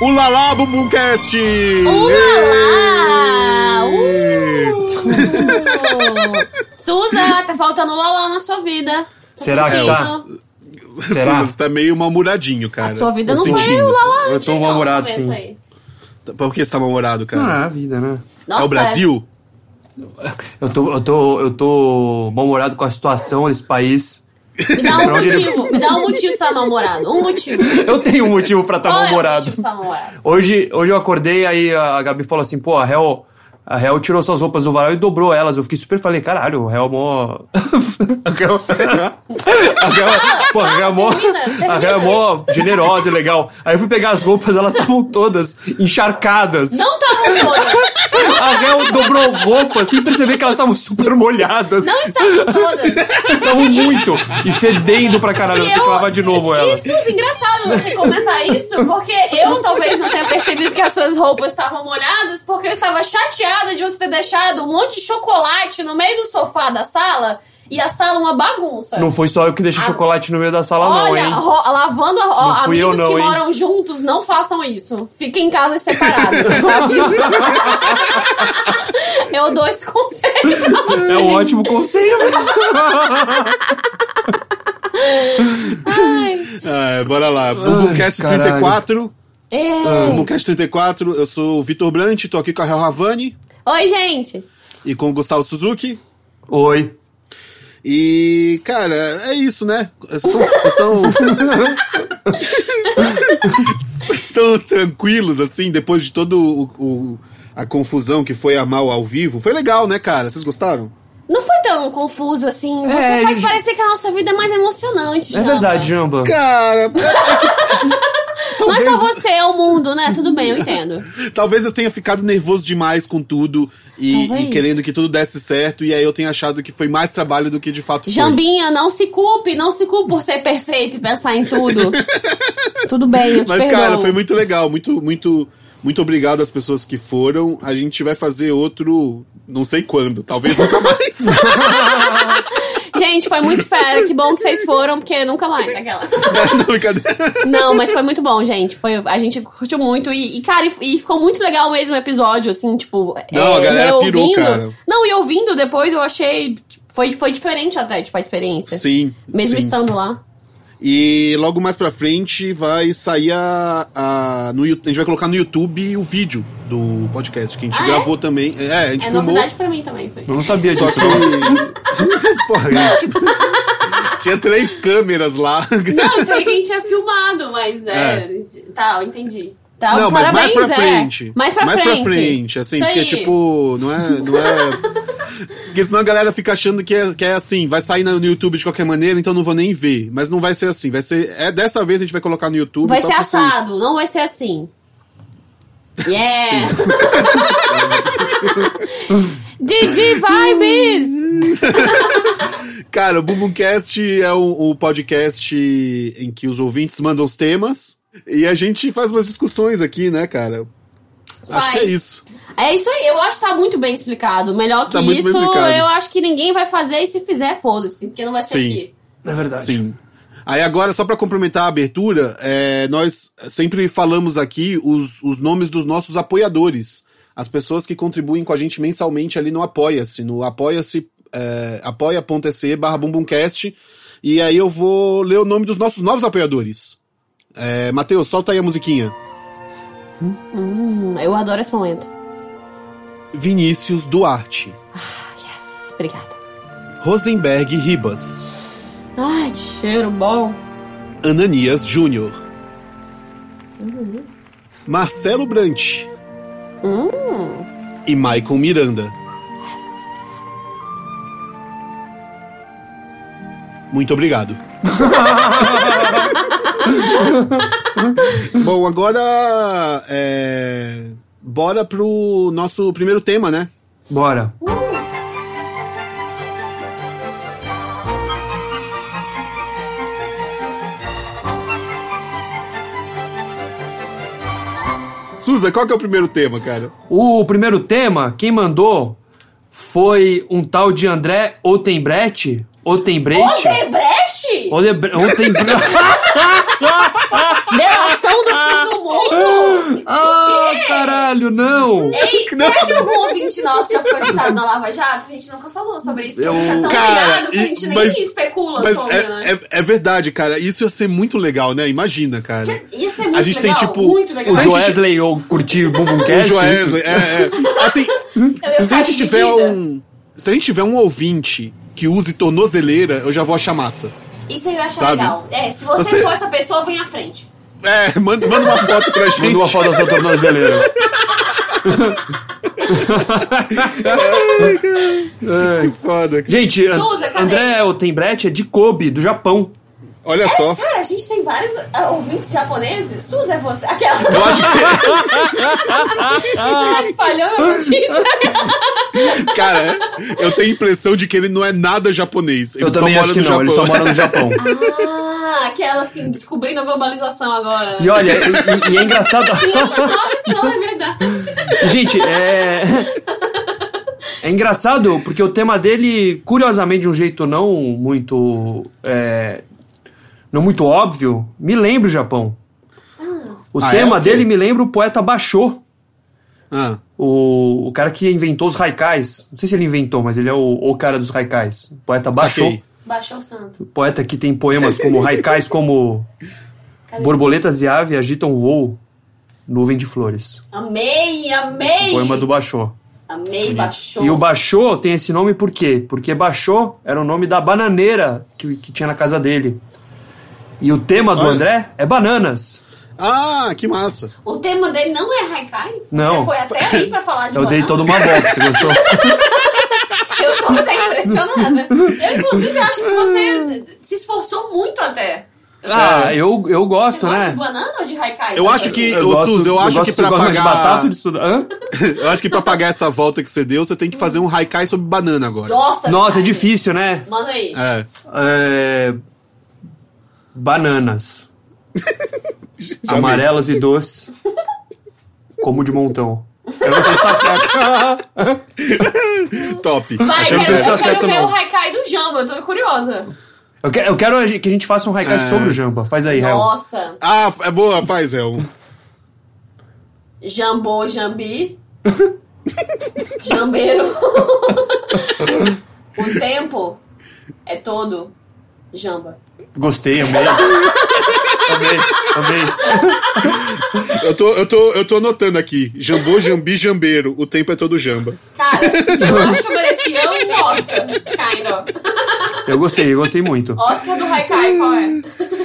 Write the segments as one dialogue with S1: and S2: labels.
S1: O Lalá Bumbumcast!
S2: Ulalá!
S1: Êêê!
S2: Suza, tá faltando Loló na sua vida. Tá
S3: Será que
S2: sentindo?
S3: tá? Será?
S1: Você tá meio mamuradinho, cara.
S2: A sua vida
S1: Tô
S2: não foi
S1: sentindo.
S2: o Loló.
S3: tá? Eu tô mal-humorado, sim. É
S1: Por que você tá mal-humorado,
S3: Ah,
S1: cara?
S3: a vida, né?
S1: é o Brasil?
S3: Eu tô, eu tô, eu tô mal-humorado com a situação desse país.
S2: Me dá um
S3: Pra onde ele-
S2: motivo, me dá um motivo pra mal-humorado. Um motivo.
S3: Eu tenho um motivo pra estar
S2: Qual é o
S3: mal-humorado.
S2: motivo pra mal-humorado?
S3: Hoje, hoje eu acordei, aí a Gabi falou assim, pô, a Hel, a Hel tirou suas roupas do varal e dobrou elas. Eu fiquei super, falei, caralho, o Hel é mó... a Hel... a Hel... Pô, a Hel é mó...
S2: Termina, termina.
S3: A Hel mó generosa e legal. Aí eu fui pegar as roupas, elas estavam todas encharcadas.
S2: Não tá com
S3: A Hel dobrou roupas sem perceber que elas estavam super molhadas.
S2: Não está com todas.
S3: Estavam Então, muito. E fedendo pra caralho. Eu
S2: E
S3: tenho que
S2: eu-
S3: lavar de novo elas.
S2: Isso, é engraçado você comentar isso, porque eu talvez não tenha percebido que as suas roupas estavam molhadas, porque eu estava chateada de você ter deixado um monte de chocolate no meio do sofá da sala e a sala uma bagunça.
S3: Não foi só eu que deixei
S2: Ah.
S3: chocolate no meio da sala, não,
S2: Olha,
S3: hein?
S2: ro- lavando a- ó,
S3: Não fui
S2: amigos
S3: eu não,
S2: que
S3: hein?
S2: moram juntos, não façam isso. Fiquem em casa separados. Aviso. eu dou esse conselho.
S3: É um ótimo conselho.
S2: Ai.
S1: Ah, bora lá. Bumbumcast
S3: caralho.
S1: 34.
S3: Ah,
S2: É.
S1: Bumbumcast 34. Eu sou o Vitor Brant, tô aqui com a Hel Havani
S2: Oi, gente.
S1: e com o Gustavo Suzuki.
S3: Oi.
S1: E, cara, é isso, né? Vocês estão- Vocês estão. Vocês estão tranquilos, assim, depois de todo o, o- a confusão que foi a mal ao vivo? Foi legal, né, cara? Vocês gostaram?
S2: Não foi tão confuso assim. Você
S3: É,
S2: faz
S3: gente.
S2: parecer que a nossa vida é mais emocionante,
S3: É
S2: Jamba.
S3: verdade, Jamba.
S1: Cara, é que-
S2: Não é
S1: talvez,
S2: só você, é o mundo, né? Tudo bem, eu entendo.
S1: talvez eu tenha ficado nervoso demais com tudo e,
S2: Talvez.
S1: e querendo que tudo desse certo, e aí eu tenha achado que foi mais trabalho do que de fato foi.
S2: Jambinha, não se culpe, não se culpe por ser perfeito e pensar em tudo. tudo bem, eu te
S1: Mas,
S2: perdoo.
S1: cara, foi muito legal. Muito, muito, muito obrigado às pessoas que foram. A gente vai fazer outro, não sei quando, talvez nunca mais. Né?
S2: Gente, foi muito fera. Que bom que vocês foram, porque nunca mais. Aquela.
S1: não, brincadeira.
S2: Não, mas foi muito bom, gente. Foi, a gente curtiu muito. E, e, cara, e, e ficou muito legal mesmo o episódio, assim, tipo.
S1: Não, a galera pirou,
S2: reouvindo.
S1: cara.
S2: Não, e ouvindo depois eu achei. tipo, Foi, foi diferente até, tipo, a experiência.
S1: Sim.
S2: Mesmo
S1: sim.
S2: estando lá.
S1: E logo mais pra frente vai sair a. a no, Yu- a gente vai colocar no YouTube o vídeo do podcast que a gente
S2: Ah, é?
S1: gravou também. É, a gente
S2: É
S1: filmou.
S2: novidade pra mim também, isso aí.
S3: Eu não sabia
S1: Só
S3: disso.
S1: que. Porra, gente. Tinha três câmeras lá.
S2: Não, isso aí que a gente tinha filmado, mas é. Tá, eu entendi. Tá,
S1: Não, mas mais
S2: parabéns,
S1: pra
S2: é.
S1: frente.
S2: Mais pra frente.
S1: pra frente, assim,
S2: Isso
S1: porque
S2: aí.
S1: tipo, não é, não é... Porque senão a galera fica achando que é, que é assim, vai sair no YouTube de qualquer maneira, então não vou nem ver. Mas não vai ser assim, vai ser... É, dessa vez a gente vai colocar no YouTube
S2: Vai
S1: só
S2: ser
S1: pra vocês.
S2: assado, não vai ser assim. Yeah! Didi Vibes!
S1: Cara, o Bumbumcast é o, o podcast em que os ouvintes mandam os temas e a gente faz umas discussões aqui, né, cara? Acho que é
S2: Faz.
S1: isso.
S2: É isso aí, eu acho que tá muito bem explicado. Melhor que
S1: Tá muito bem
S2: isso,
S1: explicado.
S2: eu acho que ninguém vai fazer e se fizer, foda-se, porque não vai ser
S1: Sim.
S2: aqui.
S3: É verdade.
S1: Sim. Aí agora, só pra complementar a abertura, é, nós sempre falamos aqui os, os nomes dos nossos apoiadores. As pessoas que contribuem com a gente mensalmente ali no Apoia-se, no apoia-se, é, apoia.se barra bumbumcast. E aí eu vou ler o nome dos nossos novos apoiadores. É, Matheus, solta aí a musiquinha.
S2: Hum, eu adoro esse momento.
S1: Vinícius Duarte,
S2: Yes, obrigada.
S1: Rosenberg Ribas,
S2: Ai, que cheiro bom.
S1: Ananias Júnior, Marcelo Brant e Maicon Miranda. Muito obrigado. Bom, agora é, bora pro nosso primeiro tema, né?
S3: Bora.
S1: Suza, qual que é o primeiro tema, cara?
S3: O primeiro tema, quem mandou foi um tal de André Otembrete. Otembrete.
S2: Odebrecht?
S3: Odebre... Otembrete.
S2: Delação do fim do mundo!
S3: Ah,
S2: Por quê?
S3: caralho, não!
S2: Ei, será que algum ouvinte nosso já foi citado na Lava Jato? A gente nunca falou sobre isso, porque a gente é tão
S1: Cara,
S2: ligado que a
S1: e-
S2: gente nem
S1: mas-
S2: especula
S1: Mas
S2: sobre, né?
S1: é, é, é verdade, cara. Isso ia ser muito legal, né? Imagina, cara.
S2: Isso é muito
S1: a gente tem,
S2: legal,
S1: tipo,
S2: muito legal.
S3: O
S1: Gente,
S3: Joesley ou curtir
S1: O
S3: Bumbumcast?
S1: Joesley, é, é. Assim,
S2: Eu ia
S1: se a
S2: ficar
S1: gente tiver
S2: dividida.
S1: um. Se a gente tiver um ouvinte que use tornozeleira, eu já vou achar massa.
S2: Isso eu acho
S1: Sabe?
S2: legal. É, se você,
S1: Você-
S2: for essa pessoa, vem à frente.
S1: É, manda, manda uma foto pra gente.
S3: Manda uma foto da sua tornozeleira.
S1: Que foda. cara.
S3: Gente, An-
S2: Suza, cadê?
S3: André Otenbrete é de Kobe, do Japão.
S1: Olha só.
S2: Cara, a gente tem vários ah, ouvintes japoneses. Suza é você. Aquela que
S1: Eu acho que,
S2: tá espalhando a notícia.
S1: cara, eu tenho a impressão de que ele não é nada japonês. Ele
S3: Eu
S1: só
S3: também
S1: mora
S3: acho que
S1: no
S3: não, ele só
S1: Japão.
S3: mora no Japão.
S2: Ah, aquela assim, descobrindo a globalização agora.
S3: E olha, e- e, e é engraçado.
S2: Sim, não, isso não é verdade.
S3: Gente, é. É engraçado, porque o tema dele, curiosamente, de um jeito não muito. é, não muito óbvio, me lembra o Japão. O
S1: Ah, é?
S3: tema
S1: O quê?
S3: dele me lembra o poeta Basho.
S1: Ah,
S3: O, o cara que inventou os haikais. Não sei se ele inventou, mas ele é o, o cara dos haikais. O poeta Basho.
S1: saquei.
S2: Baixou o santo.
S3: O poeta que tem poemas como haikais, como
S2: Cadê?
S3: Borboletas e ave agitam voo, nuvem de flores.
S2: Amei, amei.
S3: Poema do Basho.
S2: Amei, baixou.
S3: E o Baixô tem esse nome por quê? Porque Baixô era o nome da bananeira que, que tinha na casa dele. E o tema do
S1: Olha.
S3: André é bananas.
S1: Ah, que massa.
S2: O tema dele não é haikai?
S3: Não.
S2: Você foi até aí pra falar de
S3: Eu dei
S2: banana?
S3: toda uma volta, você gostou?
S2: Eu tô até impressionada. Eu, inclusive, acho que você se esforçou muito até.
S3: ah, eu, eu
S2: Você
S3: gosto,
S2: gosta
S3: né?
S2: de banana ou de haikai?
S1: Eu acho que- Ô, Suzy, eu acho que pra
S3: gosto de
S1: pagar-
S3: batata ou de estudar. Hã?
S1: Eu acho que pra pagar essa volta que você deu, você tem que fazer um haikai sobre banana agora.
S2: Nossa,
S3: Nossa, é
S2: verdade.
S3: difícil, né?
S2: Manda aí.
S1: É.
S3: É, Bananas.
S1: amei.
S3: Amarelas e doces. Como de montão. Eu não sei se tá certo.
S1: Top.
S2: Vai,
S3: Achei
S2: eu
S3: que
S2: quero,
S3: você está
S2: eu quero
S3: certo,
S2: ver
S3: não.
S2: o haikai do Jamba, eu tô curiosa.
S3: Eu que- eu quero, a gente- que a gente faça um haikai
S1: É.
S3: sobre o Jamba. Faz aí, Hel.
S2: Nossa,
S1: Ah, é boa, faz, é um.
S2: Jambô, Jambi. Jambeiro. o tempo é todo Jamba.
S3: Gostei, amei. amei, amei.
S1: Eu tô, eu, tô, eu tô anotando aqui. Jambô, jambi, jambeiro. O tempo é todo jamba.
S2: Cara, eu acho que eu merecia um Oscar, kind of.
S3: Eu gostei, eu gostei muito.
S2: Oscar do haikai, qual é?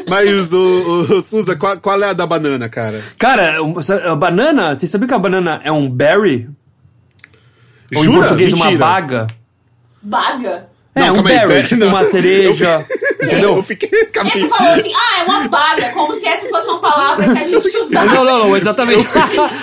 S1: Mas, o, Suza, qual, qual é a da banana, cara?
S3: Cara, um- essa- a banana, vocês sabiam que a banana é um berry? Ou
S1: Jura?
S3: em português uma
S1: Mentira.
S3: baga?
S2: Baga.
S3: É,
S1: Não,
S3: um
S1: calma aí,
S3: berry,
S1: berry
S3: tipo
S1: não.
S3: uma cereja,
S1: Eu
S3: entendeu?
S1: fiquei... calma aí.
S2: Esse falou assim, ah, é uma baga, como se essa fosse uma palavra que a gente usava.
S3: Não, não, não, exatamente.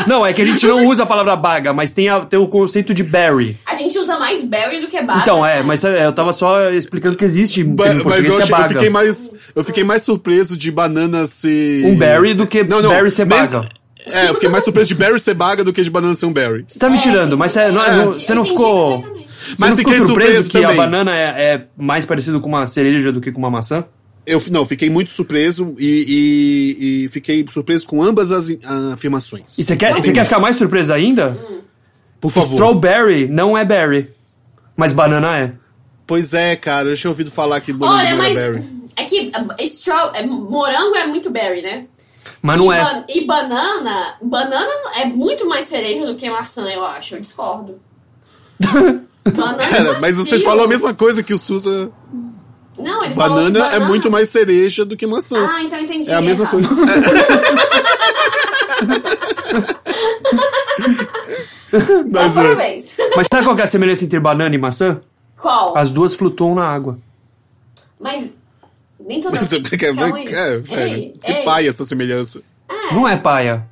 S3: não, é que a gente não usa a palavra baga, mas tem, a- tem o conceito de berry.
S2: A gente usa mais berry do que baga.
S3: Então, é, mas é, eu tava só explicando que existe em
S1: Ba- mas
S3: português
S1: eu,
S3: que é
S1: achei- eu
S3: baga.
S1: fiquei mais, eu fiquei mais surpreso de banana ser...
S3: Um berry do que berry ser
S1: men-
S3: baga.
S1: É, eu fiquei mais surpreso de berry ser baga do que de banana ser um berry.
S3: Você tá me
S2: É,
S3: tirando, mas é, não-
S2: entendi,
S3: não- você não
S2: entendi
S3: ficou...
S2: perfeitamente.
S1: Mas
S3: Mas você não
S1: fiquei
S3: ficou surpreso
S1: surpreso
S3: que
S1: também.
S3: a banana é, é mais parecido com uma cereja do que com uma maçã?
S1: Eu, f- não, fiquei muito surpreso e, e- e fiquei surpreso com ambas as ah, afirmações.
S3: E você quer, e você quer ficar mais surpreso ainda?
S1: Por favor.
S3: Strawberry não é berry, mas banana é.
S1: Pois é, cara, eu tinha ouvido falar que banana
S2: Olha,
S1: não
S2: mas
S1: era berry.
S2: é que ah, straw, é, morango é muito berry, né?
S3: Mas não
S2: e,
S3: é.
S2: ban- e banana, banana é muito mais cereja do que maçã, eu acho. Eu discordo. banana é
S1: Cara, mas você
S2: macio.
S1: falou a mesma coisa que o Susa.
S2: Não, ele falou
S1: Banana, é
S2: banana.
S1: muito mais cereja do que maçã.
S2: Ah, então eu entendi.
S1: é a mesma
S2: errado.
S1: coisa. É.
S2: Então,
S1: mas, é,
S2: parabéns.
S3: Mas sabe qual que é a semelhança entre banana e maçã?
S2: Qual?
S3: As duas flutuam na água.
S2: Mas nem todas.
S1: mas é, porque-
S2: Calma aí.
S1: é, velho,
S2: Ei,
S1: que
S2: ei.
S1: paia essa semelhança.
S3: Não é paia.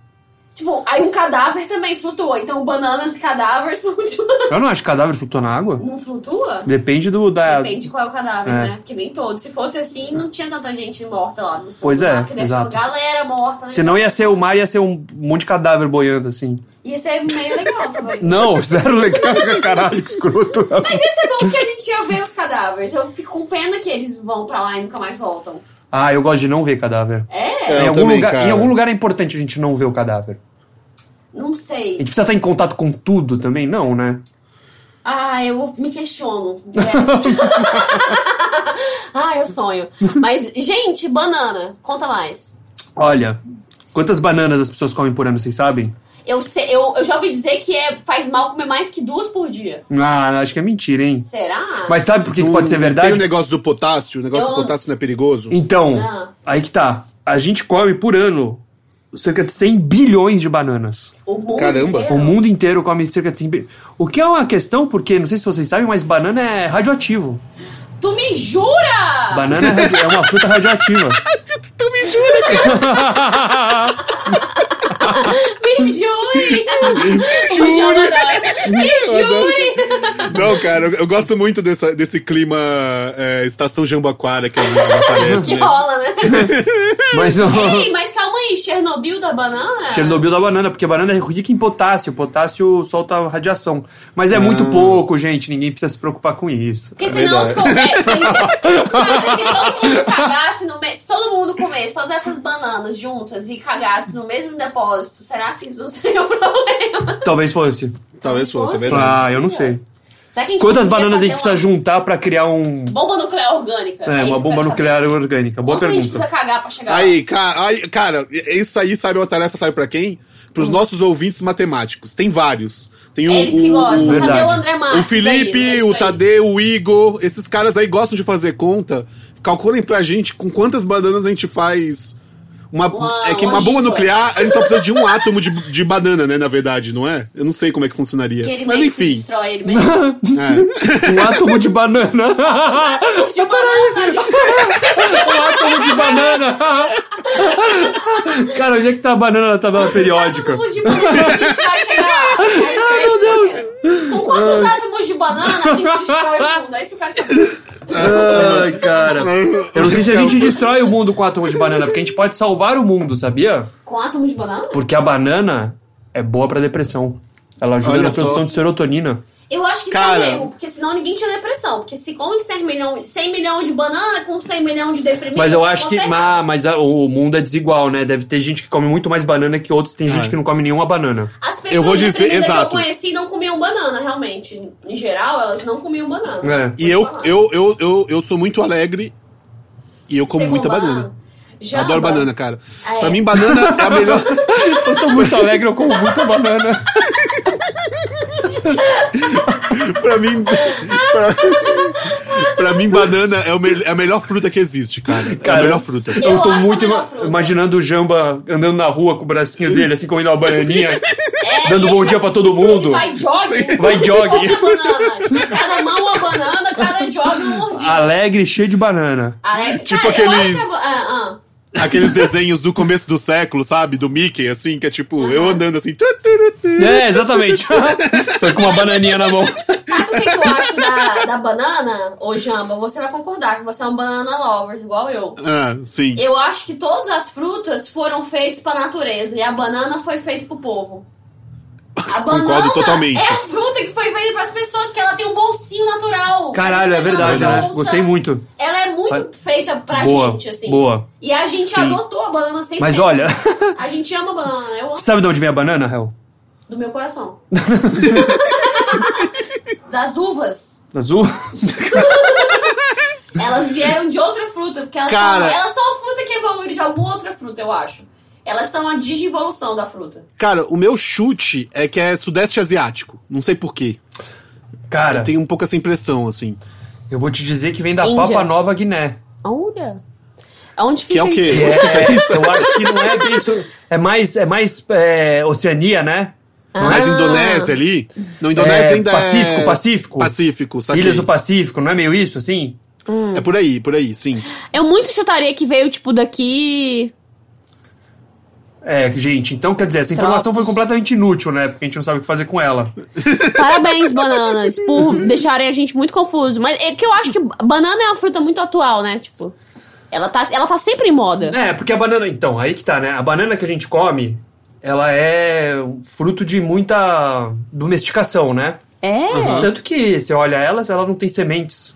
S2: Tipo, aí um cadáver também flutua. Então, bananas e cadáveres são tipo.
S3: Eu não acho que cadáver flutua na água.
S2: Não flutua?
S3: Depende do da.
S2: Depende qual é o cadáver,
S3: É.
S2: né? Porque nem todos. Se fosse assim, não tinha tanta gente morta lá no fundo.
S3: Pois é,
S2: lá, Porque deve ter uma
S3: exato.
S2: galera morta. Né?
S3: Senão ia ser o mar, ia ser um monte de cadáver boiando assim.
S2: Ia ser meio legal também.
S3: Não, zero legal, caralho, que escroto.
S2: Mas ia ser bom que a gente ia ver os cadáveres. Eu fico com pena que eles vão pra lá e nunca mais voltam.
S3: Ah, eu gosto de não ver cadáver.
S2: É?
S1: É.
S3: em,
S1: eu
S3: algum
S1: também,
S3: lugar,
S1: cara.
S3: em algum lugar é importante a gente não ver o cadáver.
S2: Não
S3: A
S2: sei.
S3: gente precisa estar em contato com tudo também? Não, né?
S2: Ah, eu me questiono. É. ah, eu sonho. Mas, gente, banana, conta mais.
S3: Olha, quantas bananas as pessoas comem por ano, vocês sabem?
S2: Eu, sei- eu, eu já ouvi dizer que é, faz mal comer mais que duas por dia.
S3: Ah, acho que é mentira, hein?
S2: Será?
S3: Mas sabe por que, que
S1: Não-
S3: pode ser
S1: não
S3: verdade?
S1: Tem o negócio do potássio, o negócio
S2: Eu-
S1: do potássio não é perigoso.
S3: Então,
S2: Ah.
S3: aí que tá. A gente come por ano cerca de 100 bilhões de bananas.
S2: o mundo
S1: Caramba.
S2: inteiro?
S3: O mundo inteiro come cerca de 100 bilhões. O que é uma questão, porque, não sei se vocês sabem, mas banana é radioativo.
S2: Tu me jura?
S3: Banana é radio- é uma fruta radioativa.
S2: Me jure! me jure! Me jure!
S1: Não, cara, eu, eu gosto muito dessa- desse clima é, estação Jambaquara que às vezes aparece,
S2: Que
S1: né?
S2: rola, né?
S3: Mas o
S2: Ei, mas calma aí, Chernobyl da banana?
S3: Chernobyl da banana, porque a banana é rica em potássio. Potássio solta radiação. Mas é muito pouco, gente. Ninguém precisa se preocupar com isso.
S2: Porque senão os
S1: verdade.
S2: comércios. Cara, se todo mundo cagasse no mesmo. Se todo mundo comesse todas essas bananas juntas e cagasse no mesmo depósito, será que eles não seriam problema?
S3: Talvez fosse.
S1: Talvez fosse, é verdade.
S3: Ah, eu não sei.
S2: Será que a gente
S3: Quantas
S2: conseguiria
S3: bananas a gente
S2: É. fazer
S3: precisa juntar pra criar um...
S2: uma Bomba nuclear orgânica.
S3: É, uma
S2: isso que eu
S3: bomba
S2: quero
S3: nuclear orgânica.
S2: saber.
S3: Boa
S2: Quanto a gente
S3: pergunta.
S2: precisa cagar pra chegar lá?
S1: Aí, ca- aí, cara, isso aí sabe uma tarefa, sabe pra quem? Pros nossos ouvintes matemáticos. Tem vários. Tem o,
S2: Hum. É Eles que
S1: o-
S2: gostam.
S1: o-
S2: Cadê
S3: verdade.
S2: o André Marques?
S1: o Felipe,
S2: aí? É isso
S1: o
S2: aí.
S1: Tadeu, o Igor, esses caras aí gostam de fazer conta. Calculem pra gente com quantas bananas a gente faz. Uma,
S2: Uma-
S1: é que
S2: uma
S1: uma bomba
S2: gifa.
S1: nuclear, a gente só precisa de um átomo de, de banana, né? Na verdade, não é? Eu não sei como é que funcionaria.
S2: Que ele
S1: Mas
S2: meio que se
S1: enfim.
S2: destrói ele mesmo.
S1: É.
S3: Um átomo de banana.
S2: De banana,
S3: um átomo de banana. Cara, onde é que tá a banana na tabela periódica?
S2: átomos de banana a gente vai chegar lá. É isso, é
S3: meu
S2: isso, é isso. Com quantos átomos de banana a gente destrói o mundo? É isso que eu quero saber.
S3: Ai, cara. Eu não sei se a gente destrói o mundo com átomos de banana, porque a gente pode salvar o mundo, sabia?
S2: Com átomos de banana?
S3: Porque a banana é boa pra depressão. Ela ajuda
S1: Olha
S3: na
S1: só.
S3: produção de serotonina.
S2: Eu acho que
S1: Cara.
S2: isso é um erro, porque senão ninguém tinha depressão. Porque se come 100 milhões 100 milhão de banana com 100 milhão de deprimidos...
S3: Mas eu
S2: você
S3: acho que.
S2: consegue-
S3: Ah, mas a- o mundo é desigual, né? Deve ter gente que come muito mais banana que outros, tem gente
S1: Ah.
S3: que não come nenhuma banana.
S2: As pessoas
S1: Eu vou dizer-
S2: deprimidas
S1: exato.
S2: que eu conheci não comiam banana, realmente. Em geral, elas não comiam banana.
S3: É.
S1: E eu, eu, eu, eu, eu sou muito alegre e eu como
S2: Você
S1: muita
S2: come
S1: banana.
S2: Jamba.
S1: Adoro banana, cara.
S2: Ah, é.
S1: Pra mim, banana é a melhor.
S3: Eu sou muito alegre, eu como muita banana.
S1: pra mim. pra- pra mim, banana é, o me- é a melhor fruta que existe, cara. É
S3: Cara,
S1: a melhor fruta.
S3: Eu, tô
S2: acho
S3: muito
S2: a melhor
S3: ima-
S2: fruta. Hum.
S3: imaginando o Jamba andando na rua com o bracinho dele, assim, comendo uma bananinha, dando bom dia pra todo
S2: É, E
S3: mundo.
S2: vai jogging.
S3: Vai jogging.
S2: Uma banana. Tipo, Cada mão uma banana, cada jogging um uma mordida.
S3: Alegre, cheio de banana.
S2: Ale-
S1: Tipo
S2: Ah, Cara, eu acho
S1: aqueles-
S2: que é- ah, ah.
S1: Aqueles desenhos do começo do século, sabe? Do Mickey, assim, que é tipo, eu andando assim. tu, tu, tu, tu.
S3: É, exatamente. tô com uma bananinha na mão.
S2: Sabe o que, que eu acho da, da banana, ô Jamba? Você vai concordar que você é um banana lover, igual eu.
S1: Ah, sim.
S2: Eu acho que todas as frutas foram feitas pra natureza e a banana foi feita pro povo. A
S1: Concordo
S2: banana
S1: totalmente.
S2: é a fruta que foi feita pras pessoas, que ela tem um bolsinho natural.
S3: Caralho,
S2: A
S3: é
S2: gente
S3: verdade,
S2: pega ela na
S3: né?
S2: bolsa,
S3: Gostei muito.
S2: Ela é muito feita pra
S3: Boa,
S2: gente, assim.
S3: boa.
S2: E a gente
S3: Sim.
S2: adotou a banana sempre.
S3: Mas olha,
S2: A gente ama banana, eu amo
S3: sabe de onde vem a banana, Hel?
S2: do meu coração. das uvas.
S3: Azul?
S2: Elas vieram de outra fruta, porque elas,
S1: Cara.
S2: são, elas são a fruta que evoluiu de alguma outra fruta, eu acho. Elas são a digievolução da fruta.
S1: Cara, o meu chute é que é Sudeste Asiático. Não sei porquê.
S3: Cara,
S1: Tenho um pouco essa impressão, assim.
S3: eu vou te dizer que vem da
S2: Índia.
S3: Papa Nova Guiné.
S2: Olha. Aonde
S1: Que é o quê?
S3: É, eu acho que não é bem isso. É mais, é mais é, Oceania, né?
S2: Ah.
S3: Não é?
S1: Mas Indonésia ali. Não, Indonésia
S3: É,
S1: ainda
S3: Pacífico,
S1: é.
S3: Pacífico.
S1: Pacífico, saquei.
S3: Ilhas do Pacífico, não é meio isso, assim?
S1: É por aí, por aí, sim.
S2: Eu muito chutaria que veio, tipo, daqui.
S3: É, gente, então quer dizer, essa informação foi completamente inútil, né? Porque a gente não sabe o que fazer com ela.
S2: Parabéns, bananas, por deixarem a gente muito confuso. Mas é que eu acho que banana é uma fruta muito atual, né? Tipo, ela tá, ela tá sempre em moda.
S1: Né?
S3: É, porque a banana. Então, aí que tá, né? A banana que a gente come, ela é fruto de muita domesticação, né?
S2: É.
S1: Ah. Uhum.
S3: Tanto que você olha ela, ela não tem sementes.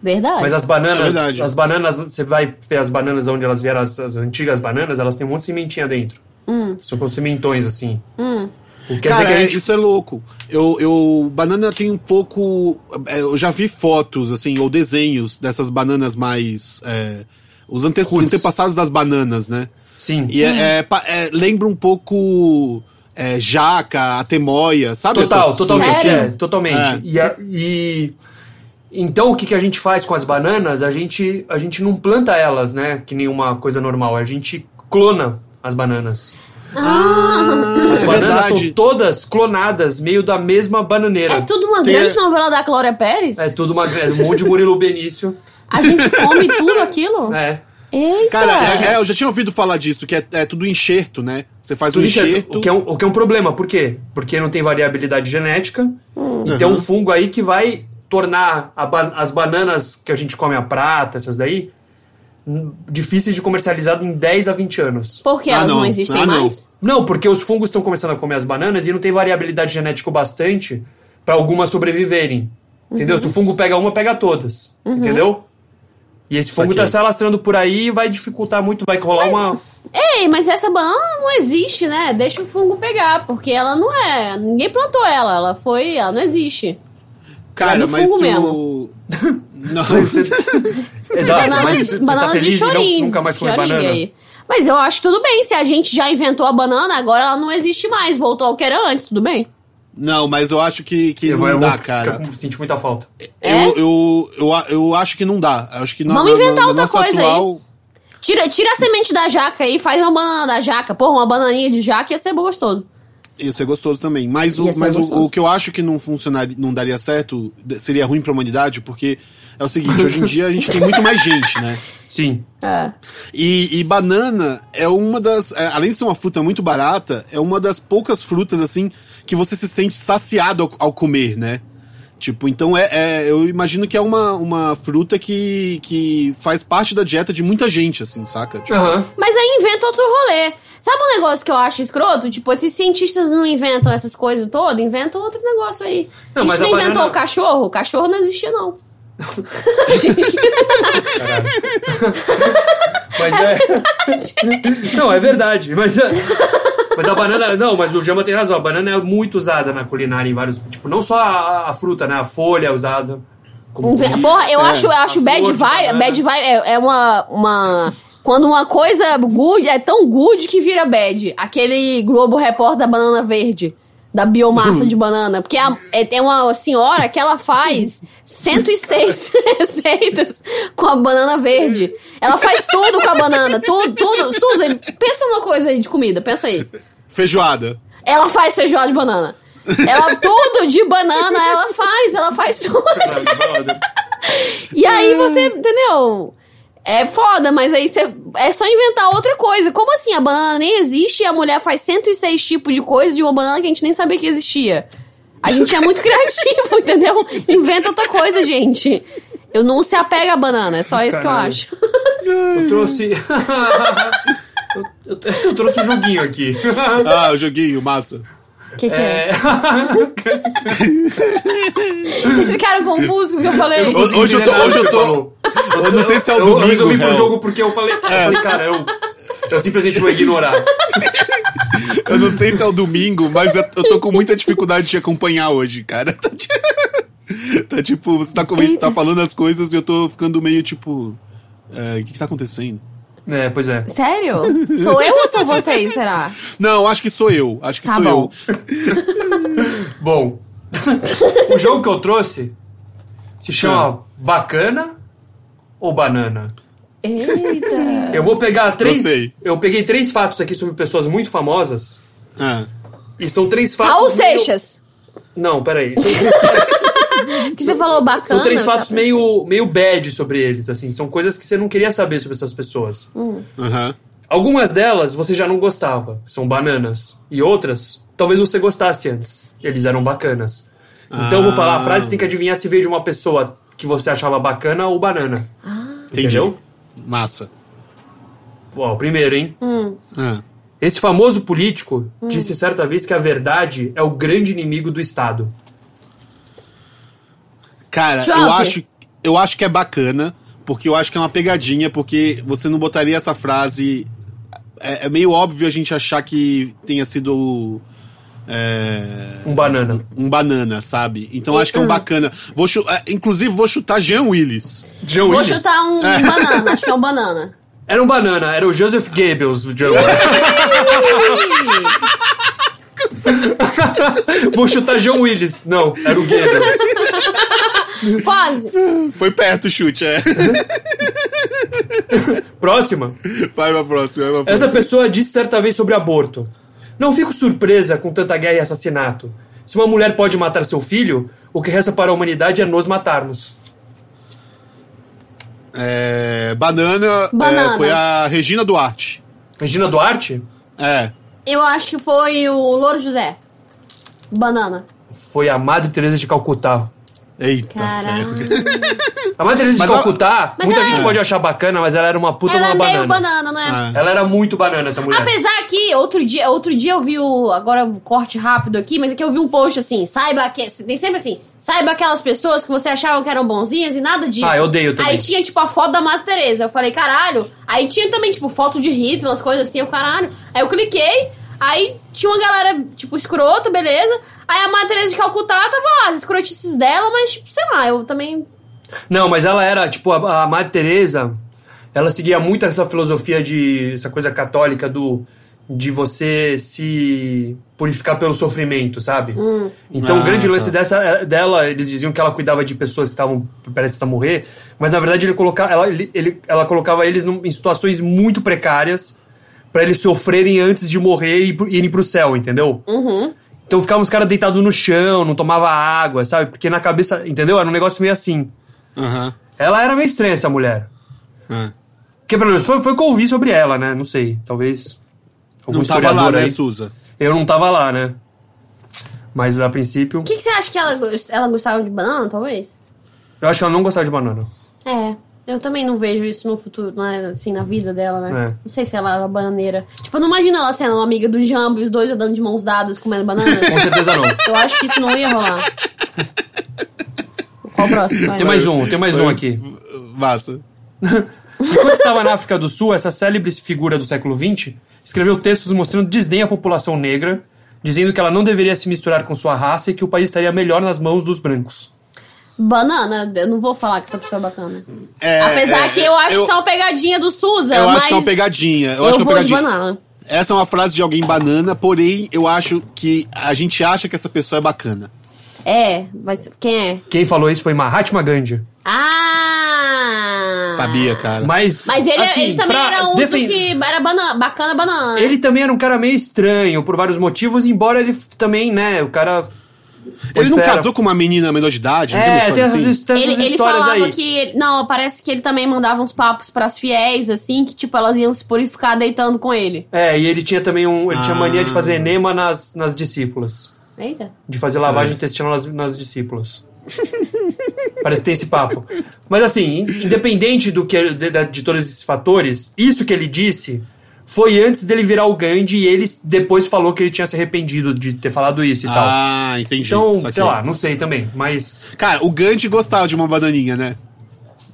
S2: Verdade.
S3: Mas as bananas,
S1: É verdade.
S3: as bananas, você vai ver as bananas onde elas vieram, as, as antigas bananas, elas têm um monte de sementinha dentro. São com sementões, assim. O que Quer
S1: Hum. Cara,
S3: dizer que a
S1: é,
S3: gente.
S1: isso é louco. Eu, eu, banana tem um pouco. é, Eu já vi fotos, assim, ou desenhos dessas bananas mais. é, os ante
S3: Roots.
S1: antepassados das bananas, né?
S3: Sim.
S1: E é, é, pa- é, lembra um pouco. é, jaca, atemoia, sabe?
S3: Total,
S1: essas
S3: totalmente,
S2: Sério?
S3: é, totalmente.
S1: É.
S3: E, a- e- então o que, que a gente faz com as bananas? A gente, a gente não planta elas, né? Que nem uma coisa normal. A gente clona as bananas. As
S1: é
S3: bananas
S1: verdade.
S3: são todas clonadas, meio da mesma bananeira.
S2: É tudo uma
S1: Tem-
S2: grande novela da Glória Pérez?
S3: É tudo uma é um monte de Murilo Benício.
S2: A gente come tudo aquilo?
S3: É.
S2: Eita!
S1: Cara, é- é, eu já tinha ouvido falar disso, que é, é tudo enxerto, né? Você faz
S3: Tudo
S1: um
S3: enxerto,
S1: enxerto.
S3: O, que é um, o que é um problema. Por quê? Porque não tem variabilidade genética. E tem um fungo aí que vai tornar a ba- as bananas que a gente come a prata, essas daí, n- difíceis de comercializar em 10 a 20 anos.
S2: Porque
S1: Ah,
S2: elas não,
S1: não.
S2: existem
S1: Ah, não.
S2: mais?
S3: Não, porque os fungos estão começando a comer as bananas e não tem variabilidade genética o bastante para algumas sobreviverem. Entendeu? Se o fungo pega uma, pega todas. Entendeu? E esse fungo
S1: Saquei.
S3: tá se alastrando por aí e vai dificultar muito, vai rolar uma.
S2: Ei, mas essa banana não existe, né? Deixa o fungo pegar, porque ela não é. Ninguém plantou ela, ela foi. Ela não existe. é
S3: um
S1: Cara,
S2: do
S1: mas
S2: fungo
S1: o. Não,
S3: Exato,
S2: banana
S3: mas você tá
S2: banana de
S3: feliz e
S2: chorinho.
S3: não, nunca mais comer
S2: chorinho é
S3: banana.
S2: aí. Mas eu acho tudo bem, se a gente já inventou a banana, agora ela não existe mais, voltou ao que era antes, tudo bem?
S1: não, mas eu acho que, que
S3: Eu,
S1: não
S3: eu
S1: dá,
S3: vou ficar
S1: cara.
S3: com- sentir muita falta.
S2: É?
S1: Eu, eu, eu, a- eu acho que não dá. Acho que na-
S2: Vamos
S1: na-
S2: inventar
S1: na
S2: outra
S1: nossa
S2: coisa aí.
S1: atual,
S2: Tira, tira a semente da jaca aí, faz uma banana da jaca. Porra, uma bananinha de jaca ia ser gostoso.
S1: Ia ser gostoso também. Mas, o,
S2: Ia ser
S1: mas o,
S2: gostoso.
S1: o que eu acho que não funcionaria, não daria certo, de- seria ruim pra humanidade, porque é o seguinte, hoje em dia a gente tem muito mais gente, né?
S3: Sim.
S2: É.
S1: E, e banana é uma das. é, além de ser uma fruta muito barata, é uma das poucas frutas, assim, que você se sente saciado ao, ao comer, né? Tipo, então é, é- Eu imagino que é uma, uma fruta que, que faz parte da dieta de muita gente, assim, saca? Tipo,
S3: Aham.
S2: Mas aí inventa outro rolê. Sabe um negócio que eu acho escroto? Tipo, esses cientistas não inventam essas coisas todas, inventam outro negócio aí.
S3: Não,
S2: a gente
S3: mas
S2: não
S3: a
S2: inventou
S3: banana-
S2: o cachorro? O cachorro não existia, não. A gente
S3: Mas é. não, é verdade. Mas, é- mas a banana. Não, mas o Jama tem razão. A banana é muito usada na culinária em vários. Tipo, não só a, a fruta, né? A folha é usada. Como
S2: Inve-
S3: comida.
S2: Um Porra, eu
S1: É,
S2: acho, eu acho
S3: a
S2: bad
S3: flor de
S2: vibe.
S3: banana.
S2: Bad vibe é, é uma, uma. Quando uma coisa good é tão good que vira bad. Aquele Globo Repórter da banana verde. Da biomassa de banana. Porque a- é, é uma senhora que ela faz 106 receitas com a banana verde. Ela faz tudo com a banana. Tudo, tudo. Susan, pensa numa coisa aí de comida. Pensa aí.
S1: feijoada.
S2: Ela faz feijoada de banana. Ela tudo de banana, ela faz. Ela faz tudo.
S3: né?
S2: E aí
S3: Ah.
S2: você, entendeu? É foda, mas aí você. É só inventar outra coisa. Como assim? A banana nem existe e a mulher faz 106 tipos de coisa de uma banana que a gente nem sabia que existia. A gente é muito criativo, entendeu? Inventa outra coisa, gente. Eu não se apega à banana, é só isso que eu
S3: Caralho.
S2: acho.
S3: Eu trouxe. eu, eu- eu trouxe um joguinho aqui.
S1: Ah, o joguinho, massa.
S2: O que, que é?
S3: É,
S2: Vocês ficaram confusos com o que eu falei?
S3: eu não consigo
S1: Hoje eu tô-
S3: entender nada
S1: hoje
S3: do
S1: eu
S3: que
S1: tô-
S3: falou.
S1: Eu não sei se é o
S3: eu, eu
S1: domingo.
S3: resolvi pro
S1: Hel. É.
S3: jogo porque eu falei, eu falei cara, eu, eu simplesmente vou ignorar.
S1: Eu não sei se é o domingo, mas eu, eu tô com muita dificuldade de te acompanhar hoje, cara. Tá, ti- tá tipo, você tá, comen- tá falando as coisas e eu tô ficando meio tipo. é, O que, que tá acontecendo?
S3: É, pois é.
S2: Sério? Sou eu ou sou vocês, será?
S1: Não, acho que sou eu. Acho que
S2: Tá
S1: sou
S2: bom.
S1: eu.
S3: Bom, o jogo que eu trouxe se chama Bacana ou Banana?
S2: Eita!
S3: Eu vou pegar três.
S1: Gostei.
S3: Eu peguei três fatos aqui sobre pessoas muito famosas.
S1: Ah,
S3: E são três fatos.
S2: Raul
S3: meio-
S2: Seixas!
S3: Não, peraí. São,
S2: Que você falou bacana.
S3: são três
S2: tá?
S3: fatos meio, meio bad sobre eles, assim. São coisas que você não queria saber sobre essas pessoas.
S1: aham.
S3: Algumas delas você já não gostava, são bananas. E outras, talvez você gostasse antes. Eles eram bacanas. Então eu vou falar a frase, você tem que adivinhar se veio de uma pessoa que você achava bacana ou banana.
S2: Ah.
S1: Entendi.
S3: Entendeu?
S1: Massa.
S3: Ó, o primeiro, hein?
S1: Ah.
S3: Esse famoso político disse certa vez que a verdade é o grande inimigo do Estado.
S1: Cara,
S2: Trump.
S1: eu acho. eu acho que é bacana, porque eu acho que é uma pegadinha, porque você não botaria essa frase. É, é meio óbvio a gente achar que tenha sido. é,
S3: Um banana.
S1: um banana, sabe? Então eu acho
S2: Hum.
S1: que é um bacana. Vou chu- é, inclusive, vou chutar Jean Willis.
S3: John
S2: Vou
S3: Willis.
S2: chutar um banana, acho que é um banana.
S3: Era um banana, era o Joseph Goebbels, o John Willis. Vou chutar John Willis. Não, era o Goebbels.
S2: Quase.
S1: Foi perto o chute, é.
S3: Próxima.
S1: Vai pra próxima, vai pra próxima.
S3: Essa pessoa disse certa vez sobre aborto. Não fico surpresa com tanta guerra e assassinato. Se uma mulher pode matar seu filho, o que resta para a humanidade é nos matarmos.
S1: É, banana,
S2: Banana.
S1: é, foi a Regina Duarte.
S3: Regina Duarte
S1: É.
S2: Eu acho que foi o Louro José. Banana.
S3: foi a Madre Teresa de Calcutá.
S1: Eita,
S2: Caralho.
S1: ferro.
S3: A Madre
S1: Mas
S3: Teresa de
S1: ela-
S3: Calcutá,
S2: Mas
S3: muita
S2: ela- é-
S3: gente pode achar bacana, mas ela era uma puta
S2: Ela
S3: uma
S2: é meio
S3: banana.
S2: banana, não é?
S1: Ah,
S3: Ela era muito banana, essa mulher.
S2: Apesar que outro dia, outro dia eu vi o. Agora um corte rápido aqui, mas é que eu vi um post assim, saiba que. Tem sempre assim, saiba aquelas pessoas que você achava que eram bonzinhas e nada disso.
S3: Ah, eu odeio também.
S2: Aí tinha, tipo, a foto da Madre Teresa. Eu falei, caralho. Aí tinha também, tipo, foto de Hitler, umas coisas assim, eu, caralho. Aí eu cliquei, aí tinha uma galera, tipo, escrota, beleza. Aí a Madre Teresa de Calcutá tava lá, as escrotices dela, mas, tipo, sei lá, eu também.
S3: Não, mas ela era, tipo, a, a Madre Teresa, ela seguia muito essa filosofia de essa coisa católica do de você se purificar pelo sofrimento, sabe? Então
S1: Ah,
S3: o grande
S1: tá.
S3: lance dessa- eh, dela, eles diziam que ela cuidava de pessoas que estavam prestes a morrer, mas na verdade ele coloca, ela, ele- ele- ela colocava eles num- em situações muito precárias pra eles sofrerem antes de morrer e pro- irem pro céu, entendeu? Então ficavam os caras deitados no chão, não tomava água, sabe? Porque na cabeça, entendeu? Era um negócio meio assim.
S1: aham,
S3: Ela era meio estranha, essa mulher. Ah.
S1: é.
S3: Porque, pelo menos, foi, foi o que eu ouvi sobre ela, né? Não sei, talvez... Algum
S1: Não tava lá,
S3: historiador
S1: né,
S3: aí.
S1: Suza?
S3: Eu não tava lá, né? Mas, a princípio...
S2: O que, que você acha que ela, gos- ela gostava de banana, talvez?
S3: Eu acho que ela não gostava de banana.
S2: É, eu também não vejo isso no futuro, né, assim, na vida dela, né?
S3: É.
S2: Não sei se ela era bananeira. Tipo, eu não imagino ela sendo uma amiga do Jambo e os dois andando de mãos dadas comendo bananas.
S3: Com certeza não.
S2: eu acho que isso não ia rolar. Qual o próximo? Vai.
S3: Tem mais um, tem mais um aqui.
S1: Massa.
S3: Enquanto estava na África do Sul, essa célebre figura do século XX escreveu textos mostrando desdém à população negra, dizendo que ela não deveria se misturar com sua raça e que o país estaria melhor nas mãos dos brancos.
S2: Banana, eu não vou falar que essa pessoa é bacana.
S1: É,
S2: Apesar
S1: é,
S2: que eu acho
S1: eu-
S2: que isso é uma pegadinha do Suza,
S1: Eu
S2: mas...
S1: acho que é uma pegadinha. Eu,
S2: eu
S1: acho que é uma
S2: vou de
S1: pegadinha.
S2: banana.
S1: Essa é uma frase de alguém banana, porém, eu acho que a gente acha que essa pessoa é bacana.
S2: É, mas quem é?
S3: Quem falou isso foi Mahatma Gandhi.
S2: Ah!
S1: Sabia, cara.
S3: Mas,
S2: Mas ele, é-
S3: assim,
S2: ele também
S3: pra
S2: era um
S3: defen-
S2: do que era banana, bacana banana.
S3: Ele também era um cara meio estranho por vários motivos, embora ele f- também, né, o cara. foi
S1: ele não
S3: fera.
S1: casou com uma menina menor de idade? não uma
S3: É,
S1: história
S3: tem essas,
S1: assim?
S3: his- tem essas
S2: Ele, ele
S3: histórias
S2: falava
S3: aí.
S2: que. Não, parece que ele também mandava uns papos pras fiéis, assim, que tipo, elas iam se purificar deitando com ele.
S3: É, e ele tinha também um. Ele tinha
S1: Ah.
S3: mania de fazer enema nas, nas discípulas.
S2: Eita.
S3: De fazer
S1: É.
S3: lavagem intestinal nas, nas discípulas. Parece que tem esse papo. Mas assim, in- independente do que de, de- de todos esses fatores, isso que ele disse foi antes dele virar o Gandhi e ele depois falou que ele tinha se arrependido de ter falado isso e tal.
S1: Ah, entendi.
S3: Então,
S1: Saquei.
S3: sei lá, não sei também, mas.
S1: Cara, o Gandhi gostava de uma bananinha, né?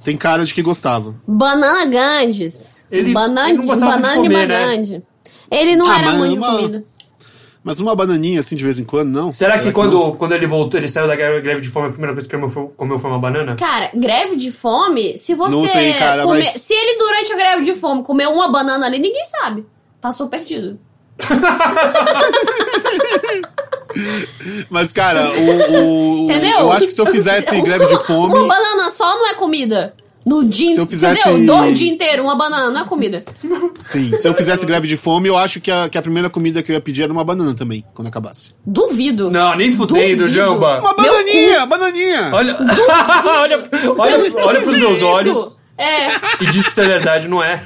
S1: Tem cara de que gostava.
S2: Banana Ganges.
S3: Ele-
S2: banana
S3: ele não gostava muito de
S2: banana
S3: comer,
S2: e
S3: né?
S2: Bagande. Ele não
S1: Ah,
S2: era
S1: mas
S2: muito de
S1: uma-
S2: comida.
S1: Mas uma bananinha assim de vez em quando, não?
S3: Será, que,
S1: não?
S3: quando, quando ele voltou, ele saiu da greve greve de fome, a primeira coisa que comeu foi, comeu foi uma banana?
S2: Cara, greve de fome, se você.
S1: Não sei, cara,
S2: comer-
S1: mas-
S2: Se ele durante a greve de fome comeu uma banana ali, ninguém sabe. Passou perdido.
S1: Mas, cara, o. o-
S2: Entendeu?
S1: Tipo, Eu acho que se eu fizesse greve de
S2: Uma
S1: fome.
S2: banana só não é comida. No dia
S1: Se eu fizesse-
S2: Entendeu? Dor o dia inteiro, uma banana não é comida.
S1: Sim, se eu fizesse greve de fome, eu acho que a, que a primeira comida que eu ia pedir era uma banana também, quando acabasse.
S2: Duvido.
S3: Não, nem fudendo,
S2: Duvido.
S3: Jamba.
S1: Uma
S2: Meu
S1: bananinha! Bananinha!
S3: Olha, olha, olha, olha é pros meus olhos.
S2: É.
S3: E disse se é verdade, não é.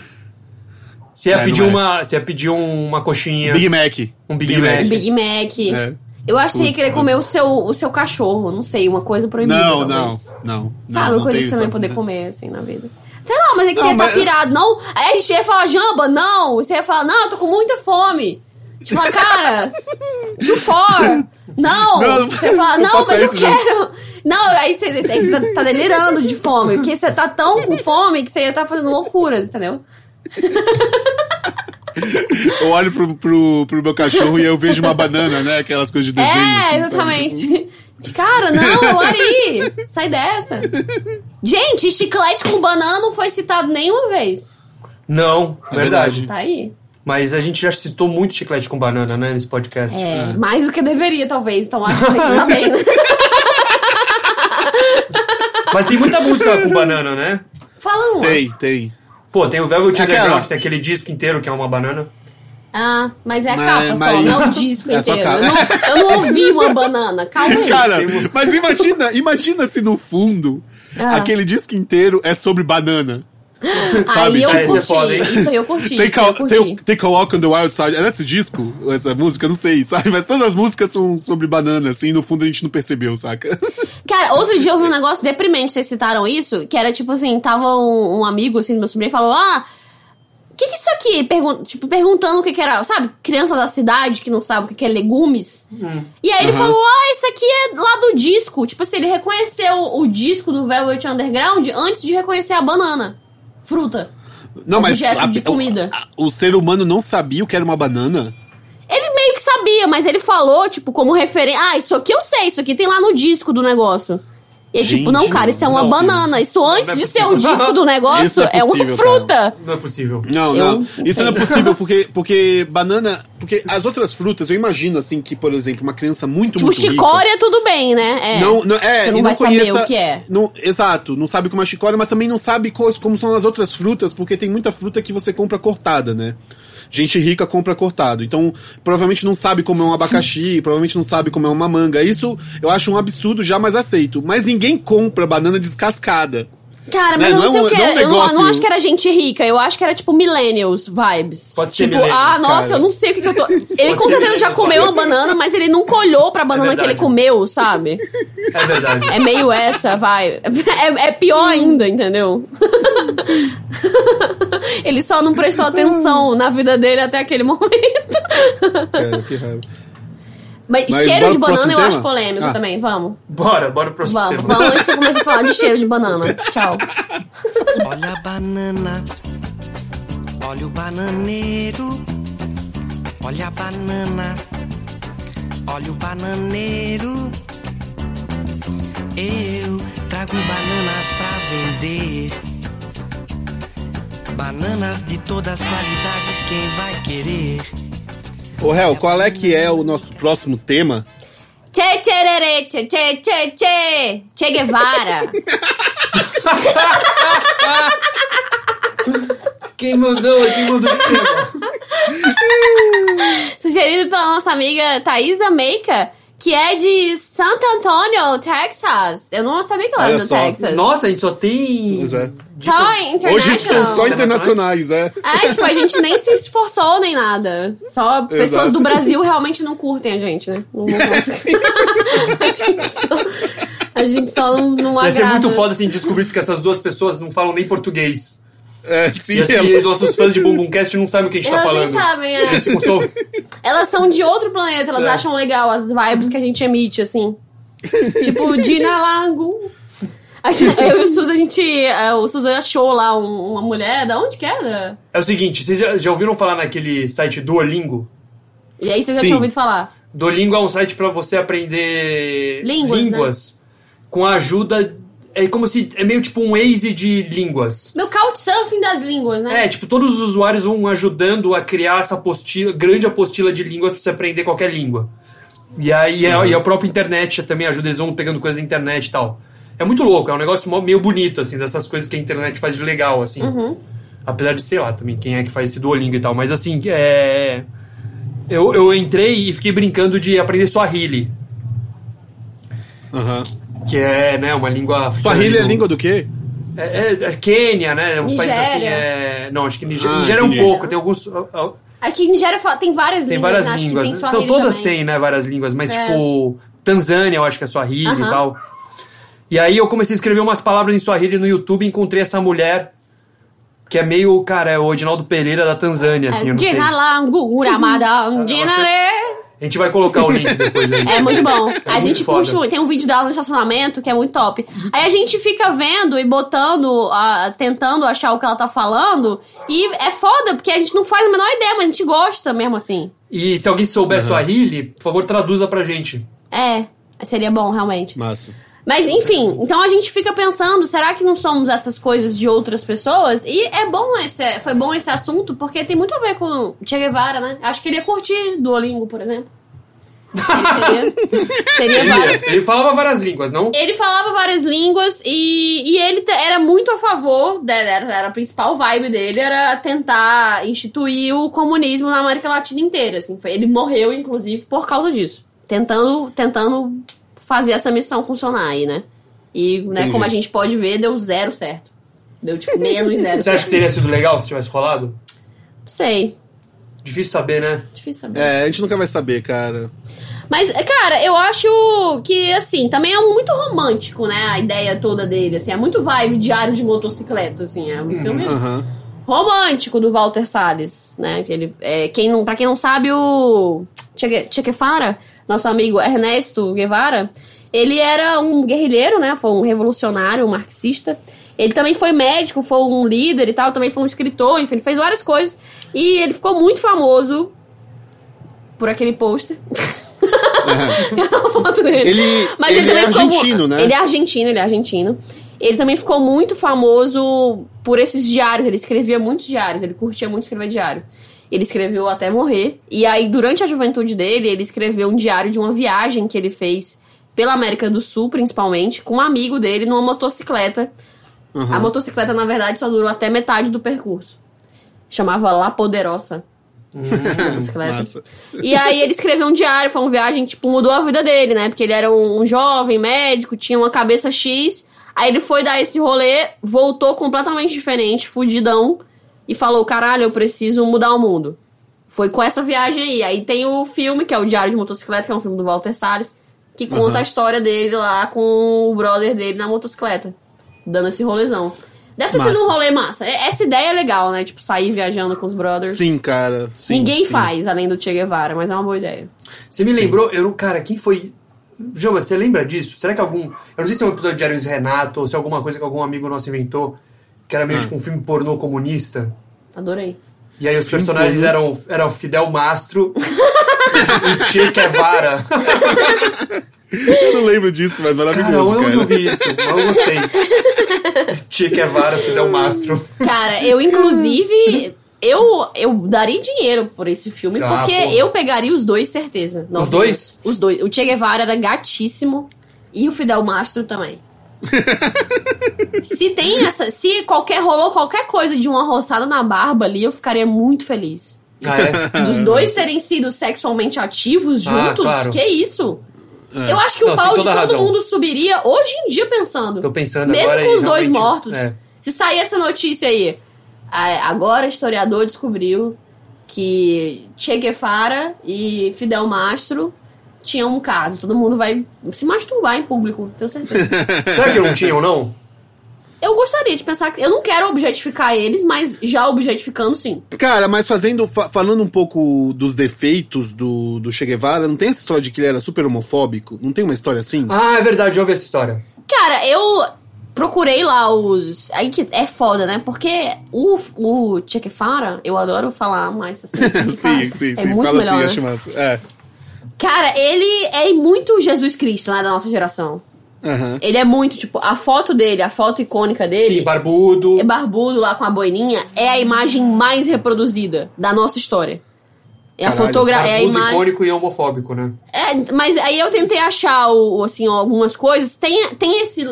S3: Você ia
S1: É,
S3: pedir
S1: não é.
S3: uma. Você ia pedir um- uma coxinha.
S1: Big Mac.
S3: Um Big Mac.
S2: Big Mac.
S1: É.
S2: Eu acho que você ia
S1: Putz,
S2: querer
S1: mano.
S2: comer o seu, o seu cachorro, não sei, uma coisa proibida.
S1: Não, não,
S2: talvez.
S1: não.
S2: Sabe,
S1: não,
S2: uma
S1: não
S2: coisa
S1: tem
S2: que você não ia
S1: essa-
S2: poder comer, assim, na vida. Sei lá, mas é que
S1: Não,
S2: você ia estar
S1: mas-
S2: pirado, não? Aí a gente ia falar, Jamba, não. Você ia falar, não, eu tô com muita fome. Tipo, cara, to for. Não.
S1: Não,
S2: Você fala,
S1: não
S2: não,
S1: faça
S2: mas eu
S1: isso, gente.
S2: quero. Não, aí você, aí você tá- tá delirando de fome. Porque você tá tão com fome que você ia estar fazendo loucuras, entendeu?
S1: Eu olho pro, pro, pro meu cachorro e eu vejo uma banana, né? Aquelas coisas de desenho. assim,
S2: É,
S1: sabe?
S2: exatamente. De cara, não, é o Ari. Sai dessa. Gente, chiclete com banana não foi citado nenhuma vez.
S3: Não,
S1: É
S3: verdade.
S1: verdade.
S2: Tá aí.
S3: Mas a gente já citou muito chiclete com banana, né, nesse podcast.
S2: É, mais do que deveria, talvez. Então acho que a gente tá bem. né?
S3: Mas tem muita música com banana, né?
S2: Fala uma.
S1: Tem, tem.
S3: Pô, tem o Velvet
S1: Aquela.
S3: Underground, tem aquele disco inteiro que é uma banana.
S2: Ah, mas é a
S1: Mas-
S2: capa só,
S1: mas-
S2: não o disco
S1: É só
S2: inteiro.
S1: capa.
S2: Eu não, eu não ouvi uma banana. Calma aí.
S1: Cara,
S3: Tem-
S1: mas imagina, imagina se no fundo
S2: Ah.
S1: aquele disco inteiro é sobre banana.
S2: aí
S1: sabe,
S2: eu
S1: tipo-
S2: curti.
S3: Esse é foda, hein?
S2: isso aí eu curti.
S1: Take,
S2: isso aí eu
S1: a,
S2: curti.
S1: take, take a Walk on the Wild Side. É nesse disco, essa música, eu não sei, sabe? Mas todas as músicas são sobre banana, assim, no fundo a gente não percebeu, saca?
S2: Cara, outro dia eu vi um negócio deprimente, vocês citaram isso? Que era tipo assim, tava um, um amigo assim do meu sobrinho e falou: Ah, o que, que é isso aqui? Pergun- tipo, perguntando o que, que era, sabe? Criança da cidade que não sabe o que, que é legumes. E aí ele
S1: Aham.
S2: falou: Ah, isso aqui é lá do disco. Tipo assim, ele reconheceu o disco do Velvet Underground antes de reconhecer a banana. Fruta.
S1: Não, mas
S2: É um Objeto de comida.
S1: O, o ser humano não sabia o que era uma banana.
S2: Ele meio que sabia, mas ele falou, tipo, como referência. Ah, isso aqui eu sei, isso aqui tem lá no disco do negócio. E é
S1: Gente,
S2: tipo, não, cara, isso é uma
S3: não,
S2: banana. Isso antes
S3: é
S2: de ser o
S3: possível.
S2: disco do
S1: Isso
S2: negócio
S1: é
S2: é, uma
S1: possível,
S2: fruta.
S3: Não é possível.
S1: Não,
S2: Eu
S1: não.
S2: não
S1: Isso não é
S2: sei.
S1: possível porque, porque banana. Porque as outras frutas, eu imagino, assim, que, por exemplo, uma criança muito,
S2: Tipo,
S1: muito rica-
S2: chicória, tudo bem, né? É.
S1: Não, não, é,
S2: Você não
S1: e
S2: vai saber
S1: conheça-
S2: o que é.
S1: não- exato, não sabe como é chicória, mas também não sabe co- como são as outras frutas, porque tem muita fruta que você compra cortada, né? Gente rica compra cortado. Então, provavelmente não sabe como é um abacaxi, provavelmente não sabe como é uma manga. Isso eu acho um absurdo, jamais aceito. Mas ninguém compra banana descascada.
S2: Cara, mas
S1: né,
S2: eu não,
S1: não é
S2: sei
S1: um-
S2: o que
S1: não é um
S2: era. Eu não- eu não
S1: negócio-
S2: acho que era gente rica, eu acho que era tipo millennials vibes.
S3: Pode ser
S2: tipo,
S3: millennials,
S2: ah, nossa,
S1: cara.
S2: eu não sei o que, que eu tô. Ele
S3: Pode
S2: com certeza
S3: ser
S2: já
S3: millennials
S2: comeu uma
S3: vibes. É
S2: banana, mas ele nunca olhou pra banana que ele
S3: verdade.
S2: comeu, sabe?
S3: É verdade.
S2: É meio essa, vai. É, é pior ainda, entendeu? Ele só não prestou atenção na vida dele até aquele momento.
S1: Cara, que raiva.
S2: Mas,
S1: Mas
S2: cheiro
S1: bora
S2: de
S1: pro
S2: banana
S1: próximo
S2: eu
S1: tema?
S2: acho polêmico
S1: Ah.
S2: também. Vamos,
S3: Bora, bora pro próximo
S2: vamos,
S3: tema.
S2: vamos. Antes que eu comece a falar de cheiro de banana. Tchau.
S4: Olha a banana, olha o bananeiro, olha a banana, olha o bananeiro. Eu trago bananas pra vender. Bananas de todas as qualidades, quem vai querer?
S1: Ô, Hel, qual é que é o nosso próximo tema?
S2: Che, tcherere, che, che, che, che. Che Guevara.
S3: Quem mandou? Quem mandou esse tema?
S2: Sugerido pela nossa amiga Thaisa Meika, que é de Santo Antônio, Texas. Eu não sabia que ela era
S1: Olha
S2: do
S1: só.
S2: Texas.
S3: Nossa, a gente só tem.
S1: Pois é.
S2: Só então,
S1: Hoje são
S2: international.
S1: só internacionais, é.
S2: É, tipo, a gente nem se esforçou nem nada. Só pessoas
S1: Exato.
S2: do Brasil realmente não curtem a gente, né? Não- não- a gente só, a gente só não, não
S3: Ia ser
S2: agrada.
S3: muito foda se a gente descobrisse que essas duas pessoas não falam nem português.
S1: É, sim,
S3: E, as,
S1: ela-
S3: e nossos fãs de Bumbumcast não sabem o que a gente
S2: Elas
S3: tá
S2: nem
S3: falando.
S2: sabem, é.
S3: Eles ficam só.
S2: Elas são de outro planeta, elas
S3: É.
S2: acham legal as vibes que a gente emite, assim. tipo, Dina Lago. A gente- eu e o Suza, a gente. é, O Suza achou lá um- uma mulher, da onde que era?
S3: É o seguinte, vocês já, já ouviram falar naquele site Duolingo?
S2: E aí vocês já
S1: Sim.
S2: tinham ouvido falar.
S3: Duolingo é um site pra você aprender
S2: Línguas, né?
S3: com a ajuda. É como se. É meio tipo um Waze de línguas.
S2: Meu couchsurfing das línguas, né?
S3: É, tipo, todos os usuários vão ajudando a criar essa apostila, grande apostila de línguas pra você aprender qualquer língua. E aí
S1: Uhum.
S3: é- e a própria internet também ajuda, eles vão pegando coisa da internet e tal. É muito louco, é um negócio mó- meio bonito, assim, dessas coisas que a internet faz de legal, assim. Apesar de, sei lá, também quem é que faz esse Duolingo e tal. Mas assim, é. Eu, eu entrei e fiquei brincando de aprender Swahili,
S1: Aham.
S3: que é, né, uma língua. africana
S1: Swahili é
S3: do-
S1: língua do quê?
S3: É, é- é Quênia, né? Uns países assim.
S2: Nigéria.
S3: é- Não, acho que Nigéria,
S1: Ah,
S3: Nigéria é um
S1: entendi.
S3: pouco, tem alguns. ah, ah,
S2: Aqui em Nigéria fa- tem várias
S3: Tem
S2: línguas,
S3: várias
S2: né? Acho que
S3: línguas.
S2: tem
S3: né?
S2: Swahili
S3: então, todas
S2: também.
S3: têm, né? Várias línguas, mas
S2: É.
S3: tipo. Tanzânia, eu acho que é Swahili
S2: Aham.
S3: e tal. E aí eu comecei a escrever umas palavras em Swahili no YouTube e encontrei essa mulher que é meio, cara, é o Odinaldo Pereira da
S2: É,
S3: Tanzânia, assim, eu não sei.
S2: Dinalango,
S3: É,
S2: Uramadang, Dinare.
S3: A gente vai colocar o link depois aí.
S2: É muito bom. A
S3: muito
S2: gente
S3: foda.
S2: curte muito. Tem um vídeo dela no estacionamento que é muito top. Aí a gente fica vendo e botando, ah, tentando achar o que ela tá falando. E é foda, porque a gente não faz a menor ideia, mas a gente gosta mesmo assim.
S3: E se alguém souber Swahili, por favor, traduza pra gente.
S2: É, seria bom, realmente.
S1: Massa.
S2: Mas enfim, então a gente fica pensando, será que não somos essas coisas de outras pessoas? E é bom esse, foi bom esse assunto, porque tem muito a ver com Che Guevara, né? Acho que ele ia curtir Duolingo, por exemplo. Ele teria, teria várias,
S3: Ele falava várias línguas, não?
S2: ele falava várias línguas e, e ele te- era muito a favor, da- era, era a principal vibe dele, era tentar instituir o comunismo na América Latina inteira. Assim, foi- ele morreu, inclusive, por causa disso. Tentando, tentando fazer essa missão funcionar aí, né? E né,
S1: Entendi.
S2: como a gente pode ver, deu zero certo. Deu tipo menos zero
S3: Você acha que
S2: certo.
S3: teria sido legal se tivesse rolado?
S2: Não sei,
S3: Difícil saber, né?
S2: difícil saber.
S1: É, a gente nunca vai saber, cara.
S2: Mas, cara, eu acho que, assim, também é muito romântico, né? A ideia toda dele, assim. É muito vibe diário de motocicleta, assim. É um filme
S1: Aham.
S2: romântico do Walter Salles, né? Que ele, é, quem não, pra quem não sabe, o Che Gue- Che Guevara, nosso amigo Ernesto Guevara, ele era um guerrilheiro, né? Foi um revolucionário, um marxista. Ele também foi médico, foi um líder e tal, também foi um escritor, enfim, ele fez várias coisas. E ele ficou muito famoso por aquele pôster.
S1: É.
S2: Tem uma foto dele.
S1: Ele-
S2: Mas ele,
S1: ele
S2: também
S1: é
S2: ficou mu-
S1: argentino, né?
S2: Ele é argentino, ele é argentino. Ele também ficou muito famoso por esses diários. Ele escrevia muitos diários, ele curtia muito escrever diário. Ele escreveu até morrer. E aí, durante a juventude dele, ele escreveu um diário de uma viagem que ele fez pela América do Sul, principalmente, com um amigo dele numa motocicleta.
S1: Aham.
S2: A motocicleta, na verdade, só durou até metade do percurso. Chamava La Poderosa. motocicleta.
S1: Hum, Massa.
S2: E aí ele escreveu um diário, foi uma viagem que, tipo, mudou a vida dele, né? Porque ele era um, um jovem médico, tinha uma cabeça X. Aí ele foi dar esse rolê, voltou completamente diferente, fudidão, e falou: caralho, eu preciso mudar o mundo. Foi com essa viagem aí. Aí tem o filme, que é o Diário de Motocicleta, que é um filme do Walter Salles, que conta
S1: Uhum.
S2: a história dele lá com o brother dele na motocicleta, dando esse rolezão. Deve ter sido um
S1: Massa.
S2: rolê massa. E- Essa ideia é legal, né? Tipo, sair viajando com os brothers.
S1: Sim, cara. Sim,
S2: Ninguém
S1: sim.
S2: faz, além do Che Guevara, mas é uma boa ideia.
S3: Você me lembrou, eu não, cara, quem foi. Jama, você lembra disso? Será que algum. Eu não sei se é um episódio de Hermes e Renato ou se é alguma coisa que algum amigo nosso inventou, que era meio
S2: Ah.
S3: tipo um filme pornô comunista.
S2: Adorei.
S3: E aí os personagens eram, eram Fidel Mastro e Che Guevara.
S1: Eu não lembro disso, mas
S3: Cara,
S1: maravilhoso,
S3: onde
S1: cara.
S3: eu vi isso? Não gostei. Che Guevara,
S2: Ah.
S3: Fidel Mastro.
S2: Cara, eu inclusive. Eu, eu daria dinheiro por esse filme,
S3: Ah,
S2: porque
S3: porra.
S2: eu pegaria os dois, certeza. Não,
S3: Os dois?
S2: Os dois. O Che Guevara era gatíssimo e o Fidel Mastro também. se tem essa. Se qualquer rolou qualquer coisa de uma roçada na barba ali, eu ficaria muito feliz.
S3: Ah, é?
S2: Dos dois terem sido sexualmente ativos
S3: Ah,
S2: juntos,
S3: claro.
S2: que isso?
S1: É.
S2: Eu acho que
S3: Não,
S2: o
S3: você
S2: pau
S3: tem
S2: de
S3: toda a
S2: todo
S3: razão.
S2: mundo subiria hoje em dia pensando.
S3: é? Tô pensando
S2: Mesmo
S3: agora
S2: com
S3: e
S2: os dois
S3: realmente-
S2: mortos.
S3: é.
S2: Se sair essa notícia aí. a- Agora, historiador descobriu que Che Guevara e Fidel Mastro tinham um caso. Todo mundo vai se masturbar em público, tenho certeza.
S3: Será que não tinham, não?
S2: eu gostaria de pensar que. Eu não quero objetificar eles, mas já objetificando, sim.
S1: Cara, mas fazendo, fa- falando um pouco dos defeitos do, do Che Guevara, não tem essa história de que ele era super homofóbico? Não tem uma história assim?
S3: Ah, é verdade, eu ouvi essa história.
S2: Cara, eu procurei lá os. Aí que é foda, né? Porque o, o Che Guevara, eu adoro falar mais assim. Che Guevara.
S1: sim, sim,
S2: é
S1: sim.
S2: Muito
S1: Fala
S2: melhor,
S1: assim,
S2: né?
S1: acho massa. É.
S2: Cara, ele é muito Jesus Cristo, né? Da nossa geração.
S1: Aham.
S2: Ele é muito, tipo, a foto dele, a foto icônica dele,
S3: Sim, barbudo.
S2: é barbudo lá com a boininha, é a imagem mais reproduzida da nossa história. É a
S1: Caralho,
S2: fotografia, é a
S3: barbudo,
S2: imagem.
S3: icônico e homofóbico, né?
S2: É, mas aí eu tentei achar o, o, assim, algumas coisas. Tem, tem esse.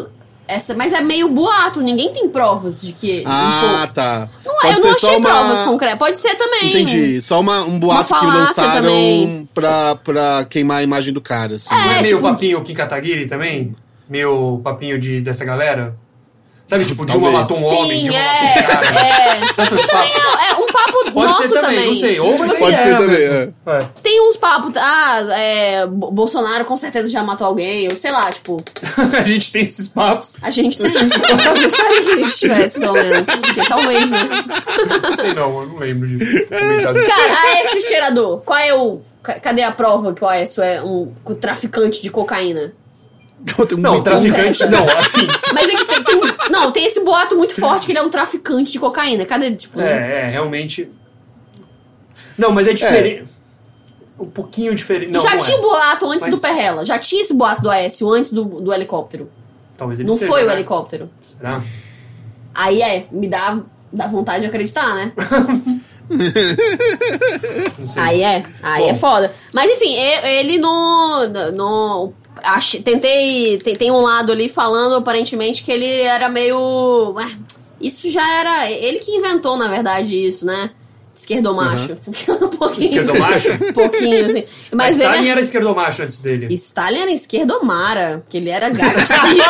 S2: Essa, mas é meio boato, ninguém tem provas de que.
S1: Ah, tá.
S2: um É, pouco- Não, eu não achei provas concretas. Pode ser também.
S1: Entendi. Só uma, um boato
S2: Uma
S1: que
S2: falácia
S1: lançaram
S2: também.
S1: pra, pra queimar a imagem do cara, assim.
S3: Não é
S2: É,
S3: meio
S2: tipo-
S3: papinho Kim Kataguiri também? Meio papinho de, dessa galera?
S5: Sabe, tipo, Dilma
S1: Talvez.
S5: matou um homem,
S2: Sim,
S5: Dilma
S2: é,
S5: matou um cara.
S3: né?
S2: é.
S5: Essas
S2: Também
S5: papas.
S2: é, é um papo
S3: Pode
S2: nosso
S3: ser também, não sei, ou vai
S2: Tipo
S1: Pode
S2: assim,
S1: ser
S3: é,
S1: também,
S3: mesmo. É.
S2: Tem uns papos, ah, é, Bo- Bolsonaro com certeza já matou alguém, ou sei lá, tipo,
S3: É.
S5: a gente tem esses papos.
S2: a gente tem. Eu gostaria que a gente tivesse, pelo menos. Porque talvez, né?
S5: Não sei não, eu não lembro de comentado.
S2: Cara, Aécio cheirador, qual é o. ca- Cadê a prova que o Aécio é um co- traficante de cocaína?
S1: Tem um
S3: Não,
S1: montão.
S3: traficante não, assim.
S2: Mas é que tem, tem- Não, tem esse boato muito forte que ele é um traficante de cocaína. Cadê, tipo.
S3: É, é, realmente. Não, mas é diferente. Um pouquinho diferente. Não,
S2: já
S3: não é.
S2: tinha um boato antes
S3: Mas-
S2: do Perrela. Já tinha esse boato do Aécio antes do, do helicóptero.
S3: Talvez ele
S2: Não
S3: seja,
S2: foi o
S3: né?
S2: helicóptero.
S3: Será?
S2: Aí é, me dá, dá vontade de acreditar, né?
S3: Não sei.
S2: Aí é, aí
S3: Bom.
S2: é foda. Mas enfim, e- ele no. no ach- tentei. Tem, tem um lado ali falando aparentemente que ele era meio. ué, Isso já era. Ele que inventou, na verdade, isso, né? Esquerdomacho. um pouquinho.
S3: Esquerdomacho?
S2: Um pouquinho, assim. Mas
S3: Mas Stalin
S2: ele.
S3: era esquerdomacho antes dele.
S2: Stalin era esquerdomara, porque ele era gatinho.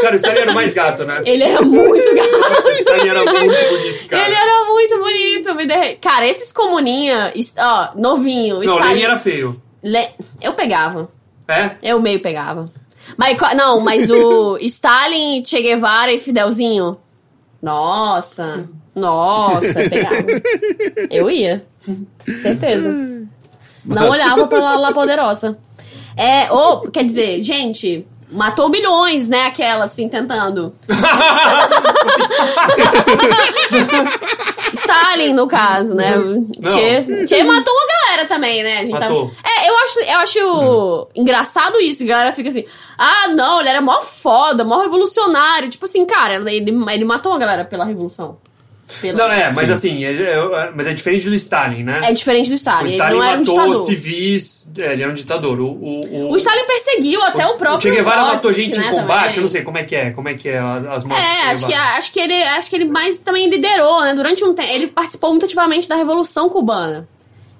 S3: Cara, o Stalin era o mais gato, né?
S2: ele era muito gato.
S3: Nossa, o Stalin era muito bonito, cara.
S2: Ele era muito bonito, me derre... Cara, esses comuninha, es- ó, novinho,
S3: Não, o
S2: Stalin-
S3: Lenin era feio.
S2: Le- Eu pegava.
S3: É?
S2: Eu meio pegava. Mas, co- não, mas o Stalin, Che Guevara e Fidelzinho. Nossa, nossa, pegava. Eu ia. Certeza. Não olhava pra La Poderosa. É, ou, quer dizer, gente, matou milhões, né? Aquela, assim, tentando. Stalin, no caso, né? Che, che matou uma galera também, né? A gente tava-
S3: Matou.
S2: É, eu acho, eu acho engraçado isso. A galera fica assim, ah, não, ele era mó foda, mó revolucionário. Tipo assim, cara, ele, ele matou a galera pela revolução. Pela-
S3: Não, é, mas assim, é, é- é- mas é diferente do Stalin, né?
S2: É diferente do
S3: o
S2: Stalin. ele
S3: Stalin
S2: não era um
S3: matou
S2: ditador.
S3: civis, é, ele era um ditador. O, o, o-
S2: O Stalin perseguiu até o próprio.
S3: o Che Guevara
S2: Trotsky,
S3: matou gente
S2: né,
S3: em combate,
S2: também.
S3: eu não sei como é que é, como é que é as as mortes. do Che
S2: É, acho que,
S3: Guevara.
S2: acho que ele acho que ele mais também liderou, né? Durante um tempo. Ele participou muito ativamente da Revolução Cubana.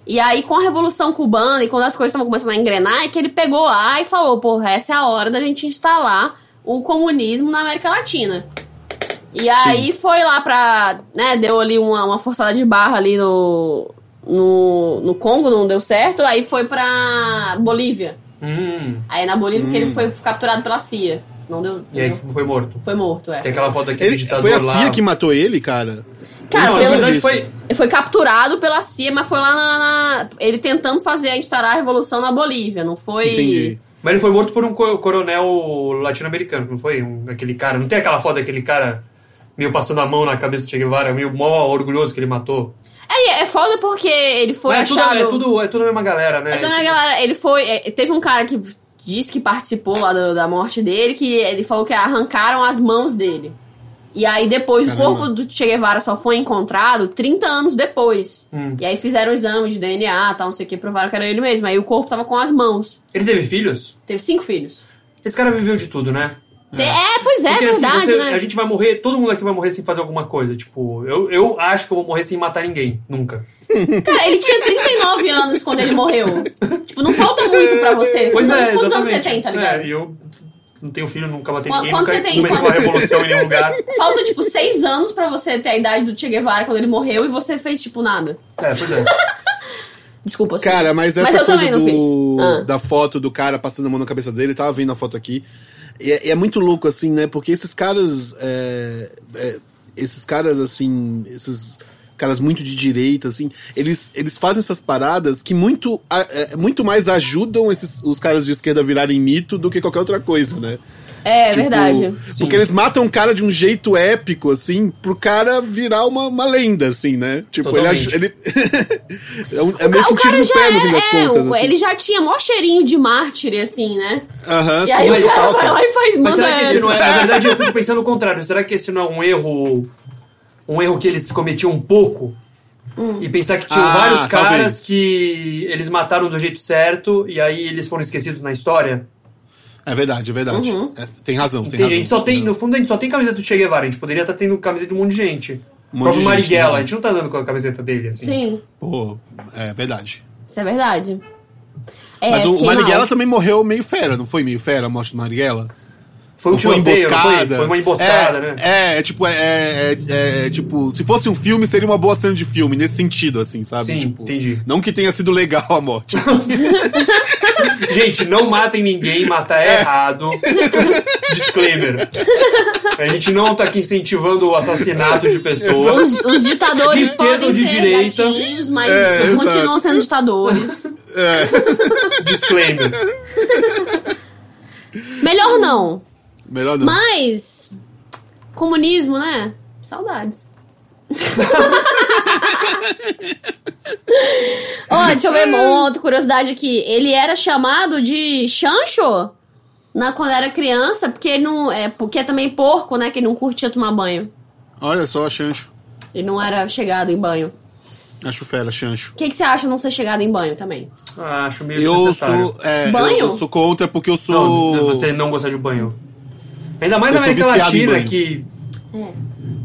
S2: E aí, com a Revolução Cubana e quando as coisas estavam começando a engrenar, é que ele pegou lá e falou: porra, essa é a hora da gente instalar o comunismo na América Latina. E aí foi lá pra. né, deu ali uma, uma forçada de barra ali no, no. no Congo, não deu certo. Aí foi pra Bolívia.
S3: Hum,
S2: Aí é na Bolívia que ele foi capturado pela CIA. Não deu.
S3: e aí
S2: não-
S3: foi morto.
S2: Foi morto, é.
S3: Tem aquela foto aqui do
S1: Ele,
S3: ditador
S1: foi a
S3: lá.
S1: CIA que matou ele, cara?
S2: Cara,
S3: Não, na
S2: pelo-
S3: verdade
S1: disso.
S3: foi...
S2: ele foi capturado pela CIA, mas foi lá na, na- Ele tentando fazer instaurar a revolução na Bolívia, não foi.
S1: Entendi.
S3: Mas ele foi morto por um co- coronel latino-americano, não foi? Um- aquele cara. Não tem aquela foto daquele cara meio passando a mão na cabeça do Che Guevara, meio mó orgulhoso que ele matou?
S2: É, é foda porque ele foi
S3: Mas é, tudo,
S2: achado.
S3: é, tudo, é tudo a mesma galera, né?
S2: Então, né, galera, ele foi. é, teve um cara que disse que participou lá do- da morte dele, que ele falou que arrancaram as mãos dele. E aí depois o
S1: Caramba.
S2: corpo do Che Guevara só foi encontrado 30 anos depois.
S3: Hum.
S2: E aí fizeram exame de DNA, tal, não sei o que, provaram que era ele mesmo. Aí o corpo tava com as mãos.
S3: Ele teve filhos?
S2: Teve cinco filhos.
S3: Esse cara viveu de tudo, né?
S2: Te- É, pois é,
S3: Porque, assim,
S2: verdade,
S3: você-
S2: né?
S3: A gente vai morrer, todo mundo aqui vai morrer sem fazer alguma coisa. Tipo, eu, eu acho que eu vou morrer sem matar ninguém. Nunca.
S2: Cara, ele tinha 39 anos quando ele morreu. tipo, não falta muito pra você.
S3: Pois
S2: Quantos-
S3: é,
S2: Quantos anos
S3: exatamente.
S2: você tem, tá ligado?
S3: É, e eu não tenho filho, nunca matei
S2: Qu-
S3: ninguém,
S2: quanto
S3: nunca
S2: você tem?
S3: comecei uma
S2: Quanto-
S3: revolução em nenhum lugar. É,
S2: Falta, tipo, seis anos pra você ter a idade do Che Guevara quando ele morreu e você fez, tipo, nada.
S3: É, pois é.
S2: Desculpa. assim.
S1: Cara, mas
S2: Mas
S1: essa
S2: eu
S1: coisa
S2: também não
S1: do,
S2: fiz. Ah.
S1: da foto do cara passando a mão na cabeça dele, eu tava vendo a foto aqui. E é, é muito louco, assim, né? Porque esses caras. é, é, esses caras, assim. Esses caras muito de direita, assim. Eles, eles fazem essas paradas que muito, a- é, muito mais ajudam esses, os caras de esquerda a virarem mito do que qualquer outra coisa, né?
S2: É,
S1: Tipo,
S2: verdade.
S1: Porque eles matam o cara de um jeito épico, assim, pro cara virar uma, uma lenda, assim, né? Tipo, ele,
S3: Totalmente.
S1: aj- ele. é, um- é meio que um
S2: Ah, o
S1: tiro
S2: cara
S1: no
S2: já
S1: pé, no fim
S2: era,
S1: das
S2: é,
S1: contas.
S2: o-
S1: assim.
S2: ele já tinha mó cheirinho de mártir, assim, né?
S1: Aham,
S2: E aí
S1: sim.
S2: o
S3: mas
S2: cara
S3: falta.
S2: vai lá e faz,
S3: Mas
S2: manda
S3: será que esse
S2: essa.
S3: não é. Na verdade, eu fico pensando o contrário. Será que esse não é um erro. Um erro que eles cometiam um pouco?
S2: Hum.
S3: E pensar que tinham
S1: Ah,
S3: vários caras
S1: talvez.
S3: que eles mataram do jeito certo e aí eles foram esquecidos na história?
S1: É verdade, é verdade. É, tem razão, tem, razão.
S3: Tem- Uhum. a
S1: É.
S3: gente só tem, no fundo, a gente só tem camiseta do Che Guevara. A gente poderia estar tendo camiseta de um monte de gente. O
S1: monte
S3: próprio
S1: de gente, né?
S3: Marighella,
S1: tem
S3: a gente não tá dando com a camiseta dele, assim.
S2: Sim,
S1: Pô, é verdade.
S2: isso é verdade. É,
S1: Mas o, o
S2: fiquei
S1: Marighella
S2: mal.
S1: também morreu meio fera, não foi meio fera a morte do Marighella?
S3: Foi um
S1: Não foi
S3: tiroteio, não foi?
S1: emboscada.
S3: Foi uma emboscada,
S1: é,
S3: né?
S1: É, é tipo, é, é- é- é, tipo, se fosse um filme, seria uma boa cena de filme, nesse sentido, assim, sabe?
S3: Sim,
S1: Tipo,
S3: entendi.
S1: Não que tenha sido legal a morte. é.
S3: Gente, não matem ninguém, matar é errado. Disclaimer. A gente não tá aqui incentivando o assassinato de
S2: Os,
S3: pessoas.
S2: os ditadores
S3: De esquerda
S2: podem
S3: ou de
S2: ser
S3: direita.
S2: gatinhos, mas
S1: É, exato.
S2: continuam sendo ditadores.
S3: Disclaimer.
S2: Melhor não.
S1: Melhor não.
S2: Mas. Comunismo, né? Saudades. Ó, deixa eu ver uma outra curiosidade aqui. Ele era chamado de Chancho na, quando era criança, porque ele não. É, porque é também porco, né? Que ele não curtia tomar banho.
S1: Olha só, Chancho.
S2: Ele não era chegado em banho.
S1: Acho fera, Chancho.
S2: O que, que você acha não ser chegado em banho também?
S3: Ah, acho meio
S1: Eu
S3: desnecessário.
S1: sou, é,
S2: Banho?
S1: eu, eu sou contra porque eu sou.
S3: Não, de- de você não gostar de banho. Ainda mais
S1: Eu
S3: na
S1: sou
S3: América
S1: viciado em
S3: Latina,
S1: banho.
S3: que...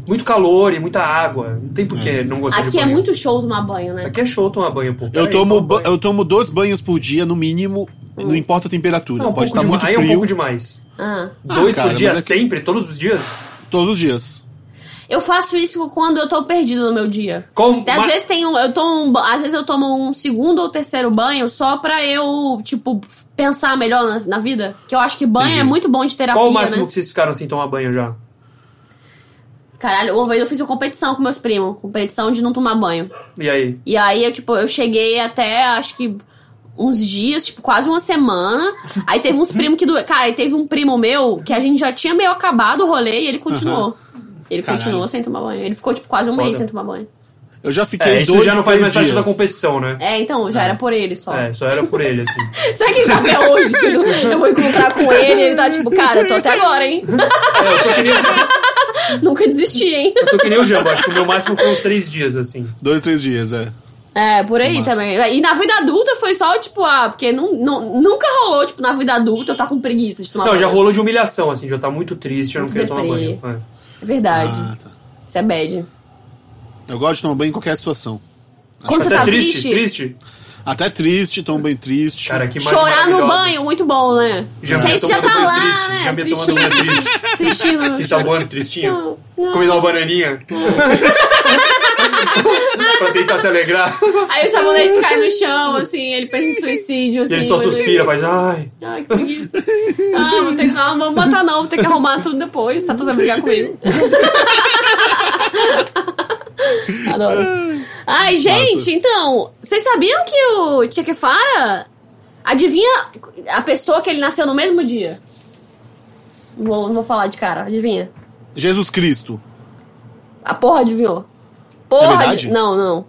S3: Muito calor e muita água. Não tem por que não gostar de
S2: Aqui
S3: banho.
S2: é muito show tomar banho, né?
S3: Aqui é show tomar banho, pô.
S1: Eu
S3: Peraí,
S1: tomo,
S3: toma
S1: ba- eu tomo dois banhos por dia, no mínimo, e não importa a temperatura.
S3: Hum. Não, um
S1: Pode estar
S3: pouco
S1: muito
S3: demais. Aí é um
S1: frio
S3: pouco demais.
S2: Ah.
S3: Dois
S1: cara,
S3: por dia,
S1: mas é que-
S3: sempre, todos os dias?
S1: todos os dias.
S2: Eu faço isso quando eu tô perdido no meu dia.
S3: Com-
S2: Até às
S3: ma-
S2: vezes tem um, eu tomo um, ba- às vezes eu tomo um segundo ou terceiro banho só pra eu, tipo, pensar melhor na, na vida, que eu acho que banho
S3: Entendi.
S2: é muito bom de terapia,
S3: Qual o máximo
S2: né?
S3: que vocês ficaram sem tomar banho já?
S2: Caralho, uma vez eu fiz uma competição com meus primos, competição de não tomar banho.
S3: E aí?
S2: E aí eu, tipo, eu cheguei até, acho que uns dias, tipo, quase uma semana. Aí teve uns primos que doeu. Cara, aí teve um primo meu que a gente já tinha meio acabado o rolê e ele continuou. Ele
S1: Caralho.
S2: continuou sem tomar banho. Ele ficou, tipo, quase um
S3: Foda.
S2: mês sem tomar banho.
S1: Eu já fiquei
S3: É, isso
S1: dois
S3: já não faz mais
S1: três
S3: parte
S1: dias. Ah.
S3: da competição, né?
S2: É, então, já era por ele só.
S3: É, só era por ele, assim.
S2: Será que ele tá até hoje? Se Eu eu vou encontrar com ele ele tá tipo, cara, eu tô até agora, hein?
S3: É, eu, tô que nem, eu
S2: Nunca desisti, hein?
S3: tô que nem o Jambo, acho que o meu máximo foi uns três dias, assim.
S1: Dois, três dias, é.
S2: É, por aí
S1: Massa.
S2: também. E na vida adulta foi só, tipo, ah, porque não, não- nunca rolou, tipo, na vida adulta eu tá com preguiça de tomar
S3: Não,
S2: banho.
S3: já rolou de humilhação, assim, de eu tá muito triste, eu não
S2: Muito
S3: queria tomar
S2: deprê.
S3: banho. É.
S2: É verdade.
S1: Ah, tá.
S2: Isso é bad.
S1: Eu gosto de tomar banho em qualquer situação.
S2: Quando você
S3: Até
S2: tá
S3: triste,
S2: triste,
S3: triste?
S1: Até triste, tomo banho triste.
S3: Cara, que imagem
S2: chorar no
S3: maravilhosa.
S2: banho, muito bom, né?
S3: Já
S2: Porque aí
S3: me
S2: você já
S3: tomando
S2: tá
S3: banho
S2: lá,
S3: triste,
S2: né?
S3: Já me tomando
S2: Tristinho,
S3: banho triste.
S2: tristinho.
S3: Vocês sabando tristinho?
S2: Não, não.
S3: Comendo uma bananinha? pra tentar se alegrar.
S2: Aí o sabonete cai no chão, assim, ele pensa em suicídio,
S3: E
S2: assim.
S3: ele só
S2: mas-
S3: suspira, faz, ai.
S2: Ai, que preguiça. Ah, vou ter que, ah, não vou matar não, vou ter que arrumar tudo depois, tá tudo vai brigar comigo. Adoro. Ai, gente,
S1: Nossa.
S2: então, vocês sabiam que o Chequefara adivinha a pessoa que ele nasceu no mesmo dia? Vou, não vou falar de cara, adivinha.
S1: Jesus Cristo.
S2: A porra adivinhou. Porra,
S1: verdade?
S2: adi- não, não.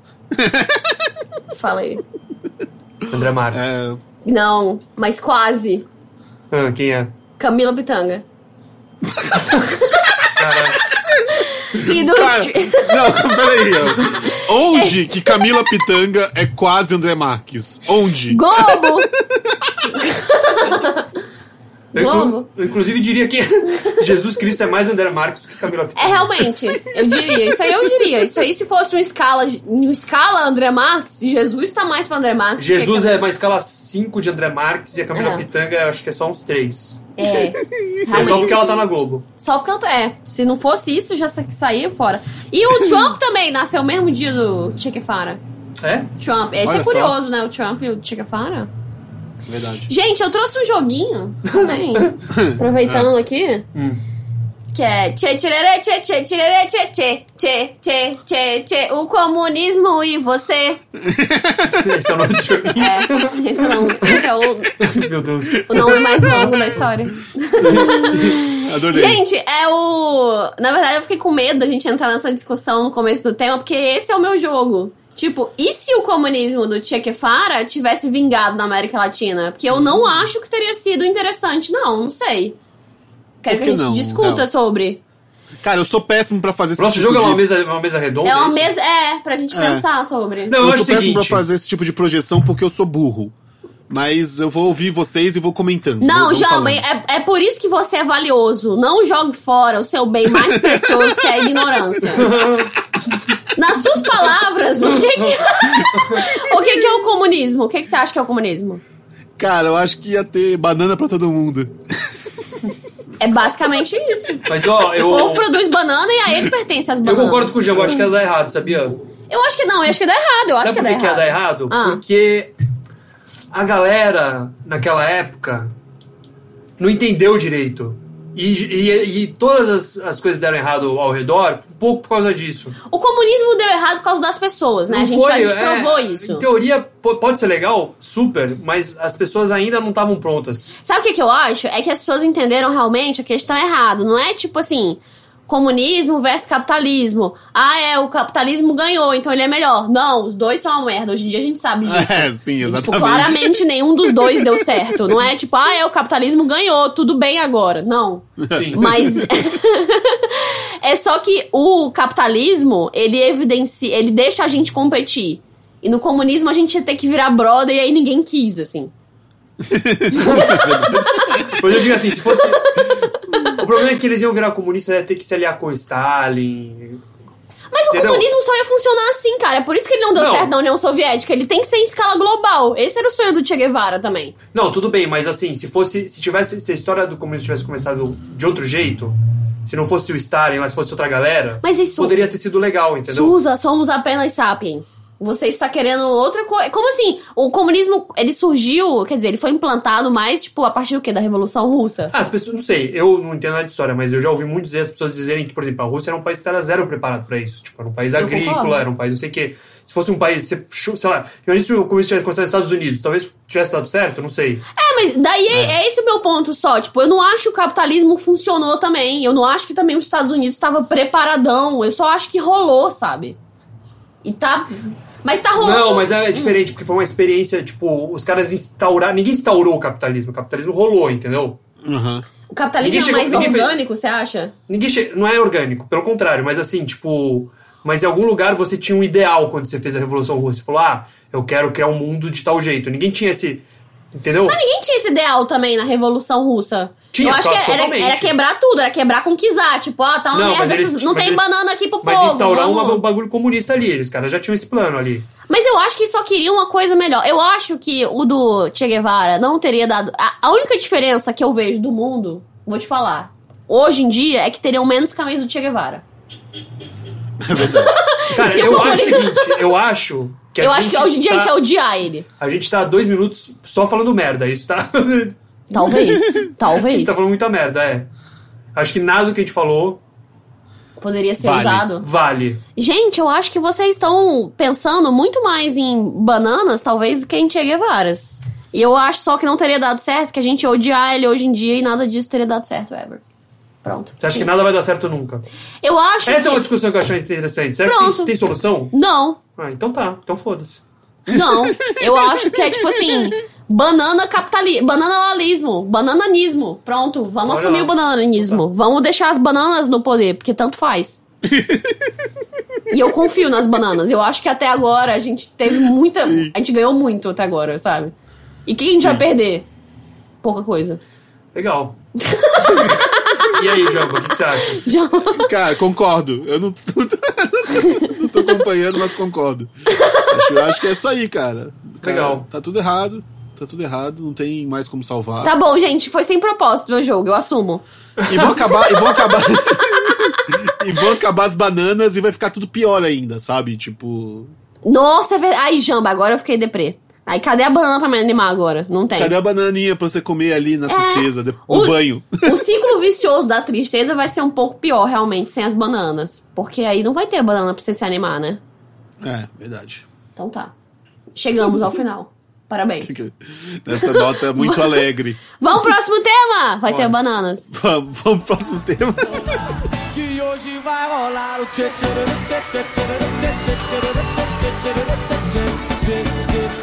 S2: Falei.
S3: André Marques.
S1: É,
S2: Não, mas quase.
S3: Ah, quem é?
S2: Camila Pitanga.
S3: Caralho.
S2: E do
S1: Cara, não, peraí. ó.
S3: É.
S1: Onde que Camila Pitanga é quase André Marques? Onde?
S2: Globo!
S3: Eu, inclu-
S2: Globo.
S3: eu, inclusive diria que Jesus Cristo é mais André Marques do que Camila Pitanga.
S2: É realmente, eu diria. Isso aí eu diria. Isso aí, se fosse uma escala, uma escala André Marques, Jesus tá mais pra André Marques.
S3: Jesus
S2: que
S3: é uma escala 5 de André Marques e a Camila
S2: É.
S3: Pitanga eu acho que é só uns 3.
S2: É.
S3: É só
S2: Realmente.
S3: porque ela tá na Globo.
S2: Só porque ela tá- É, se não fosse isso, já sa- saía fora. E o Trump também nasceu o mesmo dia do Chequefara.
S3: É?
S2: Trump. Esse
S1: Olha só.
S2: é curioso, né? O Trump e o Chequefara.
S1: Verdade.
S2: Gente, eu trouxe um joguinho também. aproveitando aqui. Que é tchê tchê tchê tchê tchê tchê tchê tchê tchê tchê tchê o comunismo e você.
S3: Esse é o nome do joguinho.
S2: É, esse, não, esse é o,
S3: Meu Deus.
S2: o nome mais longo da história.
S1: Adorei.
S2: Gente, é o. Na verdade, eu fiquei com medo da gente entrar nessa discussão no começo do tema, porque esse é o meu jogo. Tipo, e se o comunismo do Che Guevara tivesse vingado na América Latina? Porque eu
S1: Hum.
S2: não acho que teria sido interessante, não, não sei. Quero
S1: Por
S2: que,
S1: que
S2: a gente
S1: não?
S2: discuta
S1: Não.
S2: sobre.
S1: Cara, eu sou péssimo pra fazer esse
S3: Próximo
S1: tipo
S3: jogo é uma
S1: de...
S3: mesa, uma mesa redonda?
S2: É uma
S3: isso?
S2: mesa. É, pra gente
S1: É.
S2: pensar sobre.
S3: Não, eu,
S1: Eu
S3: acho
S1: sou
S3: É o
S1: péssimo pra
S3: seguinte.
S1: fazer esse tipo de projeção porque eu sou burro. Mas eu vou ouvir vocês e vou comentando.
S2: Não,
S1: Vou- vou
S2: Jamba,
S1: falando.
S2: é, é por isso que você é valioso. Não jogue fora o seu bem mais precioso, que é a ignorância. Nas suas palavras, o que que, o que, que é o comunismo? O que, que você acha que é o comunismo?
S1: Cara, eu acho que ia ter banana pra todo mundo.
S2: É basicamente isso.
S3: Mas ó, eu,
S2: O povo produz banana e a ele pertence às
S3: eu
S2: bananas.
S3: concordo com o Diego, eu acho que ia dar errado, sabia?
S2: Eu acho que não, eu acho que dá errado. Eu acho
S3: Sabe
S2: que
S3: por
S2: dá
S3: que que ia
S2: errado.
S3: dar errado?
S2: Ah.
S3: Porque a galera, naquela época, não entendeu direito. E, e- e todas as, as coisas deram errado ao redor, um pouco por causa disso.
S2: O comunismo deu errado por causa das pessoas, né?
S3: Não
S2: a gente, a gente
S3: é,
S2: provou isso.
S3: Em teoria, po- pode ser legal, super, mas as pessoas ainda não estavam prontas.
S2: Sabe o que, que eu acho? É que as pessoas entenderam realmente a questão errado. Não é tipo assim, comunismo versus capitalismo. Ah, é, o capitalismo ganhou, então ele é melhor. Não, os dois são uma merda. Hoje em dia a gente sabe disso.
S1: É, sim,
S2: Tipo,
S1: exatamente.
S2: claramente nenhum dos dois deu certo. Não é tipo, ah, é, o capitalismo ganhou, tudo bem agora. Não.
S3: Sim.
S2: Mas. é só que o capitalismo, ele evidencia. Ele deixa a gente competir. E no comunismo a gente ia ter que virar brother e aí ninguém quis, assim.
S3: Mas eu digo assim, se fosse. o problema é que eles iam virar comunistas, ia ter que se aliar com o Stalin.
S2: Mas
S3: Entendeu?
S2: o comunismo só ia funcionar assim, cara. É por isso que ele não deu
S3: Não.
S2: certo na União Soviética. Ele tem que ser em escala global. Esse era o sonho do Che Guevara também.
S3: Não, tudo bem, mas assim, se fosse. Se tivesse. Se a história do comunismo tivesse começado de outro jeito, se não fosse o Stalin, mas fosse outra galera,
S2: Mas isso-
S3: poderia ter sido legal, entendeu?
S2: Susa, somos apenas sapiens. Você está querendo outra coisa. Como assim? O comunismo, ele surgiu, quer dizer, ele foi implantado mais, tipo, a partir do quê? Da Revolução Russa?
S3: Ah, as pessoas, não sei, eu não entendo nada de história, mas eu já ouvi muito dizer as pessoas dizerem que, por exemplo, a Rússia era um país que era zero preparado pra isso. Tipo, era um país
S2: Eu
S3: agrícola,
S2: concordo.
S3: era um país não sei o quê. Se fosse um país, se- sei lá, imagina se o comunismo tivesse começado nos Estados Unidos, talvez tivesse dado certo, não sei.
S2: É, mas daí é, é esse o meu ponto só. Tipo, eu não acho que o capitalismo funcionou também. Eu não acho que também os Estados Unidos estava preparadão. Eu só acho que rolou, sabe? E tá. Mas tá rolando.
S3: Não, mas é diferente, porque foi uma experiência, tipo, os caras instauraram. Ninguém instaurou o capitalismo, o capitalismo rolou, entendeu?
S1: Aham.
S2: O capitalismo
S3: Ninguém chegou-
S2: é mais
S3: ninguém fez-
S2: orgânico, você acha?
S3: Ninguém che- Não é orgânico, pelo contrário, mas assim, tipo. Mas em algum lugar você tinha um ideal quando você fez a Revolução Russa. Você falou, ah, eu quero criar um mundo de tal jeito. Ninguém tinha esse. Entendeu?
S2: Mas ninguém tinha esse ideal também na Revolução Russa.
S3: Tinha,
S2: Eu acho
S3: tá,
S2: que era,
S3: totalmente.
S2: era quebrar tudo, era quebrar conquisar. Tipo, ah, tá uma
S3: Não, mas
S2: merda,
S3: eles-
S2: essas- não
S3: mas
S2: tem
S3: eles-
S2: banana aqui pro
S3: Mas
S2: povo.
S3: instaurar
S2: vamos.
S3: um bagulho comunista ali, os caras já tinham esse plano ali.
S2: Mas eu acho que só queria uma coisa melhor. Eu acho que o do Che Guevara não teria dado. A, a única diferença que eu vejo do mundo, vou te falar, hoje em dia é que teriam menos camisas do Che Guevara.
S3: Cara,
S2: Se
S3: eu
S2: eu
S3: acho o seguinte, eu acho que a
S2: eu
S3: gente
S2: acho que hoje em dia a gente é
S3: tá,
S2: ia odiar ele.
S3: a gente tá há dois minutos só falando merda, isso tá. a
S2: Talvez.
S3: gente
S2: talvez.
S3: tá falando muita merda, é. Acho que nada do que a gente falou
S2: Poderia ser
S1: Vale.
S2: usado.
S3: vale.
S2: Gente, eu acho que vocês estão pensando muito mais em bananas, talvez, do que em Che Guevaras. E eu acho só que não teria dado certo, porque a gente ia odiar ele hoje em dia e nada disso teria dado certo, ever. Pronto.
S3: Você acha que nada vai dar certo nunca?
S2: Eu acho
S3: Essa
S2: que...
S3: é uma discussão que eu achei interessante. Será que tem,
S2: Pronto.
S3: tem solução?
S2: Não,
S3: Ah, então tá. Então foda-se.
S2: não. Eu acho que é tipo assim... Banana capitalismo, bananalismo, banananismo. Pronto, vamos
S3: Olha
S2: assumir
S3: lá.
S2: o banananismo. Vamos deixar as bananas no poder, porque tanto faz. e eu confio nas bananas. Eu acho que até agora a gente teve muita. A gente ganhou muito até agora, sabe? E o que a gente vai perder? Pouca coisa.
S3: Legal. e aí, Jambo, o que que você acha?
S2: Já...
S1: Cara, concordo. Eu não, não tô acompanhando, mas concordo. Acho, eu acho que é isso aí, cara. Cara,
S3: Legal.
S1: Tá tudo errado. Tá tudo errado, não tem mais como salvar.
S2: Tá bom, gente. Foi sem propósito meu jogo, eu assumo.
S1: E vão acabar, e vão acabar. e vão acabar as bananas e vai ficar tudo pior ainda, sabe? Tipo.
S2: Nossa, é verdade. Ai, Jamba, agora eu fiquei deprê. Aí cadê a banana pra me animar agora? Não tem.
S1: Cadê a bananinha pra você comer ali na tristeza, de- o
S2: É, Os-
S1: banho?
S2: O ciclo vicioso da tristeza vai ser um pouco pior, realmente, sem as bananas. Porque aí não vai ter banana pra você se animar, né?
S1: É, verdade.
S2: Então tá. Chegamos ao final. Parabéns.
S1: Fica- Essa nota é muito alegre.
S2: Vamos pro próximo tema! Vai ter bananas.
S1: Vamos, vamos pro próximo tema.
S6: Que hoje vai rolar o tchê tchê tchê tchê tchê tchê tchê tchê tchê tchê tchê tchê tchê tchê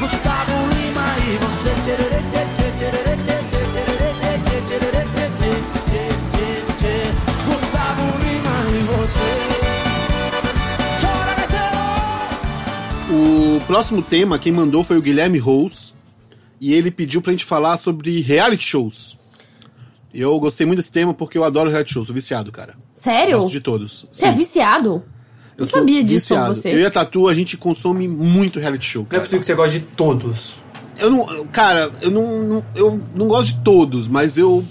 S6: Gustavo Lima e você tchê tchê tchê tchê tchê tchê tchê tchê tchê tchê tchê tchê tchê Gustavo Lima e você Chora Betelo
S1: O próximo tema, quem mandou foi o Guilherme Rose. E ele pediu pra gente falar sobre reality shows. Eu gostei muito desse tema porque eu adoro reality shows, sou viciado, cara.
S2: Sério?
S1: Gosto de todos.
S2: Você é
S1: Sim,
S2: viciado?
S1: eu
S2: Não
S1: sou
S2: sabia disso sobre
S1: viciado.
S2: você.
S1: Eu e a Tatu, a gente consome muito reality show,
S3: Não é
S1: cara.
S3: possível que você goste de todos.
S1: eu não. eu- Cara, eu não, não- eu não gosto de todos, mas eu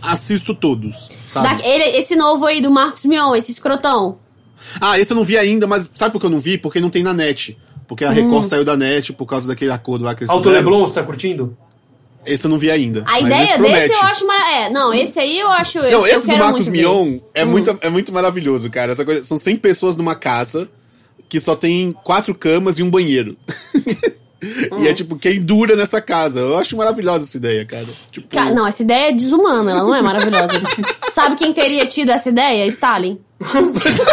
S1: assisto todos, sabe?
S2: Da- ele- esse novo aí do Marcos Mion, esse escrotão.
S1: Ah, esse eu não vi ainda, mas sabe por que eu não vi? Porque não tem na net. Porque
S2: Hum.
S1: a Record saiu da net por causa daquele acordo lá que eles
S3: Alto
S1: fizeram.
S3: Leblon, você tá curtindo?
S1: Esse eu não vi ainda. mas
S2: A
S1: esse
S2: ideia
S1: promete.
S2: desse eu acho maravilhoso. É, não, esse aí eu acho. eu-
S1: Não,
S2: eu
S1: esse do
S2: quero
S1: Marcos
S2: muito ver. Hum.
S1: Mion é, muito, é muito maravilhoso, cara. Essa coisa, são 100 pessoas numa casa que só tem quatro camas e um banheiro.
S2: Hum.
S1: E é tipo, quem dura nessa casa? Eu acho maravilhosa essa ideia, cara. Tipo,
S2: Ca- Não, essa ideia é desumana, ela não é maravilhosa. Sabe quem teria tido essa ideia? Stalin.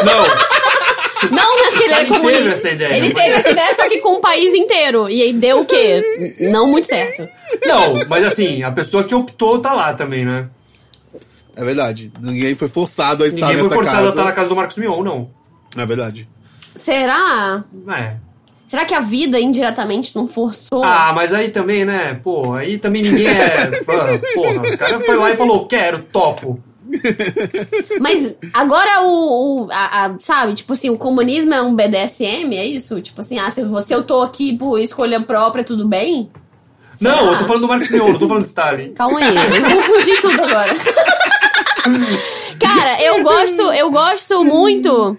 S3: Não!
S2: Não, né? Porque ele era
S3: Stalin teve
S2: comunista.
S3: essa ideia. né?
S2: Ele teve essa ideia, só que com o país inteiro. E aí deu o quê? Não muito certo.
S3: não, mas assim, a pessoa que optou tá lá também, né?
S1: É verdade. Ninguém foi forçado a estar
S3: Ninguém foi
S1: nessa
S3: forçado a
S1: casa.
S3: estar na casa do Marcos Mion, não.
S1: É verdade.
S2: Será?
S3: É.
S2: Será que a vida indiretamente não forçou?
S3: Ah, mas aí também, né? Pô, aí também ninguém é. Ah, Porra, o cara foi lá e falou: quero, topo.
S2: Mas agora o. o- a- a- sabe, tipo assim, o comunismo é um BDSM, é isso? Tipo assim, ah, se, você eu tô aqui por escolha própria, tudo bem? Será?
S3: Não, eu tô falando do Marcos Mion, não tô falando do Stalin.
S2: Calma aí, eu confundi tudo agora. Cara, eu gosto, eu gosto muito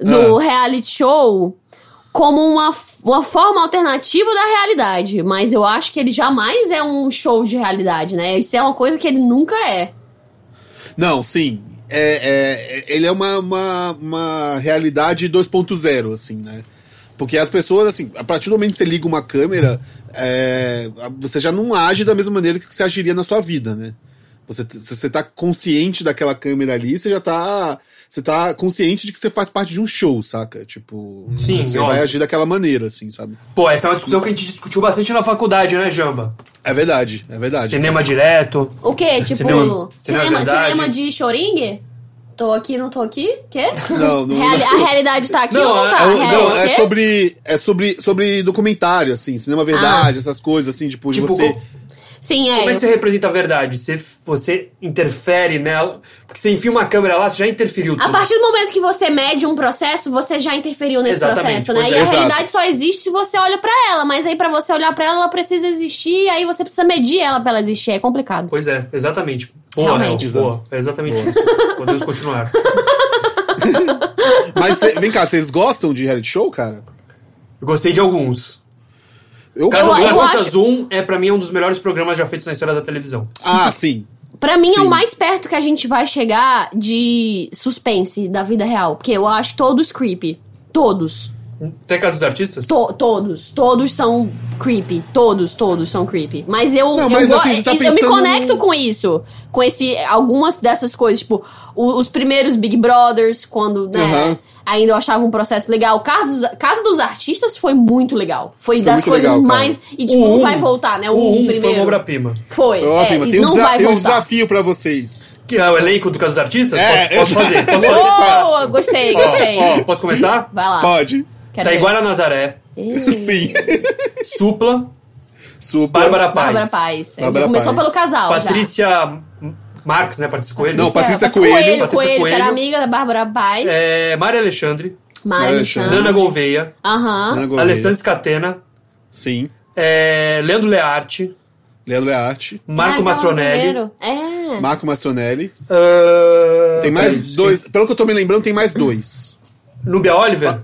S2: do reality show como uma, uma forma alternativa da realidade. Mas eu acho que ele jamais é um show de realidade, né? Isso é uma coisa que ele nunca é.
S1: Não, sim. É, é, ele é uma, uma, uma realidade 2.0, assim, né? Porque as pessoas, assim, a partir do momento que você liga uma câmera, é, você já não age da mesma maneira que você agiria na sua vida, né? Você, t- se você tá consciente daquela câmera ali, você já tá. Você tá consciente de que você faz parte de um show, saca? Tipo,
S3: Sim,
S1: você
S3: óbvio.
S1: vai agir daquela maneira, assim, sabe?
S3: Pô, essa é uma discussão que a gente discutiu bastante na faculdade, né, Jamba?
S1: É verdade, é verdade.
S3: Cinema direto.
S2: O quê? Tipo,
S3: Cinema-
S2: cinema,
S3: cinema
S2: cinema,
S3: verdade.
S2: de choringue? Tô aqui, não tô aqui? Quê?
S1: Não, não-
S2: Reali-
S1: não.
S2: A realidade tá aqui
S3: Não,
S2: ou não
S3: é-
S1: É,
S2: tá?
S1: o-
S2: Real-
S1: não,
S2: o quê?
S1: é sobre é sobre sobre documentário assim, cinema verdade,
S2: Ah.
S1: essas coisas assim, tipo, de
S3: Tipo,
S1: você
S3: como-
S2: Sim, é.
S3: Como é
S2: eu-
S3: que você representa a verdade? Você, você interfere nela? Porque você enfia uma câmera lá, você já interferiu tudo.
S2: A partir do momento que você mede um processo, você já interferiu nesse
S3: Exatamente,
S2: processo,
S3: pois
S2: né?
S3: é.
S2: E a
S1: Exato.
S2: realidade só existe se você olha pra ela, mas aí pra você olhar pra ela, ela precisa existir, e aí você precisa medir ela pra ela existir, é complicado.
S3: Pois é, exatamente. Boa,
S2: Realmente.
S3: Léo, boa. É exatamente isso. Podemos continuar.
S1: Mas cê- vem cá, vocês gostam de reality show, cara?
S3: Eu gostei de alguns.
S1: Eu
S3: Casa
S2: Eu- eu
S3: Gosta
S2: acho-
S3: Zoom é, pra mim, um dos melhores programas já feitos na história da televisão.
S1: Ah, sim.
S2: Pra mim é
S1: Sim.
S2: o mais perto que a gente vai chegar de suspense da vida real, porque eu acho todos creepy. Todos.
S3: Até Casa dos Artistas?
S2: To- todos. Todos são creepy. Todos, todos são creepy. Mas eu,
S1: Não,
S2: eu,
S1: mas
S2: go-
S1: assim, você tá
S2: eu me
S1: pensando-
S2: conecto com isso. Com esse, algumas dessas coisas, tipo, o- os primeiros Big Brothers, quando, né?
S1: Aham.
S2: Ainda eu achava um processo legal. Casa dos, Casa dos Artistas foi muito legal. Foi, das
S1: muito
S2: coisas
S1: legal, cara.
S2: mais. E, tipo, não
S3: um-
S2: vai voltar, né? O,
S3: o um
S2: primeiro.
S3: foi uma obra-prima.
S2: Foi.
S1: Eu,
S2: é,
S1: prima,
S2: e
S1: tem, um
S2: não
S1: desa-
S2: vai
S1: tem um
S2: voltar.
S1: desafio pra vocês.
S3: Que é o elenco do Casa dos Artistas?
S1: É,
S3: posso, posso fazer, posso fazer.
S2: Boa! Gostei, gostei.
S3: Ó, ó, posso começar?
S2: Vai lá.
S1: Pode?
S2: Quero ver.
S3: Taiguara Nazaré,
S2: Ih,
S1: Sim.
S3: Supla,
S1: Super.
S3: Bárbara Paz.
S2: Bárbara Paz. É, já
S1: Bárbara
S2: começou
S1: Paz.
S2: pelo casal. já.
S3: Patrícia Marques, né? Patrícia Coelho.
S1: Não,
S2: é,
S1: Patrícia Coelho.
S2: Coelho. Coelho,
S3: Patrícia
S2: que era
S3: Coelho.
S2: amiga da Bárbara Paz.
S3: É, né? Maria Alexandre,
S2: Mari
S1: Alexandre.
S3: Nana
S2: Alexandre.
S3: Gouveia,
S2: Aham.
S1: Ana Gouveia.
S3: Alessandra Scatena,
S1: Sim.
S3: é, Leandro Learte,
S1: Leandro Learte.
S3: Marco
S2: Ah,
S3: Mastronelli.
S2: então, primeiro. É.
S1: Marco Mastronelli.
S3: ah,
S1: Tem mais dois. Pelo que eu tô me lembrando, tem mais dois.
S3: Nubia Oliver?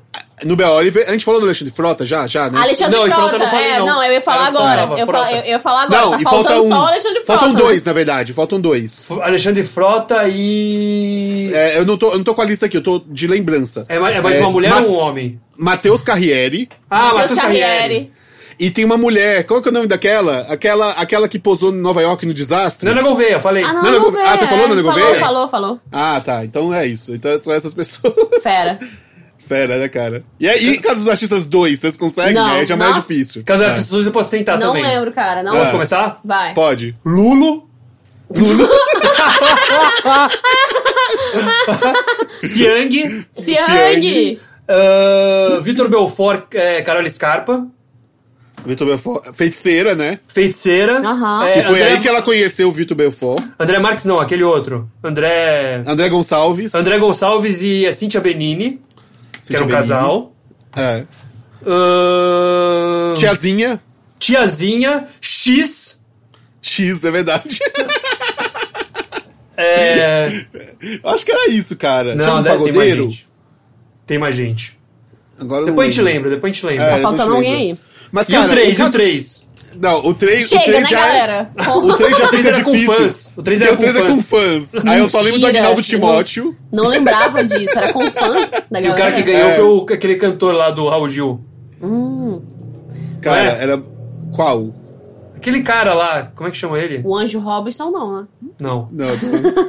S1: Nubia Oliver. A gente falou do Alexandre Frota já? Já, né?
S2: Alexandre
S3: Não, e Frota
S2: Frota.
S3: eu não falei,
S2: é,
S3: não.
S2: não, eu ia falar
S3: Ela que falava,
S2: agora. Eu, fal-
S3: Frota.
S2: eu, eu ia falar agora.
S1: Não,
S2: tá
S1: e
S2: faltando
S1: falta um.
S2: só o Alexandre Frota. né?
S1: faltam dois, na verdade. Faltam dois.
S3: Alexandre Frota e.
S1: É, eu, não tô, eu não tô com a lista aqui, eu tô de lembrança.
S3: É, ma- é mais uma mulher
S1: Ma-
S3: ou um homem?
S1: Matheus Carrieri.
S3: Ah,
S2: Matheus
S3: Matheus Carriere.
S2: Carriere.
S1: E tem uma mulher, qual que é o nome daquela? Aquela, aquela que posou em Nova York no desastre?
S3: Nana Gouveia, falei.
S2: Ah, não,
S1: Nana
S2: não,
S1: Gouveia. Ah, você falou Nana Gouveia?
S2: Falou, falou, falou.
S1: Ah, tá. Então é isso. Então são essas pessoas.
S2: Fera.
S1: Fera, né, cara? E aí, e Casa dos Artistas 2, vocês conseguem?
S2: Não,
S1: Aí já é mais
S2: nossa.
S1: difícil.
S3: Caso
S1: Ah,
S3: artistas eu posso tentar
S2: não
S3: também.
S2: lembro, cara. Não
S3: Posso
S2: lembro.
S3: começar?
S2: Vai.
S1: É. Pode.
S3: Lulo,
S1: Lulu.
S3: Siang,
S2: Siang.
S3: ah, Vitor Belfort, é, Carol Scarpa,
S1: Vitor Belfort. Feiticeira, né?
S3: Feiticeira.
S2: Aham.
S3: é,
S1: Que foi
S3: André,
S1: aí que ela conheceu o Vitor Belfort.
S3: André Marques não, aquele outro. André.
S1: André Gonçalves.
S3: André Gonçalves e a Cintia Benini, que
S1: Cid
S3: era um
S1: Benini.
S3: casal.
S1: É.
S3: Ah,
S1: Tiazinha.
S3: tiazinha, X.
S1: X, é verdade.
S3: É...
S1: Eu acho que era isso, cara. Tinha um
S3: deve- tem mais
S1: pagodeiro.
S3: gente. Tem mais gente.
S1: Agora eu não
S3: Depois a gente
S1: lembro.
S3: lembra, depois a gente lembra.
S1: É, eu não
S2: Tá faltando
S1: te
S2: alguém
S1: lembro. Mas,
S3: e
S1: cara,
S3: o 3,
S1: caso-
S3: e o 3?
S1: Não, o 3, o
S2: Chega,
S1: três
S2: né,
S1: já
S2: galera?
S1: É... O 3 já
S3: O três
S1: fica
S3: era com
S1: difícil.
S3: fãs. O três
S1: Porque o
S3: era
S1: três
S3: com
S1: é com fãs. Aí eu só lembro do
S2: Mentira.
S1: Agnaldo Timóteo.
S2: Não lembrava disso, era com fãs da
S3: E
S2: galera.
S1: É.
S3: o cara que ganhou foi o- aquele cantor lá do Raul Gil.
S1: Cara,
S3: Ué?
S1: era... Qual?
S3: Aquele cara lá, como é que chama ele?
S2: O Anjo Robinson não, né?
S3: Não.
S1: Não,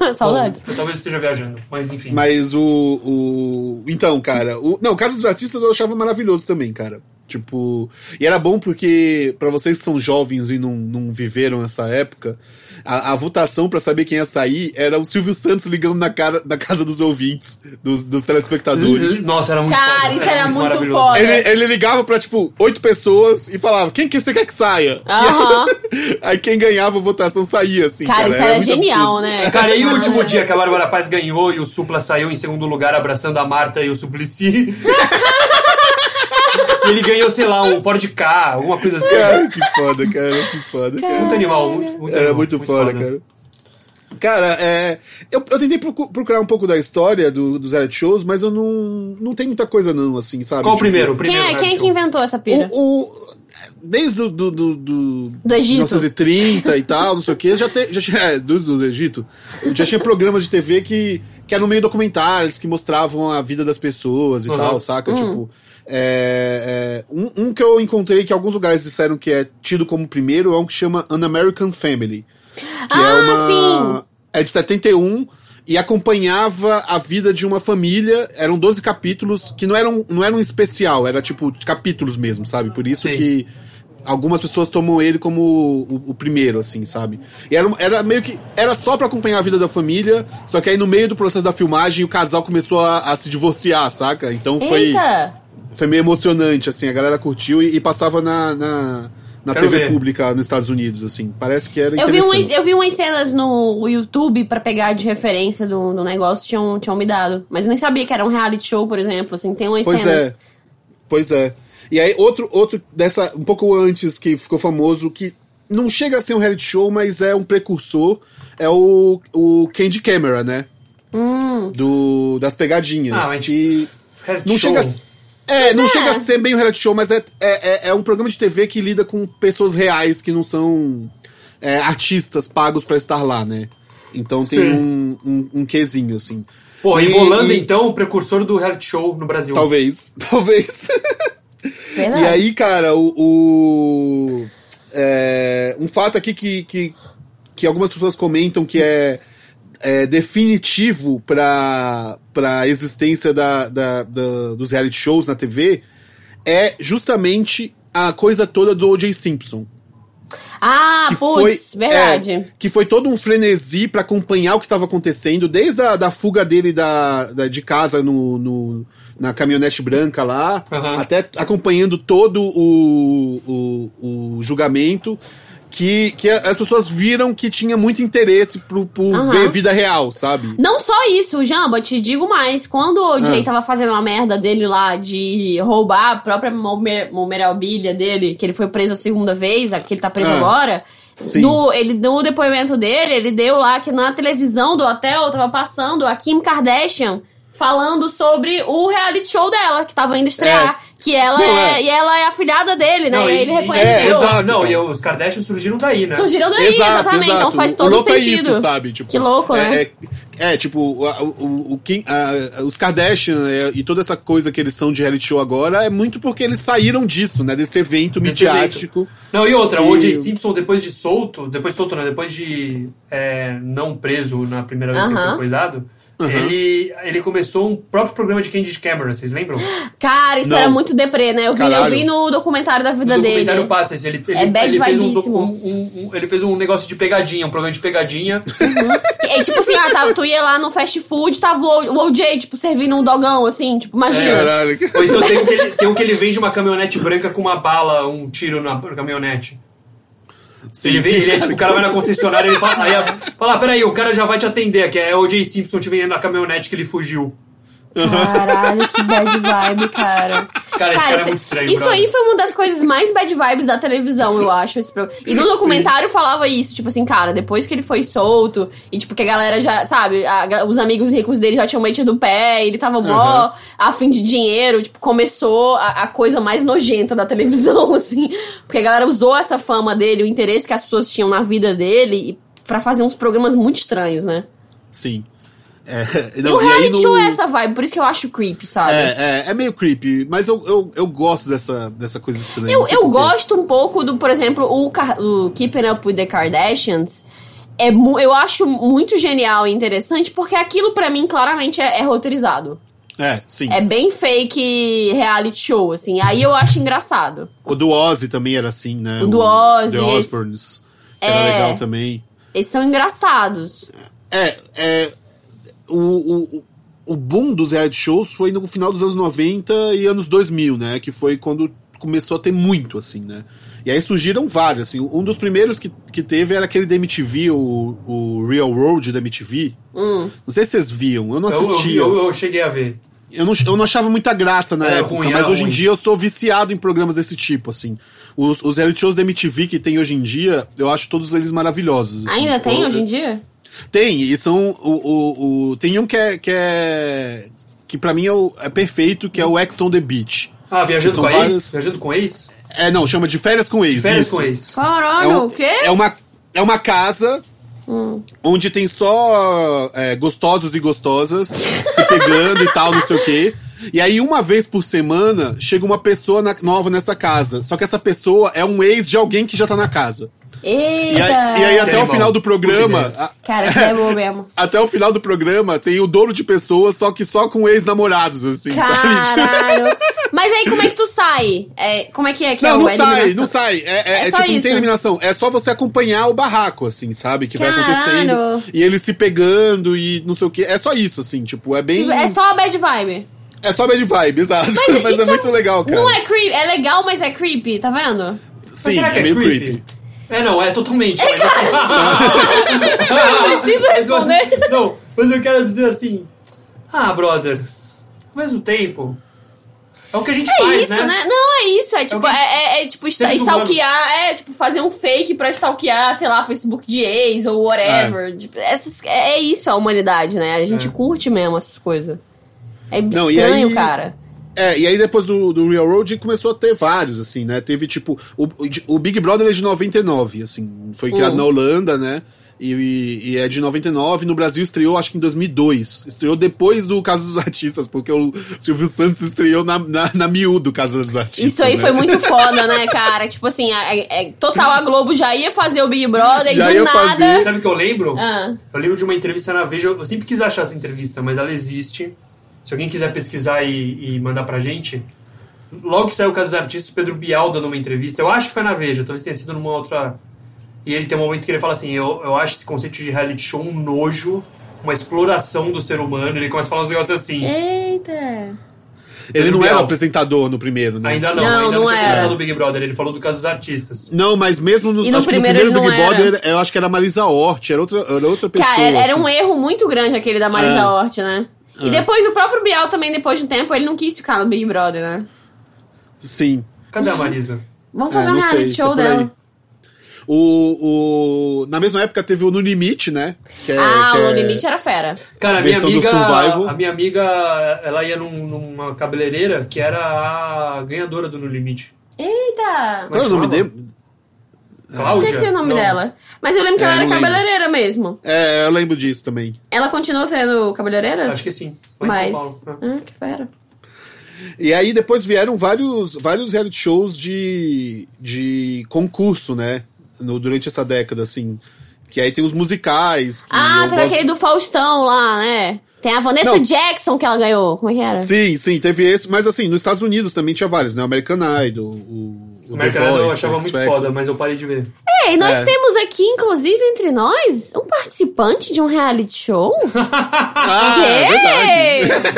S1: não.
S2: Saudades.
S3: Eu talvez esteja viajando, mas enfim.
S1: Mas o, o. Então, cara. O... Não, Casa dos Artistas eu achava maravilhoso também, cara. Tipo. E era bom porque, pra vocês que são jovens e não, não viveram essa época, a, a votação pra saber quem ia sair era o Silvio Santos ligando na, cara, na casa dos ouvintes, dos, dos telespectadores.
S3: Nossa, era muito
S2: Cara,
S3: foda.
S2: isso
S3: Era
S2: era muito
S3: maravilhoso.
S2: foda.
S1: Ele, ele ligava pra, tipo, oito pessoas e falava: quem que você quer que saia?
S2: Aham.
S1: Aí quem ganhava a votação saía, assim. Cara,
S2: Ah. Cara, isso era
S1: muito
S2: genial,
S1: absurdo.
S2: né?
S3: Cara, e o último dia que a Bárbara Paz ganhou e o Supla saiu em segundo lugar abraçando a Marta e o Suplicy. Ele ganhou, sei lá, um Ford K, alguma coisa assim.
S1: Cara, que foda, cara, que foda, cara.
S3: Muito animal, muito, muito
S1: Era
S3: animal,
S1: muito, foda, cara. Cara, é, eu, eu tentei procu- procurar um pouco da história do, dos reality shows, mas eu não, não tem muita coisa não, assim, sabe?
S3: Qual o
S1: Tipo,
S3: primeiro? O
S2: Quem
S3: primeiro
S2: é,
S3: né?
S2: quem é que inventou essa pira?
S1: O, o- desde o do, do, do,
S2: Do Egito.
S1: 1930 e tal, não sei o que, já, te, já tinha... é, do, do Egito. Já tinha programas de TV que, que eram meio documentários, que mostravam a vida das pessoas e
S3: Uhum.
S1: tal, saca? Tipo... é, é, um, um que eu encontrei que alguns lugares disseram que é tido como primeiro é um que chama An American Family. Que é
S2: Ah,
S1: uma... É de 71 e acompanhava a vida de uma família. Eram 12 capítulos que não eram, não eram especial, era tipo capítulos mesmo, sabe? Por isso
S3: Sim.
S1: que algumas pessoas tomam ele como o, o primeiro, assim, sabe? E era, uma- era meio que. Era só pra acompanhar a vida da família, só que aí no meio do processo da filmagem o casal começou a, a se divorciar, saca? Então foi,
S2: Eita!
S1: foi meio emocionante, assim. A galera curtiu e, e passava na. na na
S3: Quero
S1: TV
S3: ver.
S1: pública nos Estados Unidos, assim. Parece que era
S2: Eu vi, um
S1: interessante.
S2: umas, eu vi umas cenas no YouTube pra pegar de referência do, do negócio, tinham, tinham me dado. Mas eu nem sabia que era um reality show, por exemplo. Assim, tem umas
S1: Pois
S2: cenas.
S1: é. Pois é. E aí, outro, outro dessa, um pouco antes que ficou famoso, que não chega a ser um reality show, mas é um precursor, é o, o Candy Camera, né?
S2: Hum.
S1: Do, das pegadinhas.
S3: Ah, mas-
S1: que
S3: Reality
S1: não
S3: show.
S1: chega a, é, não
S2: é.
S1: chega a ser bem um reality show, mas é, é, é- é um programa de TV que lida com pessoas reais que não são é, artistas pagos pra estar lá, né? Então tem
S3: Sim.
S1: um, um, um quesinho, assim.
S3: Pô,
S1: E-
S3: enrolando
S1: e-
S3: então o precursor do reality show no Brasil.
S1: Talvez, talvez.
S2: Verdade.
S1: E aí, cara, o. o- é, um fato aqui que, que, que algumas pessoas comentam que é, é definitivo para a existência da, da- da- dos reality shows na TV é justamente a coisa toda do O.J. Simpson.
S2: Ah, putz, verdade.
S1: é, que foi todo um frenesi pra acompanhar o que tava acontecendo, desde a da fuga dele da, da- de casa no, no- na caminhonete branca lá,
S3: Aham.
S1: até acompanhando todo o, o- o julgamento. Que, que a- as pessoas viram que tinha muito interesse pro, por
S2: Aham.
S1: ver vida real, sabe?
S2: Não só isso, Jamba, te digo mais. Quando o Jay
S1: Ah.
S2: tava fazendo uma merda dele lá de roubar a própria momer- momeralbilha dele, que ele foi preso a segunda vez, a que ele tá preso
S1: Ah.
S2: agora.
S1: Sim.
S2: No, ele, no depoimento dele, ele deu lá que na televisão do hotel tava passando a Kim Kardashian falando sobre o reality show dela, que tava indo estrear. Que ela
S1: Não,
S2: é,
S1: é.
S2: E ela é a filhada dele, né?
S3: Não,
S2: e
S3: e-
S2: ele
S3: e-
S1: É,
S2: reconheceu.
S1: exato.
S3: Não, e os Kardashian surgiram daí, né?
S2: Surgiram daí, exatamente. Então faz
S1: o
S2: todo
S1: louco
S2: sentido.
S1: É isso, sabe? Tipo,
S2: que louco,
S1: é,
S2: né?
S1: É, é, tipo, o, o- o Kim- a- os Kardashian é, e toda essa coisa que eles são de reality show agora é muito porque eles saíram disso, né? Desse evento
S3: Desse
S1: midiático.
S3: Não, e outra,
S1: Que-
S3: o O.J. Simpson, depois de solto, depois de solto, não, depois de é, não preso na primeira vez que ele
S2: Aham.
S3: foi coisado,
S1: Aham.
S3: ele, ele começou um próprio programa de Candy Camera, vocês lembram? Um
S2: Cara, isso
S1: Não.
S2: era muito deprê, né? Eu vi, eu
S1: Caralho.
S2: vi no documentário da vida
S3: No
S2: dele.
S3: documentário passa isso. Ele, ele,
S2: É bad
S3: ele fez um, docu-
S2: vibíssimo.
S3: um- um- um- ele fez um negócio de pegadinha, um programa de pegadinha.
S2: É tipo assim, ah, tá, tu ia lá no fast food, tava o, o OJ, tipo, servindo um dogão, assim, tipo, imagina.
S1: Caralho.
S3: Ou então tem um, que ele, tem um que ele vende uma caminhonete branca com uma bala, um tiro na caminhonete.
S1: Sim.
S3: Ele vem, ele é, tipo, o cara vai na concessionária e ele fala, aí, a- fala, "Ah, peraí, o cara já vai te atender, que é o O.J. Simpson te vendendo na caminhonete que ele fugiu.
S2: Caralho, que bad vibe, cara.
S5: Cara, esse cara é
S2: esse-
S5: muito estranho,
S2: Isso
S5: brother.
S2: aí foi uma das coisas mais bad vibes da televisão, eu acho. esse pro- E no documentário falava isso, tipo assim, cara, depois que ele foi solto, e tipo, que a galera já, sabe, a ga- os amigos ricos dele já tinham metido o pé, e ele tava mó a fim de dinheiro, tipo, começou a, a coisa mais nojenta da televisão, assim. Porque a galera usou essa fama dele, o interesse que as pessoas tinham na vida dele, e- pra fazer uns programas muito estranhos, né?
S1: Sim. É,
S2: E
S1: não,
S2: o
S1: e aí
S2: reality
S1: no-
S2: show é essa vibe, por isso que eu acho creepy, sabe?
S1: É, é, é meio creepy, mas eu, eu, eu gosto dessa, dessa coisa estranha.
S2: Eu,
S1: não sei
S2: eu
S1: porquê.
S2: gosto um pouco do, por exemplo, o, Car- o Keeping Up with the Kardashians. É, mu- eu acho muito genial e interessante, porque aquilo pra mim claramente é, é roteirizado.
S1: É, sim.
S2: É bem fake reality show, assim. Aí eu acho engraçado.
S1: O do Ozzy também era assim, né?
S2: O do Ozzy,
S1: The
S2: esse-
S1: Osbournes. que Era
S2: É.
S1: legal também.
S2: Eles são engraçados.
S1: É, é o, o, o boom dos reality shows foi no final dos anos 90 e anos 2000, né? Que foi quando começou a ter muito, assim, né? E aí surgiram vários, assim. Um dos primeiros que, que teve era aquele da MTV, o, o Real World da MTV.
S2: Hum.
S1: Não sei se vocês viam, eu não
S5: Eu- eu-
S1: assistia.
S5: eu, eu cheguei a ver.
S1: Eu não, eu não achava muita graça na
S5: Era
S1: época,
S5: ruim,
S1: mas
S5: era
S1: hoje em
S5: ruim.
S1: dia eu sou viciado em programas desse tipo, assim. Os, os reality shows da MTV que tem hoje em dia, eu acho todos eles maravilhosos. assim.
S2: Ainda
S1: Tipo,
S2: tem
S1: eu-
S2: hoje em dia?
S1: Tem, e são. O, o, o- tem um que é. Que, é, que pra mim é, o- é perfeito, que é o Ex on the Beach.
S5: Ah, viajando
S1: São
S5: com a
S1: vários-
S5: ex? Viajando com a ex?
S1: É, não, chama de Férias com Ex.
S5: Férias
S1: isso.
S5: com ex.
S1: É,
S2: Caralho,
S1: um-
S2: Ah, o quê? Hum.
S1: é uma, é uma casa onde tem só é, gostosos e gostosas se pegando e tal, não sei o quê. E aí, uma vez por semana, chega uma pessoa na- nova nessa casa. Só que essa pessoa é um ex de alguém que já tá na casa.
S2: Eita!
S1: E aí, e aí, até
S5: Tem,
S1: o final
S5: irmão.
S1: do programa.
S5: Puta
S1: a-
S2: Cara, isso é bom mesmo.
S1: até o final do programa tem o dobro de pessoas, só que só com ex-namorados, assim. sabe?
S2: Caralho! Mas aí como é que tu sai? É, como é que é que é
S1: Não,
S2: o
S1: não sai,
S2: eliminação?
S1: não sai. É, é-
S2: É
S1: é
S2: só
S1: tipo, não
S2: isso.
S1: tem eliminação. É só você acompanhar o barraco, assim, sabe? Que vai
S2: Caralho.
S1: acontecendo. E eles se pegando e não sei o quê. É só isso, assim, tipo, é bem.
S2: É só a bad vibe.
S1: É só bad vibe, exato. Mas, é
S2: isso
S1: muito legal, cara.
S2: Não é creepy, é legal, mas é creepy, tá vendo?
S1: Sim,
S5: Mas será que é,
S1: meio
S5: creepy?
S1: creepy.
S5: É, não, é totalmente. mas assim,
S2: Eu preciso responder.
S5: Mas, não, mas eu quero dizer assim. Ah, brother, ao mesmo tempo. É o que a gente
S2: É
S5: faz,
S2: isso, né? Não, é isso. É tipo,
S5: É o que-
S2: é, é- é, tipo esta-
S5: Seres humanos.
S2: stalkear, é tipo fazer um fake pra stalkear, sei lá, Facebook de ex ou whatever. Tipo, essas, é, é isso a humanidade, né? A gente
S5: É.
S2: curte mesmo essas coisas. É
S1: Não, e
S2: estranho,
S1: aí-
S2: cara.
S1: É, e aí depois do, do Real Road começou a ter vários, assim, né? Teve tipo. O, o Big Brother é de 99, assim.
S2: Hum.
S1: Foi criado na Holanda, né? E, e- e é de 99. No Brasil estreou, acho que em 2002. Estreou depois do Caso dos Artistas, porque o Silvio Santos estreou na, na, na miúdo Caso dos Artistas.
S2: Isso aí
S1: né?
S2: foi muito foda, né, cara? Tipo assim, é- é- total a Globo já ia fazer o Big Brother
S1: Já
S2: e do
S1: ia
S2: nada.
S1: fazer.
S5: Sabe o que eu lembro?
S2: Ah.
S5: Eu lembro de uma entrevista na Veja. Eu sempre quis achar essa entrevista, mas ela existe. Se alguém quiser pesquisar e, e mandar pra gente. Logo que saiu o caso dos artistas, o Pedro Bial dando uma entrevista. Eu acho que foi na Veja, talvez tenha sido numa outra. E ele tem um momento que ele fala assim: eu, eu acho esse conceito de reality show um nojo, uma exploração do ser humano. Ele começa a falar uns negócios assim.
S2: Eita!
S1: Ele não era
S5: Legal.
S1: apresentador no primeiro, né?
S5: Ainda não,
S2: Não,
S5: ainda não,
S2: não
S5: tinha
S2: era.
S5: começado o Big Brother. Ele falou do caso dos artistas.
S1: Não, mas mesmo no,
S2: E no
S1: acho que
S2: primeiro ele
S1: no Big
S2: não
S1: Brother, eu acho que era Marisa Hort, era outra, era outra pessoa.
S2: Cara, era um
S1: assim.
S2: erro muito grande aquele da Marisa
S1: É.
S2: Hort, né? E depois o próprio Bial também, depois de um tempo, ele não quis ficar no Big Brother, né?
S1: assim. Sim.
S5: Cadê a Marisa?
S2: Vamos
S1: É,
S2: fazer um
S1: não sei,
S2: reality
S1: tá
S2: show
S1: por aí.
S2: dela.
S1: O, o, na mesma época teve o No Limite, né? Que é-
S2: ah,
S1: que
S2: o
S1: é-
S2: Limite era fera.
S5: Cara, a minha
S1: Versão do
S5: amiga,
S1: Survival.
S5: a minha amiga, ela ia num- numa cabeleireira que era a ganhadora do No Limite.
S2: Eita!
S1: Qual é o nome dele?
S5: Cláudia?
S2: Esqueci o nome
S5: Não.
S2: dela. Mas eu lembro que
S1: É,
S2: ela era
S1: não lembro.
S2: cabeleireira mesmo.
S1: É, eu lembro disso também.
S2: Ela continua sendo cabeleireira?
S5: Acho que sim. Lá em
S2: Mas.
S5: São
S3: né?
S5: Paulo. né?
S2: Ah, que fera.
S1: E aí depois vieram vários, vários reality shows de, de concurso, né? No, durante essa década, assim. Que aí tem os musicais. que
S2: Ah,
S1: eu
S2: teve
S1: gosto-
S2: aquele do Faustão lá, né? Tem a Vanessa
S1: Não.
S2: Jackson que ela ganhou. Como é que era?
S1: Sim, sim, teve esse. Mas assim, nos Estados Unidos também tinha vários, né? American Idol, o, O
S3: American
S1: The
S3: Idol eu
S1: Voice,
S3: achava
S1: X
S3: muito
S1: Factor.
S3: foda, mas eu parei de ver.
S2: É, e nós
S1: É.
S2: temos aqui, inclusive, entre nós, um participante de um reality show.
S1: Ah, é verdade.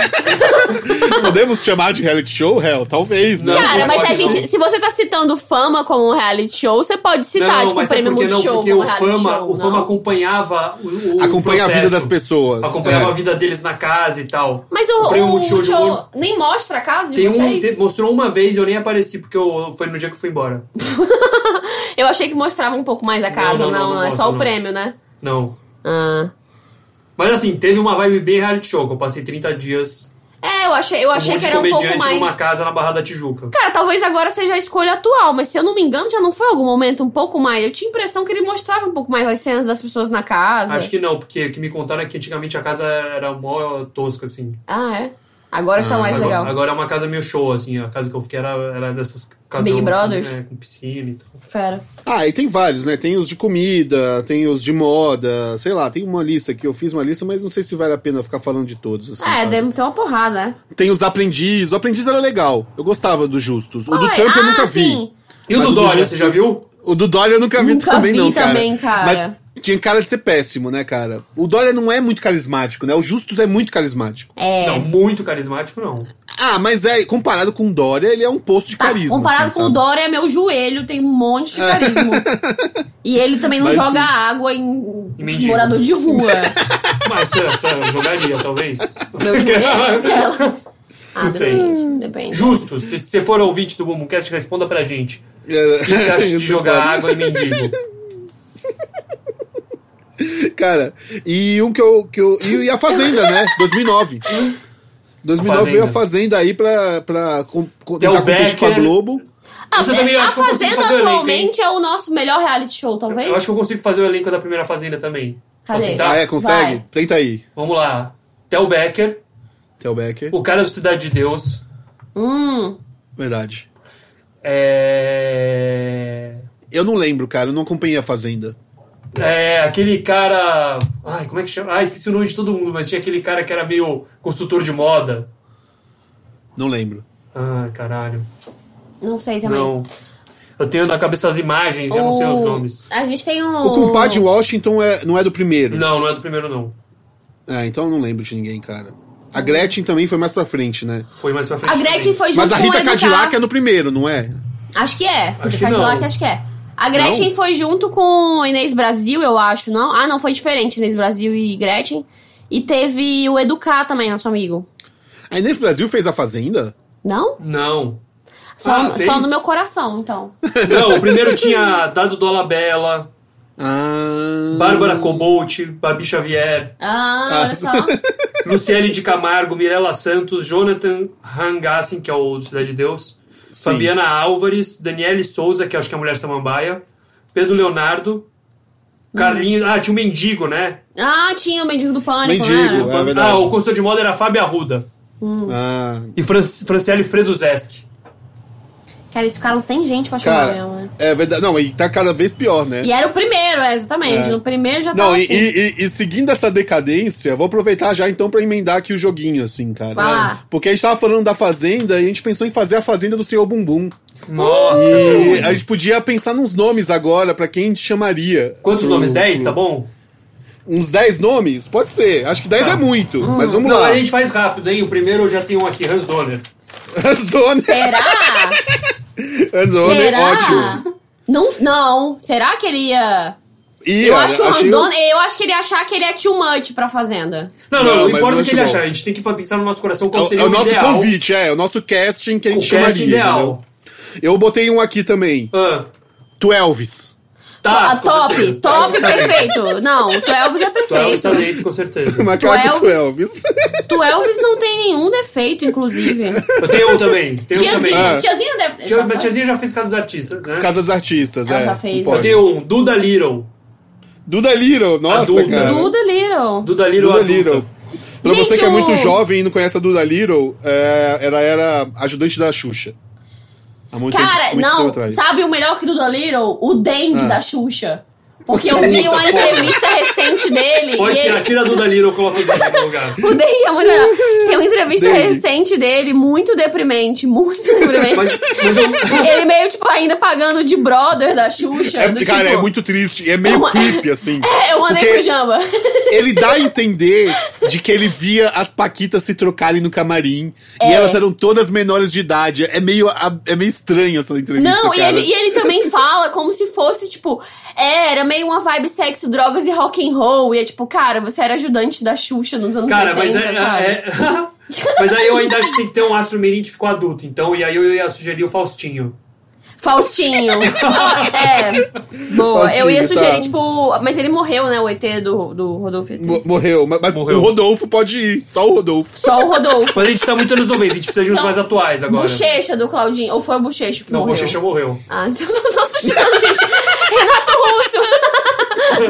S1: Podemos chamar de reality show, Hell? Talvez, né?
S3: Não,
S2: Cara,
S3: não
S2: mas se, a
S3: pode não.
S2: gente, se você tá citando fama como um reality show, você pode citar, tipo, o
S3: sabe
S2: prêmio
S3: por que não?
S2: Multishow
S3: Porque
S2: como
S3: o
S2: reality
S3: Fama,
S2: show.
S3: o Fama
S2: não?
S3: acompanhava o, o
S1: Acompanha a vida
S3: processo.
S1: das pessoas.
S3: Acompanhava
S1: É.
S3: a vida deles na casa e tal.
S2: Mas o,
S3: prêmio
S2: o
S3: Multishow de
S2: show
S3: humor
S2: nem mostra a casa é de
S3: tem um,
S2: vocês?
S3: te- mostrou uma vez e eu nem apareci, porque eu, foi no dia que eu fui embora.
S2: Eu achei que mostrava um pouco mais a casa, não,
S3: não,
S2: não,
S3: não, não
S2: é só
S3: mostra,
S2: o
S3: não.
S2: prêmio, né?
S3: Não.
S2: Ah.
S3: Mas assim, teve uma vibe bem reality show, que eu passei 30 dias
S2: É, eu achei, eu
S3: com um
S2: achei
S3: monte
S2: que
S3: de
S2: era um pouco
S3: comediante
S2: mais...
S3: numa casa na Barra da Tijuca.
S2: Cara, talvez agora seja a escolha atual, mas se eu não me engano, já não foi algum momento um pouco mais. Eu tinha a impressão que ele mostrava um pouco mais as cenas das pessoas na casa.
S3: Acho que não, porque o que me contaram é que antigamente a casa era mó tosca, assim.
S2: Ah, é. Agora que tá mais
S3: agora,
S2: legal.
S3: agora é uma casa meio show, assim. A casa que eu fiquei era, era dessas casas.
S2: Big Brothers?
S3: né, com piscina e tal.
S2: Fera.
S1: Ah, e tem vários, né? Tem os de comida, tem os de moda, sei lá, tem uma lista aqui. Eu fiz uma lista, mas não sei se vale a pena ficar falando de todos. assim,
S2: Ah, é,
S1: sabe?
S2: deve ter uma porrada, né?
S1: Tem os da aprendiz. O aprendiz era legal. Eu gostava do Justus. O do
S2: Ai,
S1: Trump
S2: ah,
S1: eu nunca vi.
S2: sim.
S3: E o
S1: Mas
S3: do
S1: o do
S3: Dória,
S1: Jeff-
S3: você já viu?
S1: O do Dória eu nunca vi
S2: Nunca
S1: também,
S2: vi
S1: não, cara.
S2: também, cara.
S1: Mas tinha cara de ser péssimo, né, cara? O Dória não é muito carismático, né? O Justus é muito carismático.
S2: É.
S3: Não, muito carismático, não.
S1: Ah, mas é, comparado com o Dória, ele é um poço de
S2: Tá,
S1: carisma.
S2: comparado
S1: assim,
S2: com
S1: sabe?
S2: o Dória, meu joelho tem um monte
S3: É.
S2: de carisma. e ele também não
S1: Mas
S2: joga
S1: sim.
S2: água em
S3: mendigo.
S2: morador de rua.
S3: Mas é, sério, eu jogaria, talvez.
S2: meu joelho, é aquela. Ah,
S3: Não sei.
S2: depende, depende.
S3: Justo, se você for ouvinte do Boomcast, responda pra gente.
S1: É.
S3: O que você acha de
S1: Isso
S3: jogar
S1: vale.
S3: água em mendigo?
S1: Cara, e um que eu. Que eu e, e a Fazenda, né? 2009. 2009 veio a
S3: Fazenda.
S1: Fazenda aí pra, pra com, com,
S3: Tem o
S1: tentar competir com a
S3: Becker.
S1: Globo.
S2: Ah,
S3: Você
S2: é,
S3: também
S2: a
S3: acha que eu consigo
S2: Fazenda
S3: fazer o elenco,
S2: atualmente é o nosso melhor reality show, talvez?
S3: Eu acho que eu consigo fazer o elenco da primeira fazenda também.
S2: Cadê?
S3: Posso tentar?
S1: Ah, é? Consegue?
S2: Vai.
S1: Tenta aí.
S3: Vamos lá. Theo Becker,
S1: Theo Becker.
S3: o cara do Cidade de Deus.
S2: Hum.
S1: Verdade.
S3: É.
S1: Eu não lembro, cara. Eu não acompanhei a Fazenda.
S3: É, aquele cara. Ai, como é que chama? Ah, esqueci o nome de todo mundo, mas tinha aquele cara que era meio consultor de moda.
S1: Não lembro.
S3: Ah, caralho.
S2: Não sei também.
S3: Não. Eu tenho na cabeça as imagens, eu não sei os nomes.
S2: A gente tem um.
S1: O compadre Washington é, não é do primeiro.
S3: Não, não é do primeiro, não.
S1: Ah, então eu não lembro de ninguém, cara. A Gretchen também foi mais pra frente, né?
S3: Foi mais pra frente.
S2: A Gretchen
S3: também.
S2: foi junto
S1: Mas a
S2: com
S1: Rita
S2: o tá- Educar.
S1: Cadillac é no primeiro, não é?
S2: Acho que é.
S3: Acho
S2: Rita
S3: que não.
S2: Cadillac, acho que é. A Gretchen
S1: Não?
S2: foi junto com o Inês Brasil, eu acho, não? Ah, não, foi diferente, Inês Brasil e Gretchen. E teve o Educar também, nosso amigo.
S1: A Inês Brasil fez a Fazenda?
S2: Não?
S3: Não.
S2: Só,
S3: Ah,
S2: só
S3: fez?
S2: no meu coração, então.
S3: Não, o primeiro tinha Dado Dolabella,
S1: Ah.
S3: Bárbara Cobolt, Babi Xavier,
S2: Ah, olha só.
S3: Luciele de Camargo, Mirella Santos, Jonathan Rangassin, que é o do Cidade de Deus,
S1: Sim.
S3: Fabiana Álvares, Daniele Souza, que eu acho que é a mulher samambaia, Pedro Leonardo, Carlinhos. Ah, tinha o Mendigo, né?
S2: Ah, tinha o Mendigo do Pânico,
S1: Mendigo,
S2: né?
S1: É verdade.
S3: ah, o consultor de moda era Fábio Arruda.
S1: Ah,
S3: E Fran Franciele Freduzeski.
S2: Cara, eles ficaram sem gente pra chamar
S1: cara.
S2: mesmo, né?
S1: É verdade. Não, e tá cada vez pior, né?
S2: E era o primeiro, é, exatamente.
S1: É.
S2: No primeiro já tava
S1: Não, e,
S2: assim.
S1: e- e- e seguindo essa decadência, vou aproveitar já então pra emendar aqui o joguinho, assim, cara.
S2: Vai lá.
S1: Porque a gente tava falando da Fazenda e a gente pensou em fazer a Fazenda do Senhor Bumbum.
S3: Nossa!
S1: E a gente podia pensar nos nomes agora, pra quem a gente chamaria.
S3: Quantos
S1: Pro-
S3: nomes? 10,
S1: pro-
S3: tá bom?
S1: Uns 10 nomes? Pode ser. Acho que 10
S2: Tá.
S1: é muito.
S2: Hum.
S1: Mas vamos
S3: Não,
S1: lá.
S3: a gente faz rápido, hein? O primeiro eu já tenho um aqui, Hans Donner.
S1: Hans Donner.
S2: Será?
S1: Hans Donner,
S2: Será?
S1: né, é ótimo.
S2: Não, não. Será que ele ia.
S1: E,
S2: Eu
S1: olha,
S2: acho que o Hans
S1: achei- um
S2: Donner- eu acho que ele ia achar que ele é too much pra fazenda.
S3: Não, não,
S1: Não,
S3: não,
S1: mas
S3: importa
S1: eu
S3: o que
S1: acho
S3: ele
S1: bom.
S3: achar. A gente tem que pensar no nosso coração
S1: É
S3: qual
S1: o,
S3: seria
S1: é o
S3: o
S1: nosso
S3: ideal.
S1: convite, é. É o nosso casting que a gente
S3: O
S1: chamaria.
S3: casting ideal.
S1: entendeu? Eu botei um aqui também.
S3: Ah,
S1: Twelves.
S3: tá,
S2: Ah,
S3: com
S2: top,
S3: certeza.
S2: top, perfeito. Não, o Elvis é
S3: Tu é está
S2: perfeito.
S3: dentro, com certeza.
S1: Macaco Twelves.
S2: O Elvis não tem nenhum defeito, inclusive.
S3: Eu tenho um também. Tenho um também.
S2: Tiazinha,
S1: Ah.
S2: tiazinha deve.
S3: Tia,
S2: já
S3: mas
S2: foi?
S3: tiazinha já fez Casa dos Artistas, né?
S1: Casa dos Artistas,
S2: Ela
S1: é.
S2: já fez,
S1: não
S2: né?
S1: pode.
S3: Eu tenho um, Duda Little.
S1: Duda Little, nossa,
S3: Adulta.
S1: cara.
S2: Duda Little.
S3: Duda Little
S1: é Duda
S3: adulta.
S1: Little. Pra
S2: Gente,
S1: você que é
S2: o-
S1: muito jovem e não conhece a Duda Little, é, ela era ajudante da Xuxa. Há muito
S2: Cara,
S1: tempo, muito tempo
S2: não,
S1: atrás.
S2: sabe o melhor que Duda Little? O dengue
S1: Ah.
S2: da Xuxa. Porque eu vi uma entrevista recente dele.
S3: Pode
S2: e
S3: tirar,
S2: ele...
S3: tira a Duda Lira, eu coloco o dele no lugar.
S2: O Dei é muito legal. Tem uma entrevista
S1: Dei.
S2: recente dele, muito deprimente, muito deprimente.
S3: Mas, mas eu-
S2: Ele meio, tipo, ainda pagando de brother da Xuxa.
S1: É,
S2: do
S1: cara,
S2: tipo,
S1: é muito triste. e É meio
S2: Uma-
S1: creepy, assim.
S2: É, eu andei
S1: Porque-
S2: pro Jamba.
S1: Ele dá a entender de que ele via as paquitas se trocarem no camarim.
S2: É.
S1: E elas eram todas menores de idade. É meio, a- é meio estranho essa entrevista,
S2: Não, e
S1: cara.
S2: ele, e ele também fala como se fosse, tipo, é, era meio uma vibe sexo, drogas e rock and roll. E é tipo, cara, você era ajudante da Xuxa nos anos
S3: cara,
S2: 80,
S3: mas é.
S2: sabe?
S3: é- mas aí eu ainda acho que tem que ter um astro mirim que ficou adulto, então, e aí eu ia sugerir o Faustinho.
S2: Faustinho. Ó, é. Boa. eu ia
S1: Faustinho,
S2: sugerir,
S1: tá.
S2: tipo. Mas ele morreu, né? O ET do, do Rodolfo ET.
S1: Mo- Morreu, mas, mas
S7: Morreu.
S1: o Rodolfo pode ir, só o Rodolfo.
S2: Só o Rodolfo.
S3: Mas a gente tá muito anos 90, a gente precisa de uns
S2: Então,
S3: mais atuais agora.
S2: Bochecha do Claudinho. Ou foi o Bochecha que
S3: Não,
S2: morreu?
S3: Bochecha é um morreu.
S2: Ah, então eu só tô assustando, gente. Renato Russo.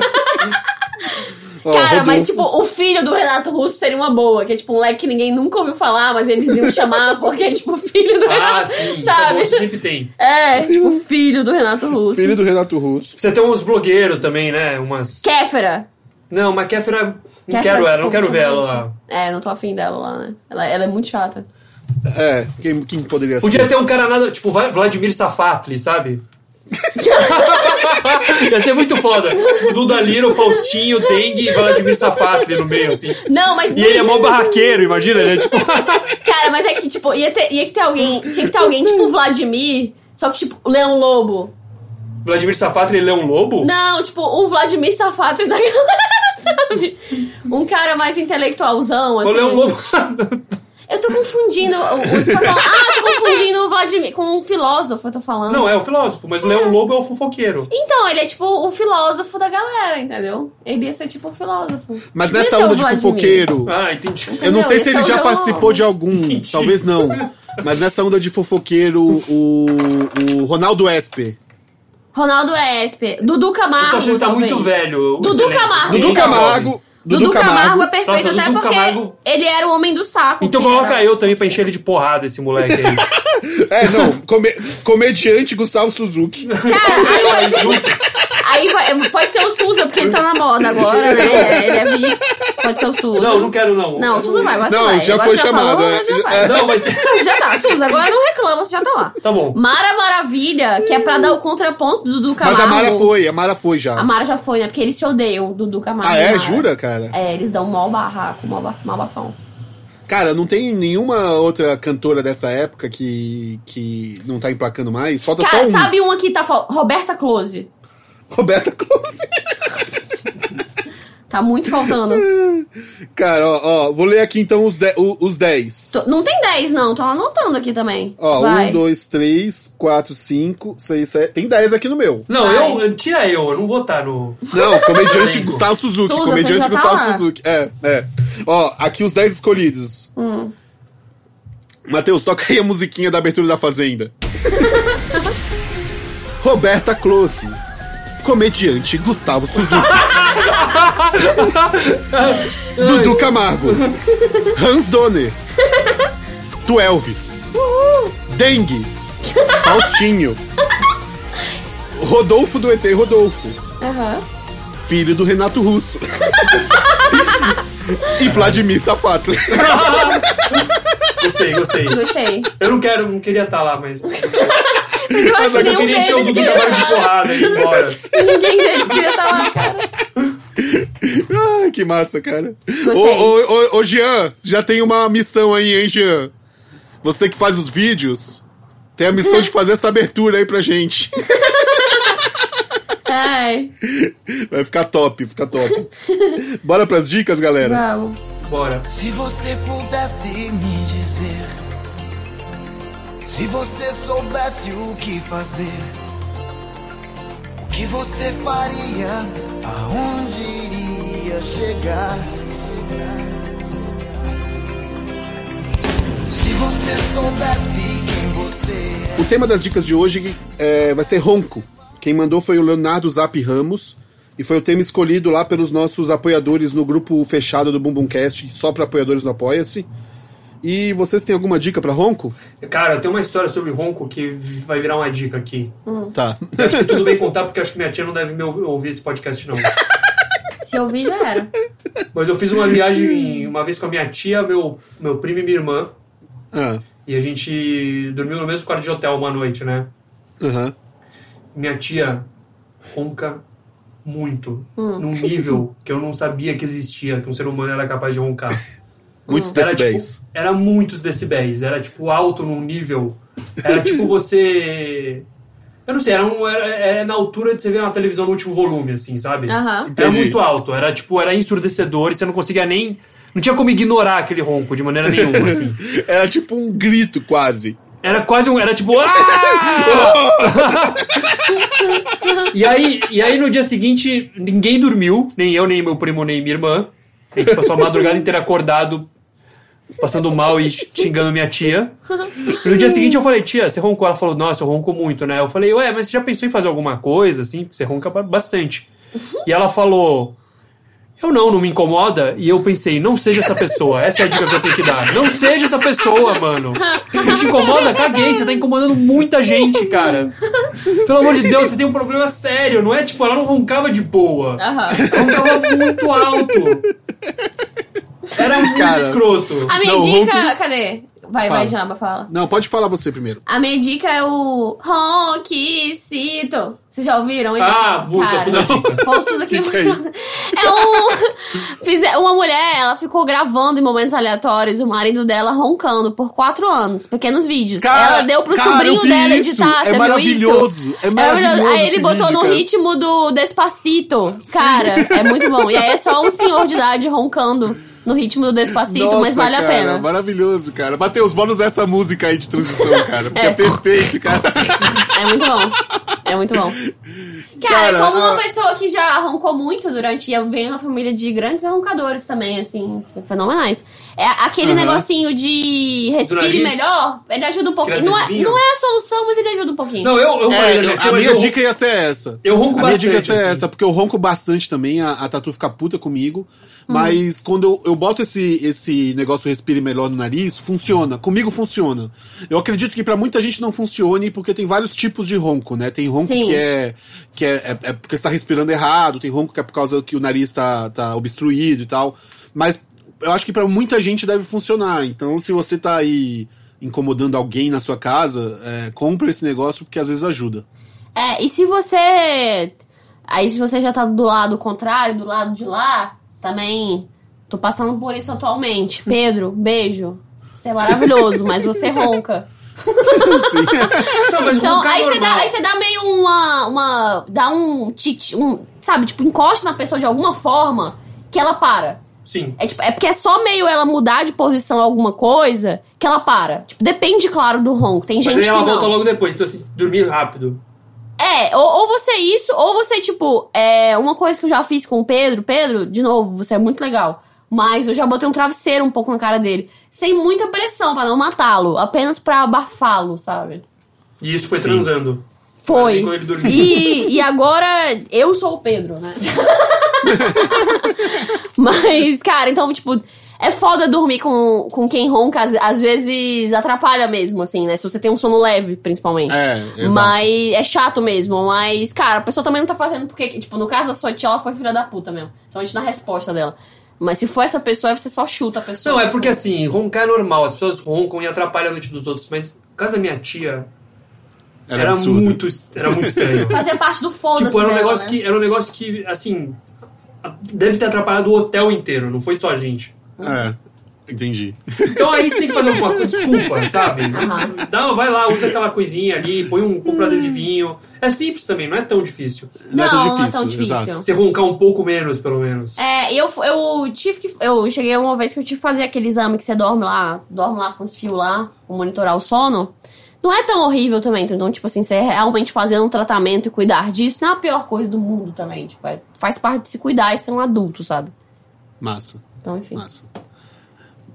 S1: Ó,
S2: Cara,
S1: Rodolfo.
S2: mas tipo, o filho do Renato Russo seria uma boa. Que é tipo um moleque que ninguém nunca ouviu falar, mas eles iam chamar porque é tipo filho do
S3: Ah,
S2: Renato
S3: sim,
S2: sabe?
S3: Você sempre tem.
S2: É, tipo filho do Renato Russo.
S1: Filho do Renato Russo.
S3: Você tem uns blogueiros também, né? Umas.
S2: Kéfera.
S3: Não, mas Kéfera. Não
S2: Kéfera,
S3: quero ela,
S2: tipo,
S3: não quero ver ela
S2: gente.
S3: lá.
S2: É, não tô afim dela lá, né? Ela, ela é muito chata.
S1: É, quem, quem poderia
S3: Podia
S1: ser?
S3: ter um cara nada, tipo Va- Vladimir Safatli, sabe? Ia ser muito foda. Tipo, Duda Liro, Faustinho, Dengue e Vladimir Safatli no meio, assim.
S2: Não, mas. assim,
S3: E ele é mó barraqueiro, imagina, ele é tipo...
S2: Cara, mas é que, tipo, ia ter, ia que ter alguém. Tinha que ter alguém, tipo, Vladimir. Só que, tipo, Leão Lobo.
S3: Vladimir Safatli, ele é um lobo?
S2: Não, tipo, o Vladimir Safadri da galera, sabe? Um cara mais intelectualzão, assim.
S3: Ou ele é um lobo?
S2: Eu tô confundindo. o- o- você tá falando- ah, tô confundindo o Vladimir com um filósofo, eu tô falando.
S3: Não, é o filósofo, mas o Leão Lobo é o fofoqueiro.
S2: Então, ele é tipo o filósofo da galera, entendeu? Ele ia ser tipo o filósofo.
S1: Mas
S2: Não ia
S1: nessa
S2: ser o
S1: onda de
S2: Vladimir.
S1: fofoqueiro,
S3: Ah, entendi.
S1: eu não
S2: é um Entendeu?
S1: sei se
S2: Esse
S1: ele
S2: é o
S1: já
S2: Leão
S1: participou
S2: Lobo.
S1: de algum, talvez não. Mas nessa onda de fofoqueiro, o, o Ronaldo Esper.
S2: Ronaldo Esper. Dudu Camargo.
S3: Eu tô achando que tá
S2: talvez.
S3: muito velho. o
S2: Dudu
S3: elenco.
S2: Camargo.
S1: Dudu
S3: Ninguém tá jovem.
S1: Camargo.
S2: Dudu, Camargo é perfeito,
S3: Nossa,
S2: até
S3: Dudu
S2: porque
S3: Camargo-
S2: ele era o homem do saco.
S3: Então
S2: que
S3: coloca
S2: era.
S3: eu também pra encher ele de porrada, esse moleque aí.
S1: É, não. come- comediante Gustavo Suzuki.
S2: Cara, aí vai ser- aí vai- pode ser o Souza, porque ele tá na moda agora, né? Ele é Vix. Pode ser o Souza.
S3: Não, não quero não.
S2: Não, o Souza vai, agora
S1: Não,
S2: você vai.
S1: já
S2: Agora
S1: foi
S2: você
S1: chamado,
S2: falou,
S1: é.
S2: já vai.
S3: Não, mas...
S2: Já tá, Souza, agora não reclama, você já tá lá.
S3: Tá bom.
S2: Mara Maravilha, que é pra dar o contraponto do Dudu
S1: Mas
S2: Camargo.
S1: a Mara foi, a Mara foi já.
S2: A Mara já foi, né? Porque eles se odeiam, Dudu Camargo.
S1: Ah,
S2: e
S1: é?
S2: Mara.
S1: Jura, cara?
S2: É, eles dão mó barraco, mó, ba mó bafão.
S1: Cara, não tem nenhuma outra cantora dessa época que, que não tá emplacando mais. Falta
S2: Cara,
S1: só um.
S2: sabe um aqui que tá faltando? Roberta Close.
S1: Roberta Close.
S2: Tá muito faltando.
S1: Cara, ó, ó, vou ler aqui então os 10. Os 10.
S2: Tô- não tem 10, não. Tô anotando aqui também.
S1: Ó,
S2: Vai.
S1: 1, 2, 3, 4, 5, 6, 7. Tem 10 aqui no meu.
S3: Não,
S2: Vai.
S3: eu, eu- tira eu, eu não vou estar no.
S1: Não, comediante
S3: Elenco.
S1: Gustavo Suzuki.
S2: Souza,
S1: comediante
S2: você já tá
S1: Gustavo
S2: lá.
S1: Suzuki. É, é. Ó, aqui os 10 escolhidos.
S2: Hum.
S1: Matheus, toca aí a musiquinha da abertura da Fazenda. Roberta Close. Comediante Gustavo Suzuki. Dudu Camargo. Hans Donner. Tu Elvis. Dengue. Faustinho. Rodolfo do ET Rodolfo
S2: Aham.
S1: filho do Renato Russo. e Vladimir Safatli.
S3: Gostei, gostei.
S2: Gostei.
S3: Eu não quero, não queria estar lá, mas.
S2: Mas eu acho
S3: Mas
S2: que
S3: eu
S2: nenhum
S3: queria encher o
S2: deles
S3: Dudu
S2: queria
S3: Camargo de
S2: estar lá.
S3: porrada e ir embora.
S2: Ninguém deles queria estar lá, cara.
S1: Ai, que massa, cara. Ô,
S2: Gostei.
S1: ô, ô, ô, Jean, já tem uma missão aí, hein, Jean? Você que faz os vídeos, tem a missão de fazer essa abertura aí pra gente.
S2: Ai,
S1: Vai ficar top, fica top. Bora pras dicas, galera?
S2: vamos.
S3: Bora.
S6: Se você pudesse me dizer, se você soubesse o que fazer, o que você faria, aonde iria chegar? Se você soubesse quem você é.
S1: O tema das dicas de hoje é, vai ser ronco. Quem mandou foi o Leonardo Zap Ramos. E foi o tema escolhido lá pelos nossos apoiadores no grupo fechado do Bumbumcast, só para apoiadores do Apoia-se. E vocês têm alguma dica pra Ronco?
S3: Cara, eu tenho uma história sobre ronco que vai virar uma dica aqui.
S1: Tá.
S3: Eu acho que tudo bem contar, porque eu acho que minha tia não deve me ou- ouvir esse podcast, não.
S2: Se eu vi, já era.
S3: Mas eu fiz uma viagem uma vez com a minha tia, meu, meu primo e minha irmã.
S1: Ah,
S3: E a gente dormiu no mesmo quarto de hotel uma noite, né?
S1: aham.
S3: Minha tia ronca muito.
S2: Hum.
S3: Num nível que eu não sabia que existia, que um ser humano era capaz de roncar.
S1: Muitos
S3: Era,
S1: decibéis.
S3: tipo, era muitos decibéis. Era, tipo, alto num nível... Era, tipo, você... Eu não sei, era, um, era, era na altura de você ver uma televisão no último volume, assim, sabe?
S2: Aham.
S3: Era
S1: Entendi.
S3: muito alto. Era, tipo, era ensurdecedor e você não conseguia nem... Não tinha como ignorar aquele ronco de maneira nenhuma, assim.
S1: Era tipo um grito, quase.
S3: Era quase um... Era, tipo... "Ah!" e, aí, e aí, no dia seguinte, ninguém dormiu. Nem eu, nem meu primo, nem minha irmã. A gente passou a madrugada inteira acordado passando mal e xingando minha tia. E no dia seguinte eu falei, tia, você roncou? Ela falou, nossa, eu ronco muito, né? Eu falei, ué, mas você já pensou em fazer alguma coisa, assim? Você ronca ba- bastante. E ela falou, eu não, não me incomoda. E eu pensei, não seja essa pessoa. Essa é a dica que eu tenho que dar. Não seja essa pessoa, mano. Não te incomoda? Caguei, você tá incomodando muita gente, cara. Pelo amor de Deus, você tem um problema sério. Não é, tipo, ela não roncava de boa.
S2: Aham.
S3: Ela roncava muito alto. Era muito
S1: Cara.
S3: escroto.
S2: A minha
S1: Não,
S2: dica.
S1: ronco-
S2: Cadê? Vai,
S1: Fala.
S2: vai, Jamba, fala.
S1: Não, pode falar você primeiro.
S2: A minha dica é o Ronquicito. Vocês já ouviram isso?
S3: Ah, puta, puta dica.
S2: Postos aqui
S1: Que que é
S2: postos. É um. Fize- Uma mulher, ela ficou gravando em momentos aleatórios o marido dela roncando por quatro anos. Pequenos vídeos.
S1: Cara,
S2: ela deu pro
S1: cara, eu
S2: sobrinho
S1: vi
S2: dela
S1: isso.
S2: editar.
S1: É
S2: você
S1: maravilhoso,
S2: Viu isso?
S1: é maravilhoso
S2: Aí ele
S1: esse
S2: botou
S1: vídeo,
S2: no
S1: cara.
S2: ritmo do Despacito. Cara, é muito bom. E aí é só um senhor de idade roncando no ritmo do Despacito,
S1: Nossa,
S2: mas vale
S1: cara,
S2: a pena.
S1: Maravilhoso, cara. Matheus, bônus essa música aí de transição, cara. Porque é,
S2: É.
S1: perfeito, cara.
S2: É muito bom. É muito bom. Cara,
S1: Cara, ah.
S2: como uma
S1: a-
S2: pessoa que já roncou muito durante. Eu venho de uma família de grandes roncadores também, assim, fenomenais. É aquele
S1: Aham.
S2: negocinho de respire
S3: nariz?
S2: melhor, ele ajuda um pouquinho.
S3: Aquele
S2: Não é,
S3: adesivinho?
S2: não é a solução, mas ele ajuda um pouquinho.
S3: Não, eu, eu falei,
S1: É,
S3: da minha
S1: eu-
S3: tia,
S1: a
S3: mas
S1: minha
S3: eu,
S1: dica ia ser essa.
S3: eu ronco
S1: a minha
S3: bastante.
S1: dica ia ser
S3: assim.
S1: essa, Tá, porque eu ronco bastante também, a, a Tatu fica puta comigo. Mas quando eu, eu boto esse, esse negócio respire melhor no nariz, funciona. Comigo funciona. Eu acredito que pra muita gente não funcione, porque tem vários tipos de ronco, né? Tem ronco
S2: Sim.
S1: que é que é, é- é porque você tá respirando errado, tem ronco que é por causa que o nariz tá, tá obstruído e tal. Mas eu acho que pra muita gente deve funcionar. Então, se você tá aí incomodando alguém na sua casa, é, compra esse negócio, porque às vezes ajuda.
S2: É, e se você. Aí se você já tá do lado contrário, do lado de lá, também. Tô passando por isso atualmente. Pedro, beijo. Você é maravilhoso, mas você ronca.
S3: Não, mas
S2: Então,
S3: roncar
S2: aí você, dá,
S3: normal.
S2: aí você dá meio uma. uma dá um, tit, um. Sabe, tipo, encosta na pessoa de alguma forma que ela para.
S3: Sim.
S2: É, tipo, é porque é só meio ela mudar de posição alguma coisa que ela para. Tipo, depende, claro, do ronco. Tem
S3: Mas
S2: gente
S3: aí
S2: que
S3: ela volta
S2: não.
S3: logo depois, então assim, dormir rápido.
S2: É, ou, ou você isso, ou você, tipo, é, uma coisa que eu já fiz com o Pedro, Pedro, de novo, você é muito legal. Mas eu já botei um travesseiro um pouco na cara dele. Sem muita pressão, pra não matá-lo. Apenas pra abafá-lo, sabe?
S3: E isso foi transando.
S2: Foi.
S3: Nem quando ele dormia.
S2: E, e agora eu sou o Pedro, né? Mas, cara, então, tipo, é foda dormir com, com quem ronca, às, às vezes atrapalha mesmo, assim, né? Se você tem um sono leve, principalmente.
S1: É, exato.
S2: Mas é chato mesmo. Mas, cara, a pessoa também não tá fazendo porque, tipo, no caso da sua tia, ela foi filha da puta mesmo. Principalmente na resposta dela. Mas se for essa pessoa, aí você só chuta a pessoa.
S3: Não, é porque assim, roncar é normal, as pessoas roncam e atrapalham a noite dos outros, mas por causa da minha tia,
S1: Era,
S3: era,
S1: absurdo.
S3: muito, era muito estranho.
S2: Fazer parte do foda-se
S3: tipo, era um
S2: dela,
S3: negócio
S2: né?
S3: que. Era um negócio que, assim. a- Deve ter atrapalhado o hotel inteiro, não foi só a gente.
S1: É, entendi.
S3: Então aí você tem que fazer alguma coisa, desculpa, sabe?
S2: Aham. Hum.
S3: Não, vai lá, usa aquela coisinha ali, põe um, compra um adesivinho. É simples também, não é tão difícil.
S1: Não é tão
S2: Não, não é
S1: difícil,
S2: tão difícil.
S1: exato.
S3: Você roncar um pouco menos, pelo menos.
S2: É, eu, eu tive que. Eu cheguei uma vez que eu tive que fazer aquele exame que você dorme lá, dorme lá com os fios lá, pra monitorar o sono. Não é tão horrível também, então, tipo assim, você realmente fazer um tratamento e cuidar disso não é a pior coisa do mundo também. Tipo, é- faz parte de se cuidar e ser um adulto, sabe?
S1: Massa,
S2: Então, enfim.
S1: massa.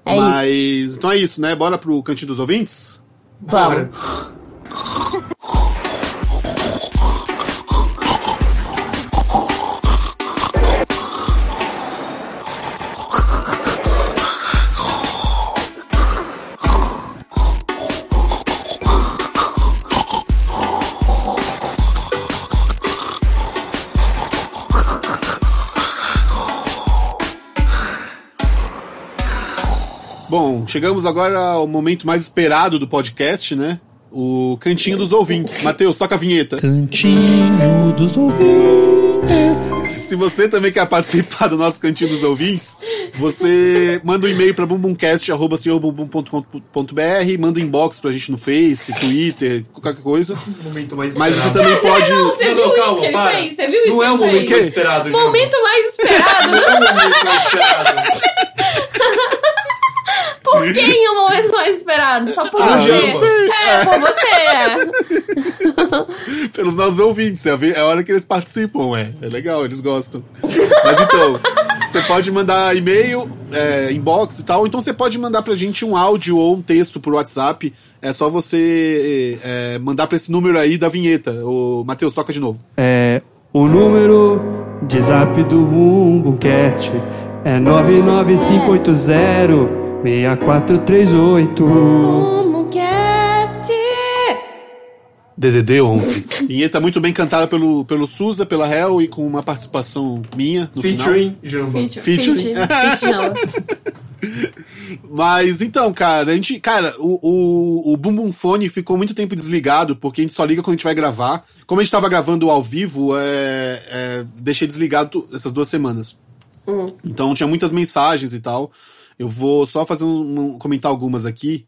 S2: É
S1: Mas,
S2: isso.
S1: então é isso, né? Bora pro cantinho dos ouvintes?
S3: Agora,
S2: Vamos.
S1: Bom, chegamos agora ao momento mais esperado do podcast, né? O cantinho dos ouvintes. Matheus, toca a vinheta.
S8: Cantinho dos ouvintes.
S1: Se você também quer participar do nosso cantinho dos ouvintes, você manda um e-mail para bumbumcast.com.br, manda um inbox pra gente no Face, Twitter, qualquer coisa.
S5: Momento mais
S1: Mas você
S5: esperado.
S1: também pode.
S2: Não, você
S5: Não,
S2: viu
S5: não,
S2: isso
S5: calma,
S2: que ele
S5: para.
S2: fez? Você viu isso
S5: Não
S2: que
S5: é o
S2: ele
S5: momento mais
S2: fez?
S5: esperado, João.
S2: Momento mais esperado.
S1: um
S5: Não é o momento mais esperado.
S2: Por quem é o momento mais esperado? Só por
S1: Ah,
S2: você.
S5: eu
S2: É, por você. é.
S1: pelos nossos ouvintes. É a ve- é a hora que eles participam, é. É legal, eles gostam. Mas então, você pode mandar e-mail, é, inbox e tal. Então você pode mandar pra gente um áudio ou um texto por WhatsApp. É só você é, mandar pra esse número aí da vinheta. O Matheus, toca de novo.
S3: É, o número de zap do Bumbumcast é 99580-6438.
S2: Bumbumcast.
S1: DDD 11. Vinheta muito bem cantada pelo, pelo Suza, pela Hel e com uma participação minha no final.
S5: Featuring Jamba.
S2: Feature.
S1: Featuring.
S2: Feature. Feature.
S1: Mas então, cara, a gente. Cara, o, o, o Bumbum Fone ficou muito tempo desligado, porque a gente só liga quando a gente vai gravar. Como a gente tava gravando ao vivo, é, é, deixei desligado essas duas semanas. Então tinha muitas mensagens e tal. Eu vou só fazer um, um- comentar algumas aqui.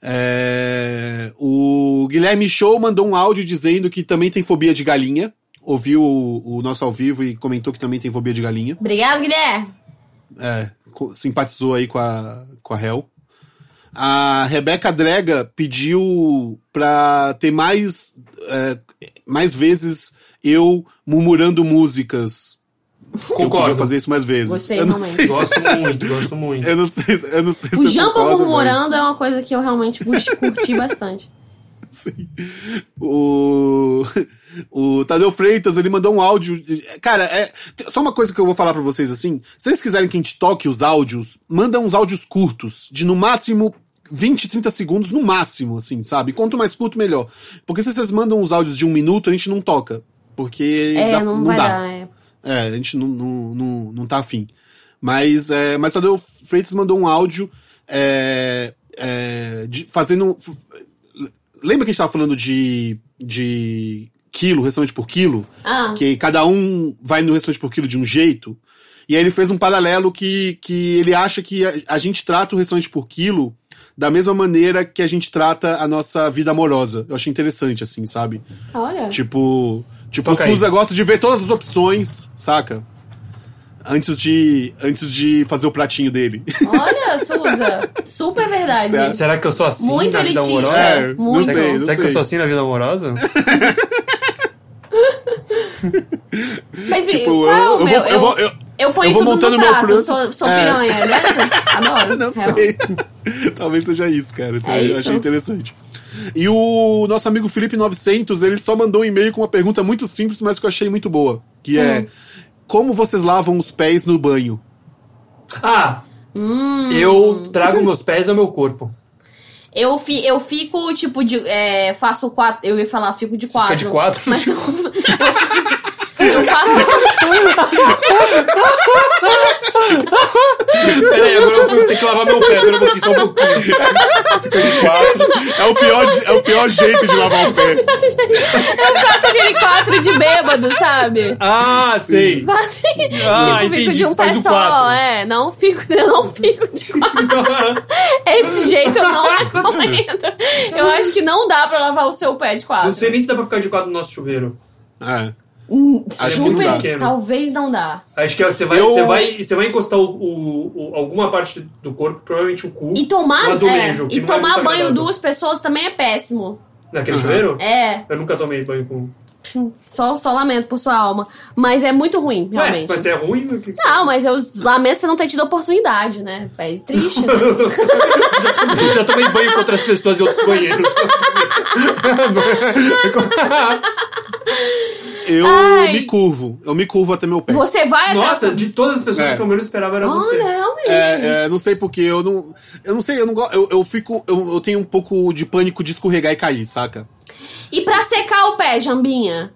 S1: É, o Guilherme Show mandou um áudio dizendo que também tem fobia de galinha. Ouviu o, o nosso ao vivo e comentou que também tem fobia de galinha.
S2: Obrigado, Guilherme.
S1: É, co- simpatizou aí com a, com a Hel. A Rebeca Drega pediu pra ter mais, é, mais vezes eu murmurando músicas. Eu
S5: Concordo.
S1: podia fazer isso mais vezes.
S2: Gostei,
S1: eu não
S2: realmente.
S1: sei se-
S5: Gosto muito, gosto muito.
S1: eu não sei, se- eu não sei se
S2: O
S1: eu
S2: Jampa
S1: concordo,
S2: murmurando é uma coisa que eu realmente curti, curti bastante.
S1: mas O, o Tadeu Freitas, ele mandou um áudio. Cara, é, t- só uma coisa que eu vou falar pra vocês assim. Se vocês quiserem que a gente toque os áudios, manda uns áudios curtos, de no máximo 20, 30 segundos, no máximo, assim, sabe? Quanto mais curto, melhor. Porque se vocês mandam uns áudios de um minuto, a gente não toca. Porque
S2: É,
S1: dá-
S2: não, vai
S1: dá.
S2: dar. é.
S1: É, a gente não, não, não, não tá afim. Mas, é, mas Tadeu Freitas mandou um áudio é, é, de- fazendo. f- Lembra que a gente tava falando de, de quilo, restaurante por quilo?
S2: Ah,
S1: Que cada um vai no restaurante por quilo de um jeito. E aí ele fez um paralelo que, que ele acha que a, a gente trata o restaurante por quilo da mesma maneira que a gente trata a nossa vida amorosa. Eu achei interessante, assim, sabe?
S2: olha.
S1: Tipo, tipo o
S5: Toca aí.
S1: Suza gosta de ver todas as opções, saca? Antes de, antes de fazer o pratinho dele.
S2: Olha, Suza. Super verdade.
S1: Certo.
S5: Será que eu sou assim
S2: Muito
S5: na vida
S2: elitista.
S5: amorosa?
S1: É, não
S2: muito.
S1: sei, não
S5: Será que eu
S1: sei.
S5: sou assim na vida amorosa?
S2: Mas e
S1: Tipo,
S2: qual é
S1: eu-
S2: o
S1: eu
S2: meu?
S1: vou- eu vou- eu-
S2: eu ponho
S1: eu vou
S2: tudo
S1: montando
S2: no
S1: meu
S2: prato,
S1: plano.
S2: sou, sou
S1: É.
S2: piranha, né? Vocês Adoro.
S1: Não
S2: real.
S1: sei. Talvez seja isso, cara. Então,
S2: É
S1: eu
S2: isso.
S1: achei interessante. E o nosso amigo Felipe 900, ele só mandou um e-mail com uma pergunta muito simples, mas que eu achei muito boa. Que é,
S2: Hum.
S1: como vocês lavam os pés no banho?
S5: Ah!
S2: Hum.
S5: Eu trago meus pés ao meu corpo.
S2: Eu, fi, eu fico, tipo, de. é, faço quatro. Eu ia falar, fico de
S5: Fica
S2: quatro.
S5: de quatro.
S2: Mas eu, eu faço.
S5: Peraí, agora eu tenho que lavar meu pé, pera um pouquinho, só um pouquinho.
S1: É o pior, de- é o pior jeito de lavar o pé.
S2: Eu faço aquele quatro de bêbado, sabe?
S5: Ah, sei. Ah,
S2: tipo, fico
S5: entendi,
S2: de um
S5: você
S2: pé
S5: faz o
S2: só,
S5: quatro.
S2: é. Não fico, eu não fico de quatro. Esse jeito eu não recomendo. Eu acho que não dá pra lavar o seu pé de quatro.
S5: Não sei nem se dá pra ficar de quatro no nosso chuveiro.
S1: É.
S5: Acho
S1: que não dá.
S5: pequeno.
S2: Talvez não dá.
S5: Acho que você vai,
S1: Eu-
S5: você vai, você vai encostar o, o- o- alguma parte do corpo, provavelmente o cu.
S2: E tomar,
S5: um azulejo,
S2: é,
S5: que
S2: e
S5: não é
S2: tomar
S5: muito
S2: banho
S5: agradável.
S2: duas pessoas também é péssimo.
S5: Naquele chuveiro?
S2: É, hum,
S5: Eu nunca tomei banho com.
S2: só, só lamento por sua alma. Mas é muito ruim,
S5: Ué,
S2: realmente.
S5: mas é ruim? O que que
S2: Não, mas eu lamento você não ter tido oportunidade, né? É triste, né?
S5: Já tomei banho com outras pessoas em outros banheiros.
S1: Eu
S2: Ai.
S1: me curvo. Eu me curvo até meu pé.
S2: Você vai até... Ah,
S5: Nossa, de todas as pessoas
S1: É.
S5: que eu menos esperava era você.
S2: Olha, realmente.
S1: É, é, não sei porque eu não. Eu não sei, eu não gosto. Eu, eu fico. Eu, eu tenho um pouco de pânico de escorregar e cair, saca?
S2: E pra secar o pé, Jambinha?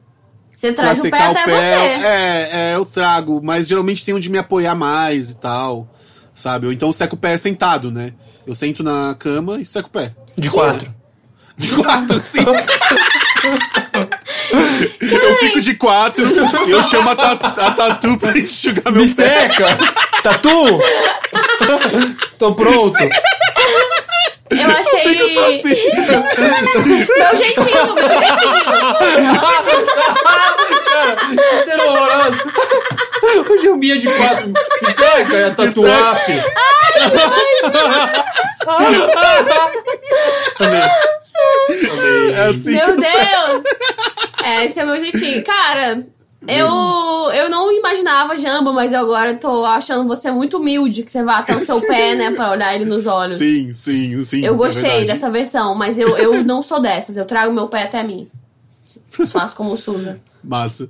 S2: Você traz o pé
S1: secar
S2: até
S1: eu-
S2: você.
S1: É, é, eu trago, mas geralmente tem onde me apoiar mais e tal. sabe? Ou então seco o pé sentado, né? Eu sento na cama e seco o pé.
S3: De quatro.
S1: De quatro, sim. eu fico de quatro, assim, eu chamo a, ta- a Tatu pra enxugar meu
S3: Me
S1: pé.
S3: seca! Tatu! Tô pronto!
S2: Eu achei.
S1: Eu sou assim.
S2: Meu jeitinho, meu jeitinho.
S3: Isso era horroroso! Hoje eu Bia de quatro. Me seca! É tatuar, filho.
S1: É assim que
S2: Meu
S1: eu
S2: Deus! É, esse é meu jeitinho. Cara, eu, eu não imaginava Jamba, mas agora eu tô achando você muito humilde, que você vai até o seu pé, né, pra olhar ele nos olhos.
S1: Sim, sim, sim.
S2: Eu
S1: é
S2: gostei
S1: verdade.
S2: dessa versão, mas eu, eu não sou dessas. Eu trago meu pé até mim. Faço como o Suza.
S1: Massa.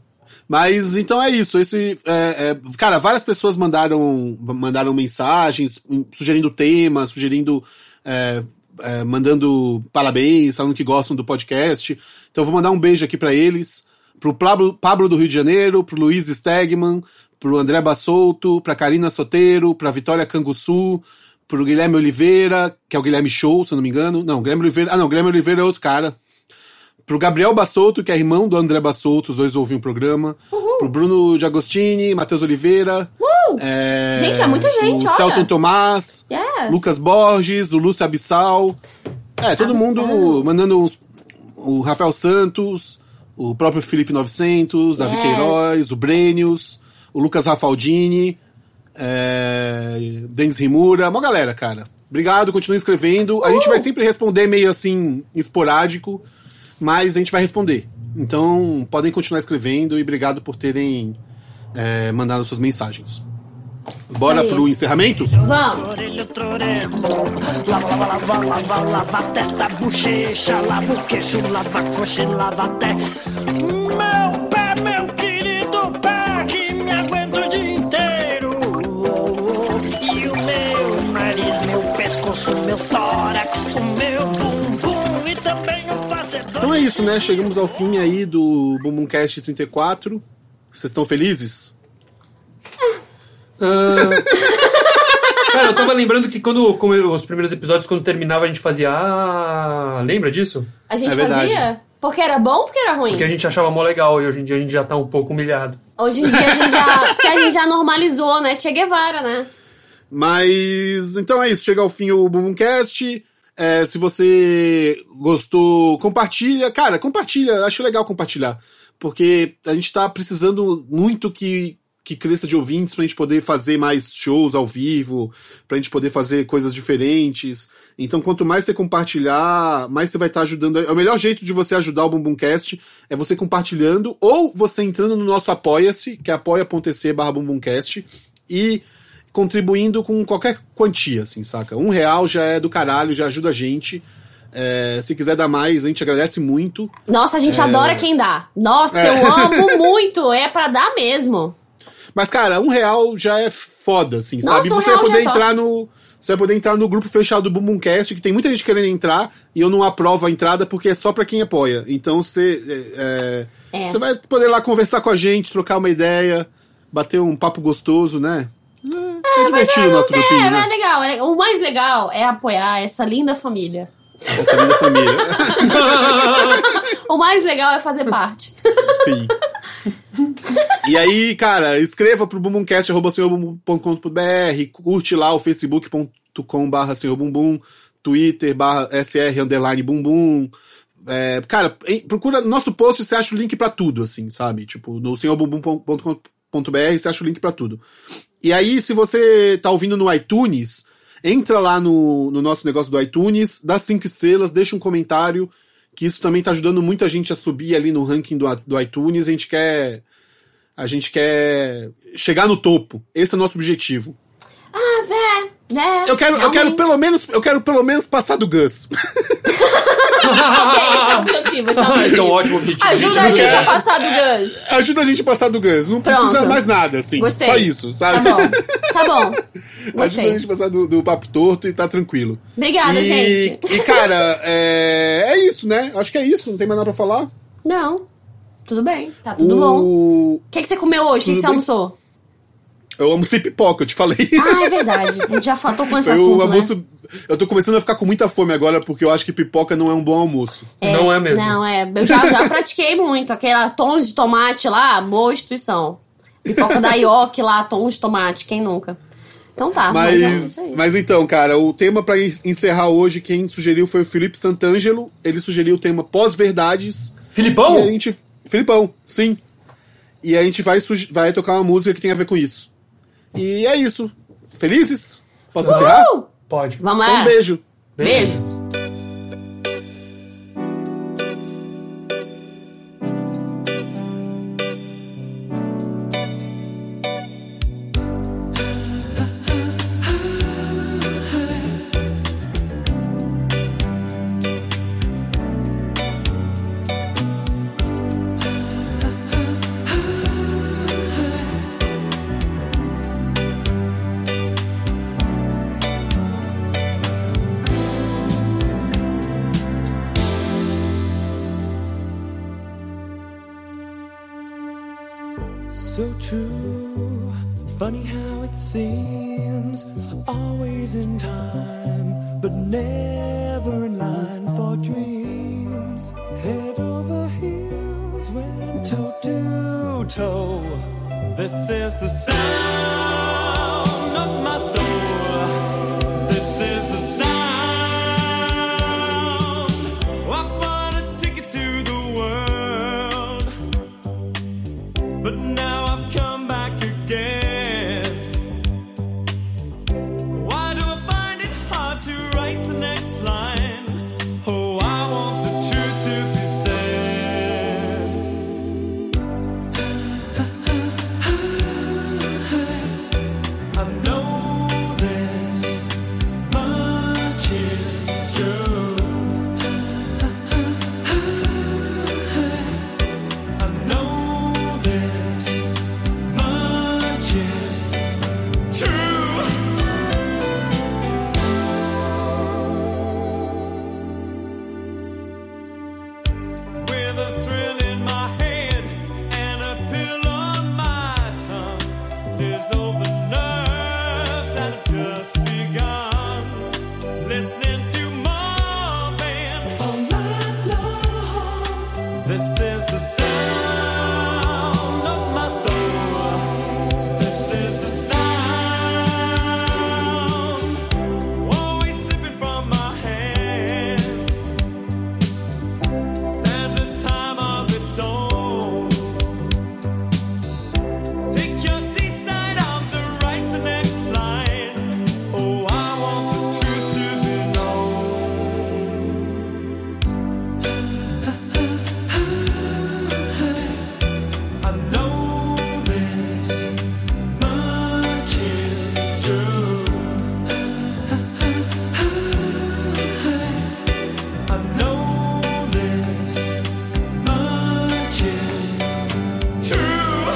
S1: Mas então é isso. Esse, é, é, cara, várias pessoas mandaram, mandaram mensagens hum, sugerindo temas, sugerindo. é, é, mandando parabéns, falando que gostam do podcast. Então eu vou mandar um beijo aqui pra eles. Pro Pablo, Pablo do Rio de Janeiro, pro Luiz Stegman, pro André Bassolto, pra Karina Soteiro, pra Vitória Canguçu, pro Guilherme Oliveira, que é o Guilherme Show, se eu não me engano. Não, Guilherme Oliveira. Ah, não, Guilherme Oliveira é outro cara. Pro Gabriel Bassolto, que é irmão do André Bassolto, os dois ouvem o programa. Pro Bruno Giagostini, Matheus Oliveira. é,
S2: Gente, é muita gente,
S1: o
S2: olha.
S1: Celton Tomás,
S2: Yes.
S1: Lucas Borges, o Lúcio Abissal. É, todo
S2: Abissal.
S1: mundo mandando uns. O Rafael Santos, o próprio Felipe 900, Davi
S2: Yes.
S1: Queiroz, o Brenius, o Lucas Rafaldini, é, Denis Rimura, uma galera, cara. Obrigado, continue escrevendo. A gente vai sempre responder meio assim, esporádico, mas a gente vai responder. Então, podem continuar escrevendo e obrigado por terem é, mandado suas mensagens. Bora
S2: aí.
S1: pro encerramento?
S2: Vamos.
S6: orelha, orelha. Lava, lava, lava, lava, lava a testa, a bochecha, lava o queixo, lava a coxa e lava até. Meu pé, meu querido pé, que me aguenta o dia inteiro. Oh, oh. E o meu nariz, meu pescoço, meu tórax, o meu bumbum e também o fazedor.
S1: Então é isso, né? Chegamos ao fim aí do Bumbumcast 34. Vocês estão felizes?
S5: Cara, eu tava lembrando que quando como eu- os primeiros episódios, quando terminava, a gente fazia. Ah, lembra disso?
S2: A gente
S1: É verdade.
S2: fazia? Porque era bom ou porque era ruim?
S5: Porque a gente achava mó legal e hoje em dia a gente já tá um pouco humilhado.
S2: Hoje em dia a gente já. Porque a gente já normalizou, né? Che Guevara, né?
S1: Mas então é isso, chega ao fim o Bumbumcast. É, se você gostou, compartilha. Cara, compartilha, acho legal compartilhar. Porque a gente tá precisando muito que, que cresça de ouvintes pra gente poder fazer mais shows ao vivo, pra gente poder fazer coisas diferentes. Então, quanto mais você compartilhar, mais você vai estar ajudando. É O melhor jeito de você ajudar o Bumbumcast é você compartilhando ou você entrando no nosso Apoia-se, que é apoia.se barra bumbumcast, e contribuindo com qualquer quantia, assim, saca? Um real já é do caralho, já ajuda a gente. É, se quiser dar mais, a gente agradece muito.
S2: Nossa, a gente
S1: É.
S2: adora quem dá. Nossa, eu amo muito. É pra dar mesmo.
S1: Mas, cara, um real já é foda, assim,
S2: Nossa,
S1: sabe? E
S2: um
S1: você vai
S2: real já
S1: poder
S2: é top.
S1: entrar no. Você vai poder entrar no grupo fechado do Bumbumcast, que tem muita gente querendo entrar, e eu não aprovo a entrada porque é só pra quem apoia. Então você. é, é,
S2: É.
S1: Você vai poder lá conversar com a gente, trocar uma ideia, bater um papo gostoso, né? É, é divertido o nosso
S2: É,
S1: grupinho,
S2: é
S1: né?
S2: legal. é legal. O mais legal é apoiar essa linda família.
S1: Essa linda família.
S2: O mais legal é fazer parte.
S1: Sim. e aí, cara, escreva pro bumbumcast.com.br, curte lá o facebook.com barra senhor bumbum, twitter barra sr underline bumbum. É, cara, em- procura nosso post, você acha o link pra tudo, assim, sabe? Tipo, no senhorbumbum.com.br você acha o link pra tudo. E aí, se você tá ouvindo no iTunes, entra lá no, no nosso negócio do iTunes, dá cinco estrelas, deixa um comentário, que isso também tá ajudando muita gente a subir ali no ranking do, do iTunes. A gente quer. A gente quer chegar no topo. Esse é o nosso objetivo.
S2: Né?
S1: Eu quero, eu quero
S2: Realmente.
S1: pelo menos, eu quero pelo menos passar do Gus.
S2: Ok, esse é o objetivo, esse
S5: Esse é
S2: é o
S5: um
S2: objetivo.
S5: ótimo objetivo.
S2: Ajuda a
S1: não
S2: gente
S1: quer.
S2: a passar do Gus.
S1: Ajuda a gente a passar do Gus. Não precisa
S2: Pronto.
S1: mais nada, assim.
S2: Gostei.
S1: Só isso,
S2: Tá
S1: sabe?
S2: bom. Tá bom.
S1: Ajuda a
S2: Gostei.
S1: gente a passar do, do papo torto e tá tranquilo.
S2: Obrigada,
S1: e,
S2: gente.
S1: E, cara, é, é isso, né? Acho que é isso. Não tem mais nada pra falar.
S2: Não. Tudo bem. Tá tudo bom.
S1: o...
S2: O que, que você comeu hoje? O que, que
S1: Tudo
S2: você
S1: bem.
S2: almoçou?
S1: Eu amo ser pipoca, eu te falei.
S2: Ah, é verdade. A gente já faltou com esse
S1: Foi
S2: assunto,
S1: o almoço.
S2: né?
S1: Eu tô começando a ficar com muita fome agora, porque eu acho que pipoca não é um bom almoço.
S5: Não é mesmo.
S2: Não, é. Eu já, já pratiquei muito. Aquela tons de tomate lá, boa instituição. Pipoca da York lá, tons de tomate, quem nunca? Então tá, mas, é
S1: Mas,
S2: isso aí.
S1: mas então, cara, o tema pra en- encerrar hoje, quem sugeriu foi o Felipe Santangelo. Ele sugeriu o tema pós-verdades.
S2: Oh!
S1: E a
S5: Filipão?
S1: gente. Filipão, sim. E a gente vai, suge- vai tocar uma música que tem a ver com isso. E é isso. Felizes? Posso encerrar?
S2: Uh!
S5: Pode.
S2: Vamos
S1: Então,
S2: lá.
S1: um beijo.
S2: Beijos.
S4: So true, funny how it seems. Always in time, but never in line for dreams. Head over heels, went toe to toe. This is the sound of my soul. This is the sound. I bought a ticket to the world. But now I've come back again. Why do I find it hard to write the next line? Oh, I want the truth to be said. I know this much is true. I know this much is true. With a thrill in my hand and a pill on my tongue, there's over nerves that have just begun. Listening to my band all night long. This is the sound of my soul. This is the sound. Always slipping from my hands. Sands a time of its own. Take your seaside arms and write the next line. Oh, I want the truth to be known. I know this much is true. I know this much is true.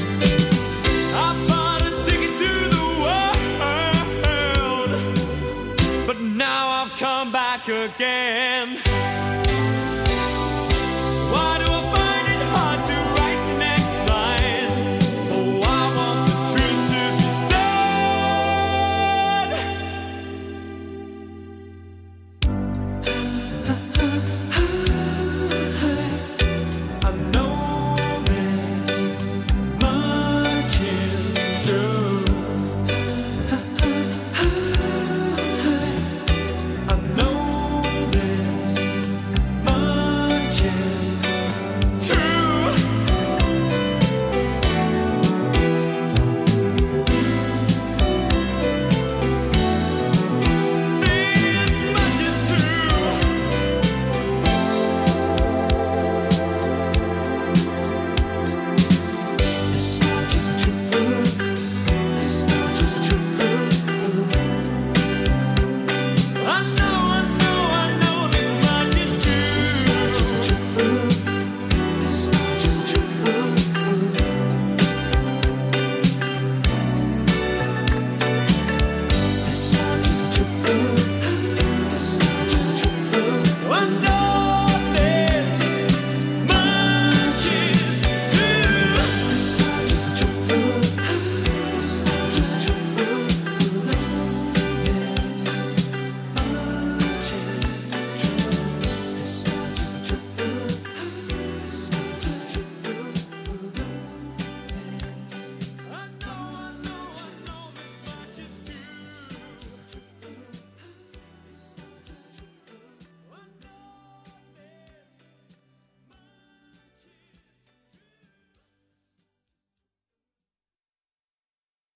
S4: I bought a ticket to the world, but now I've come back again.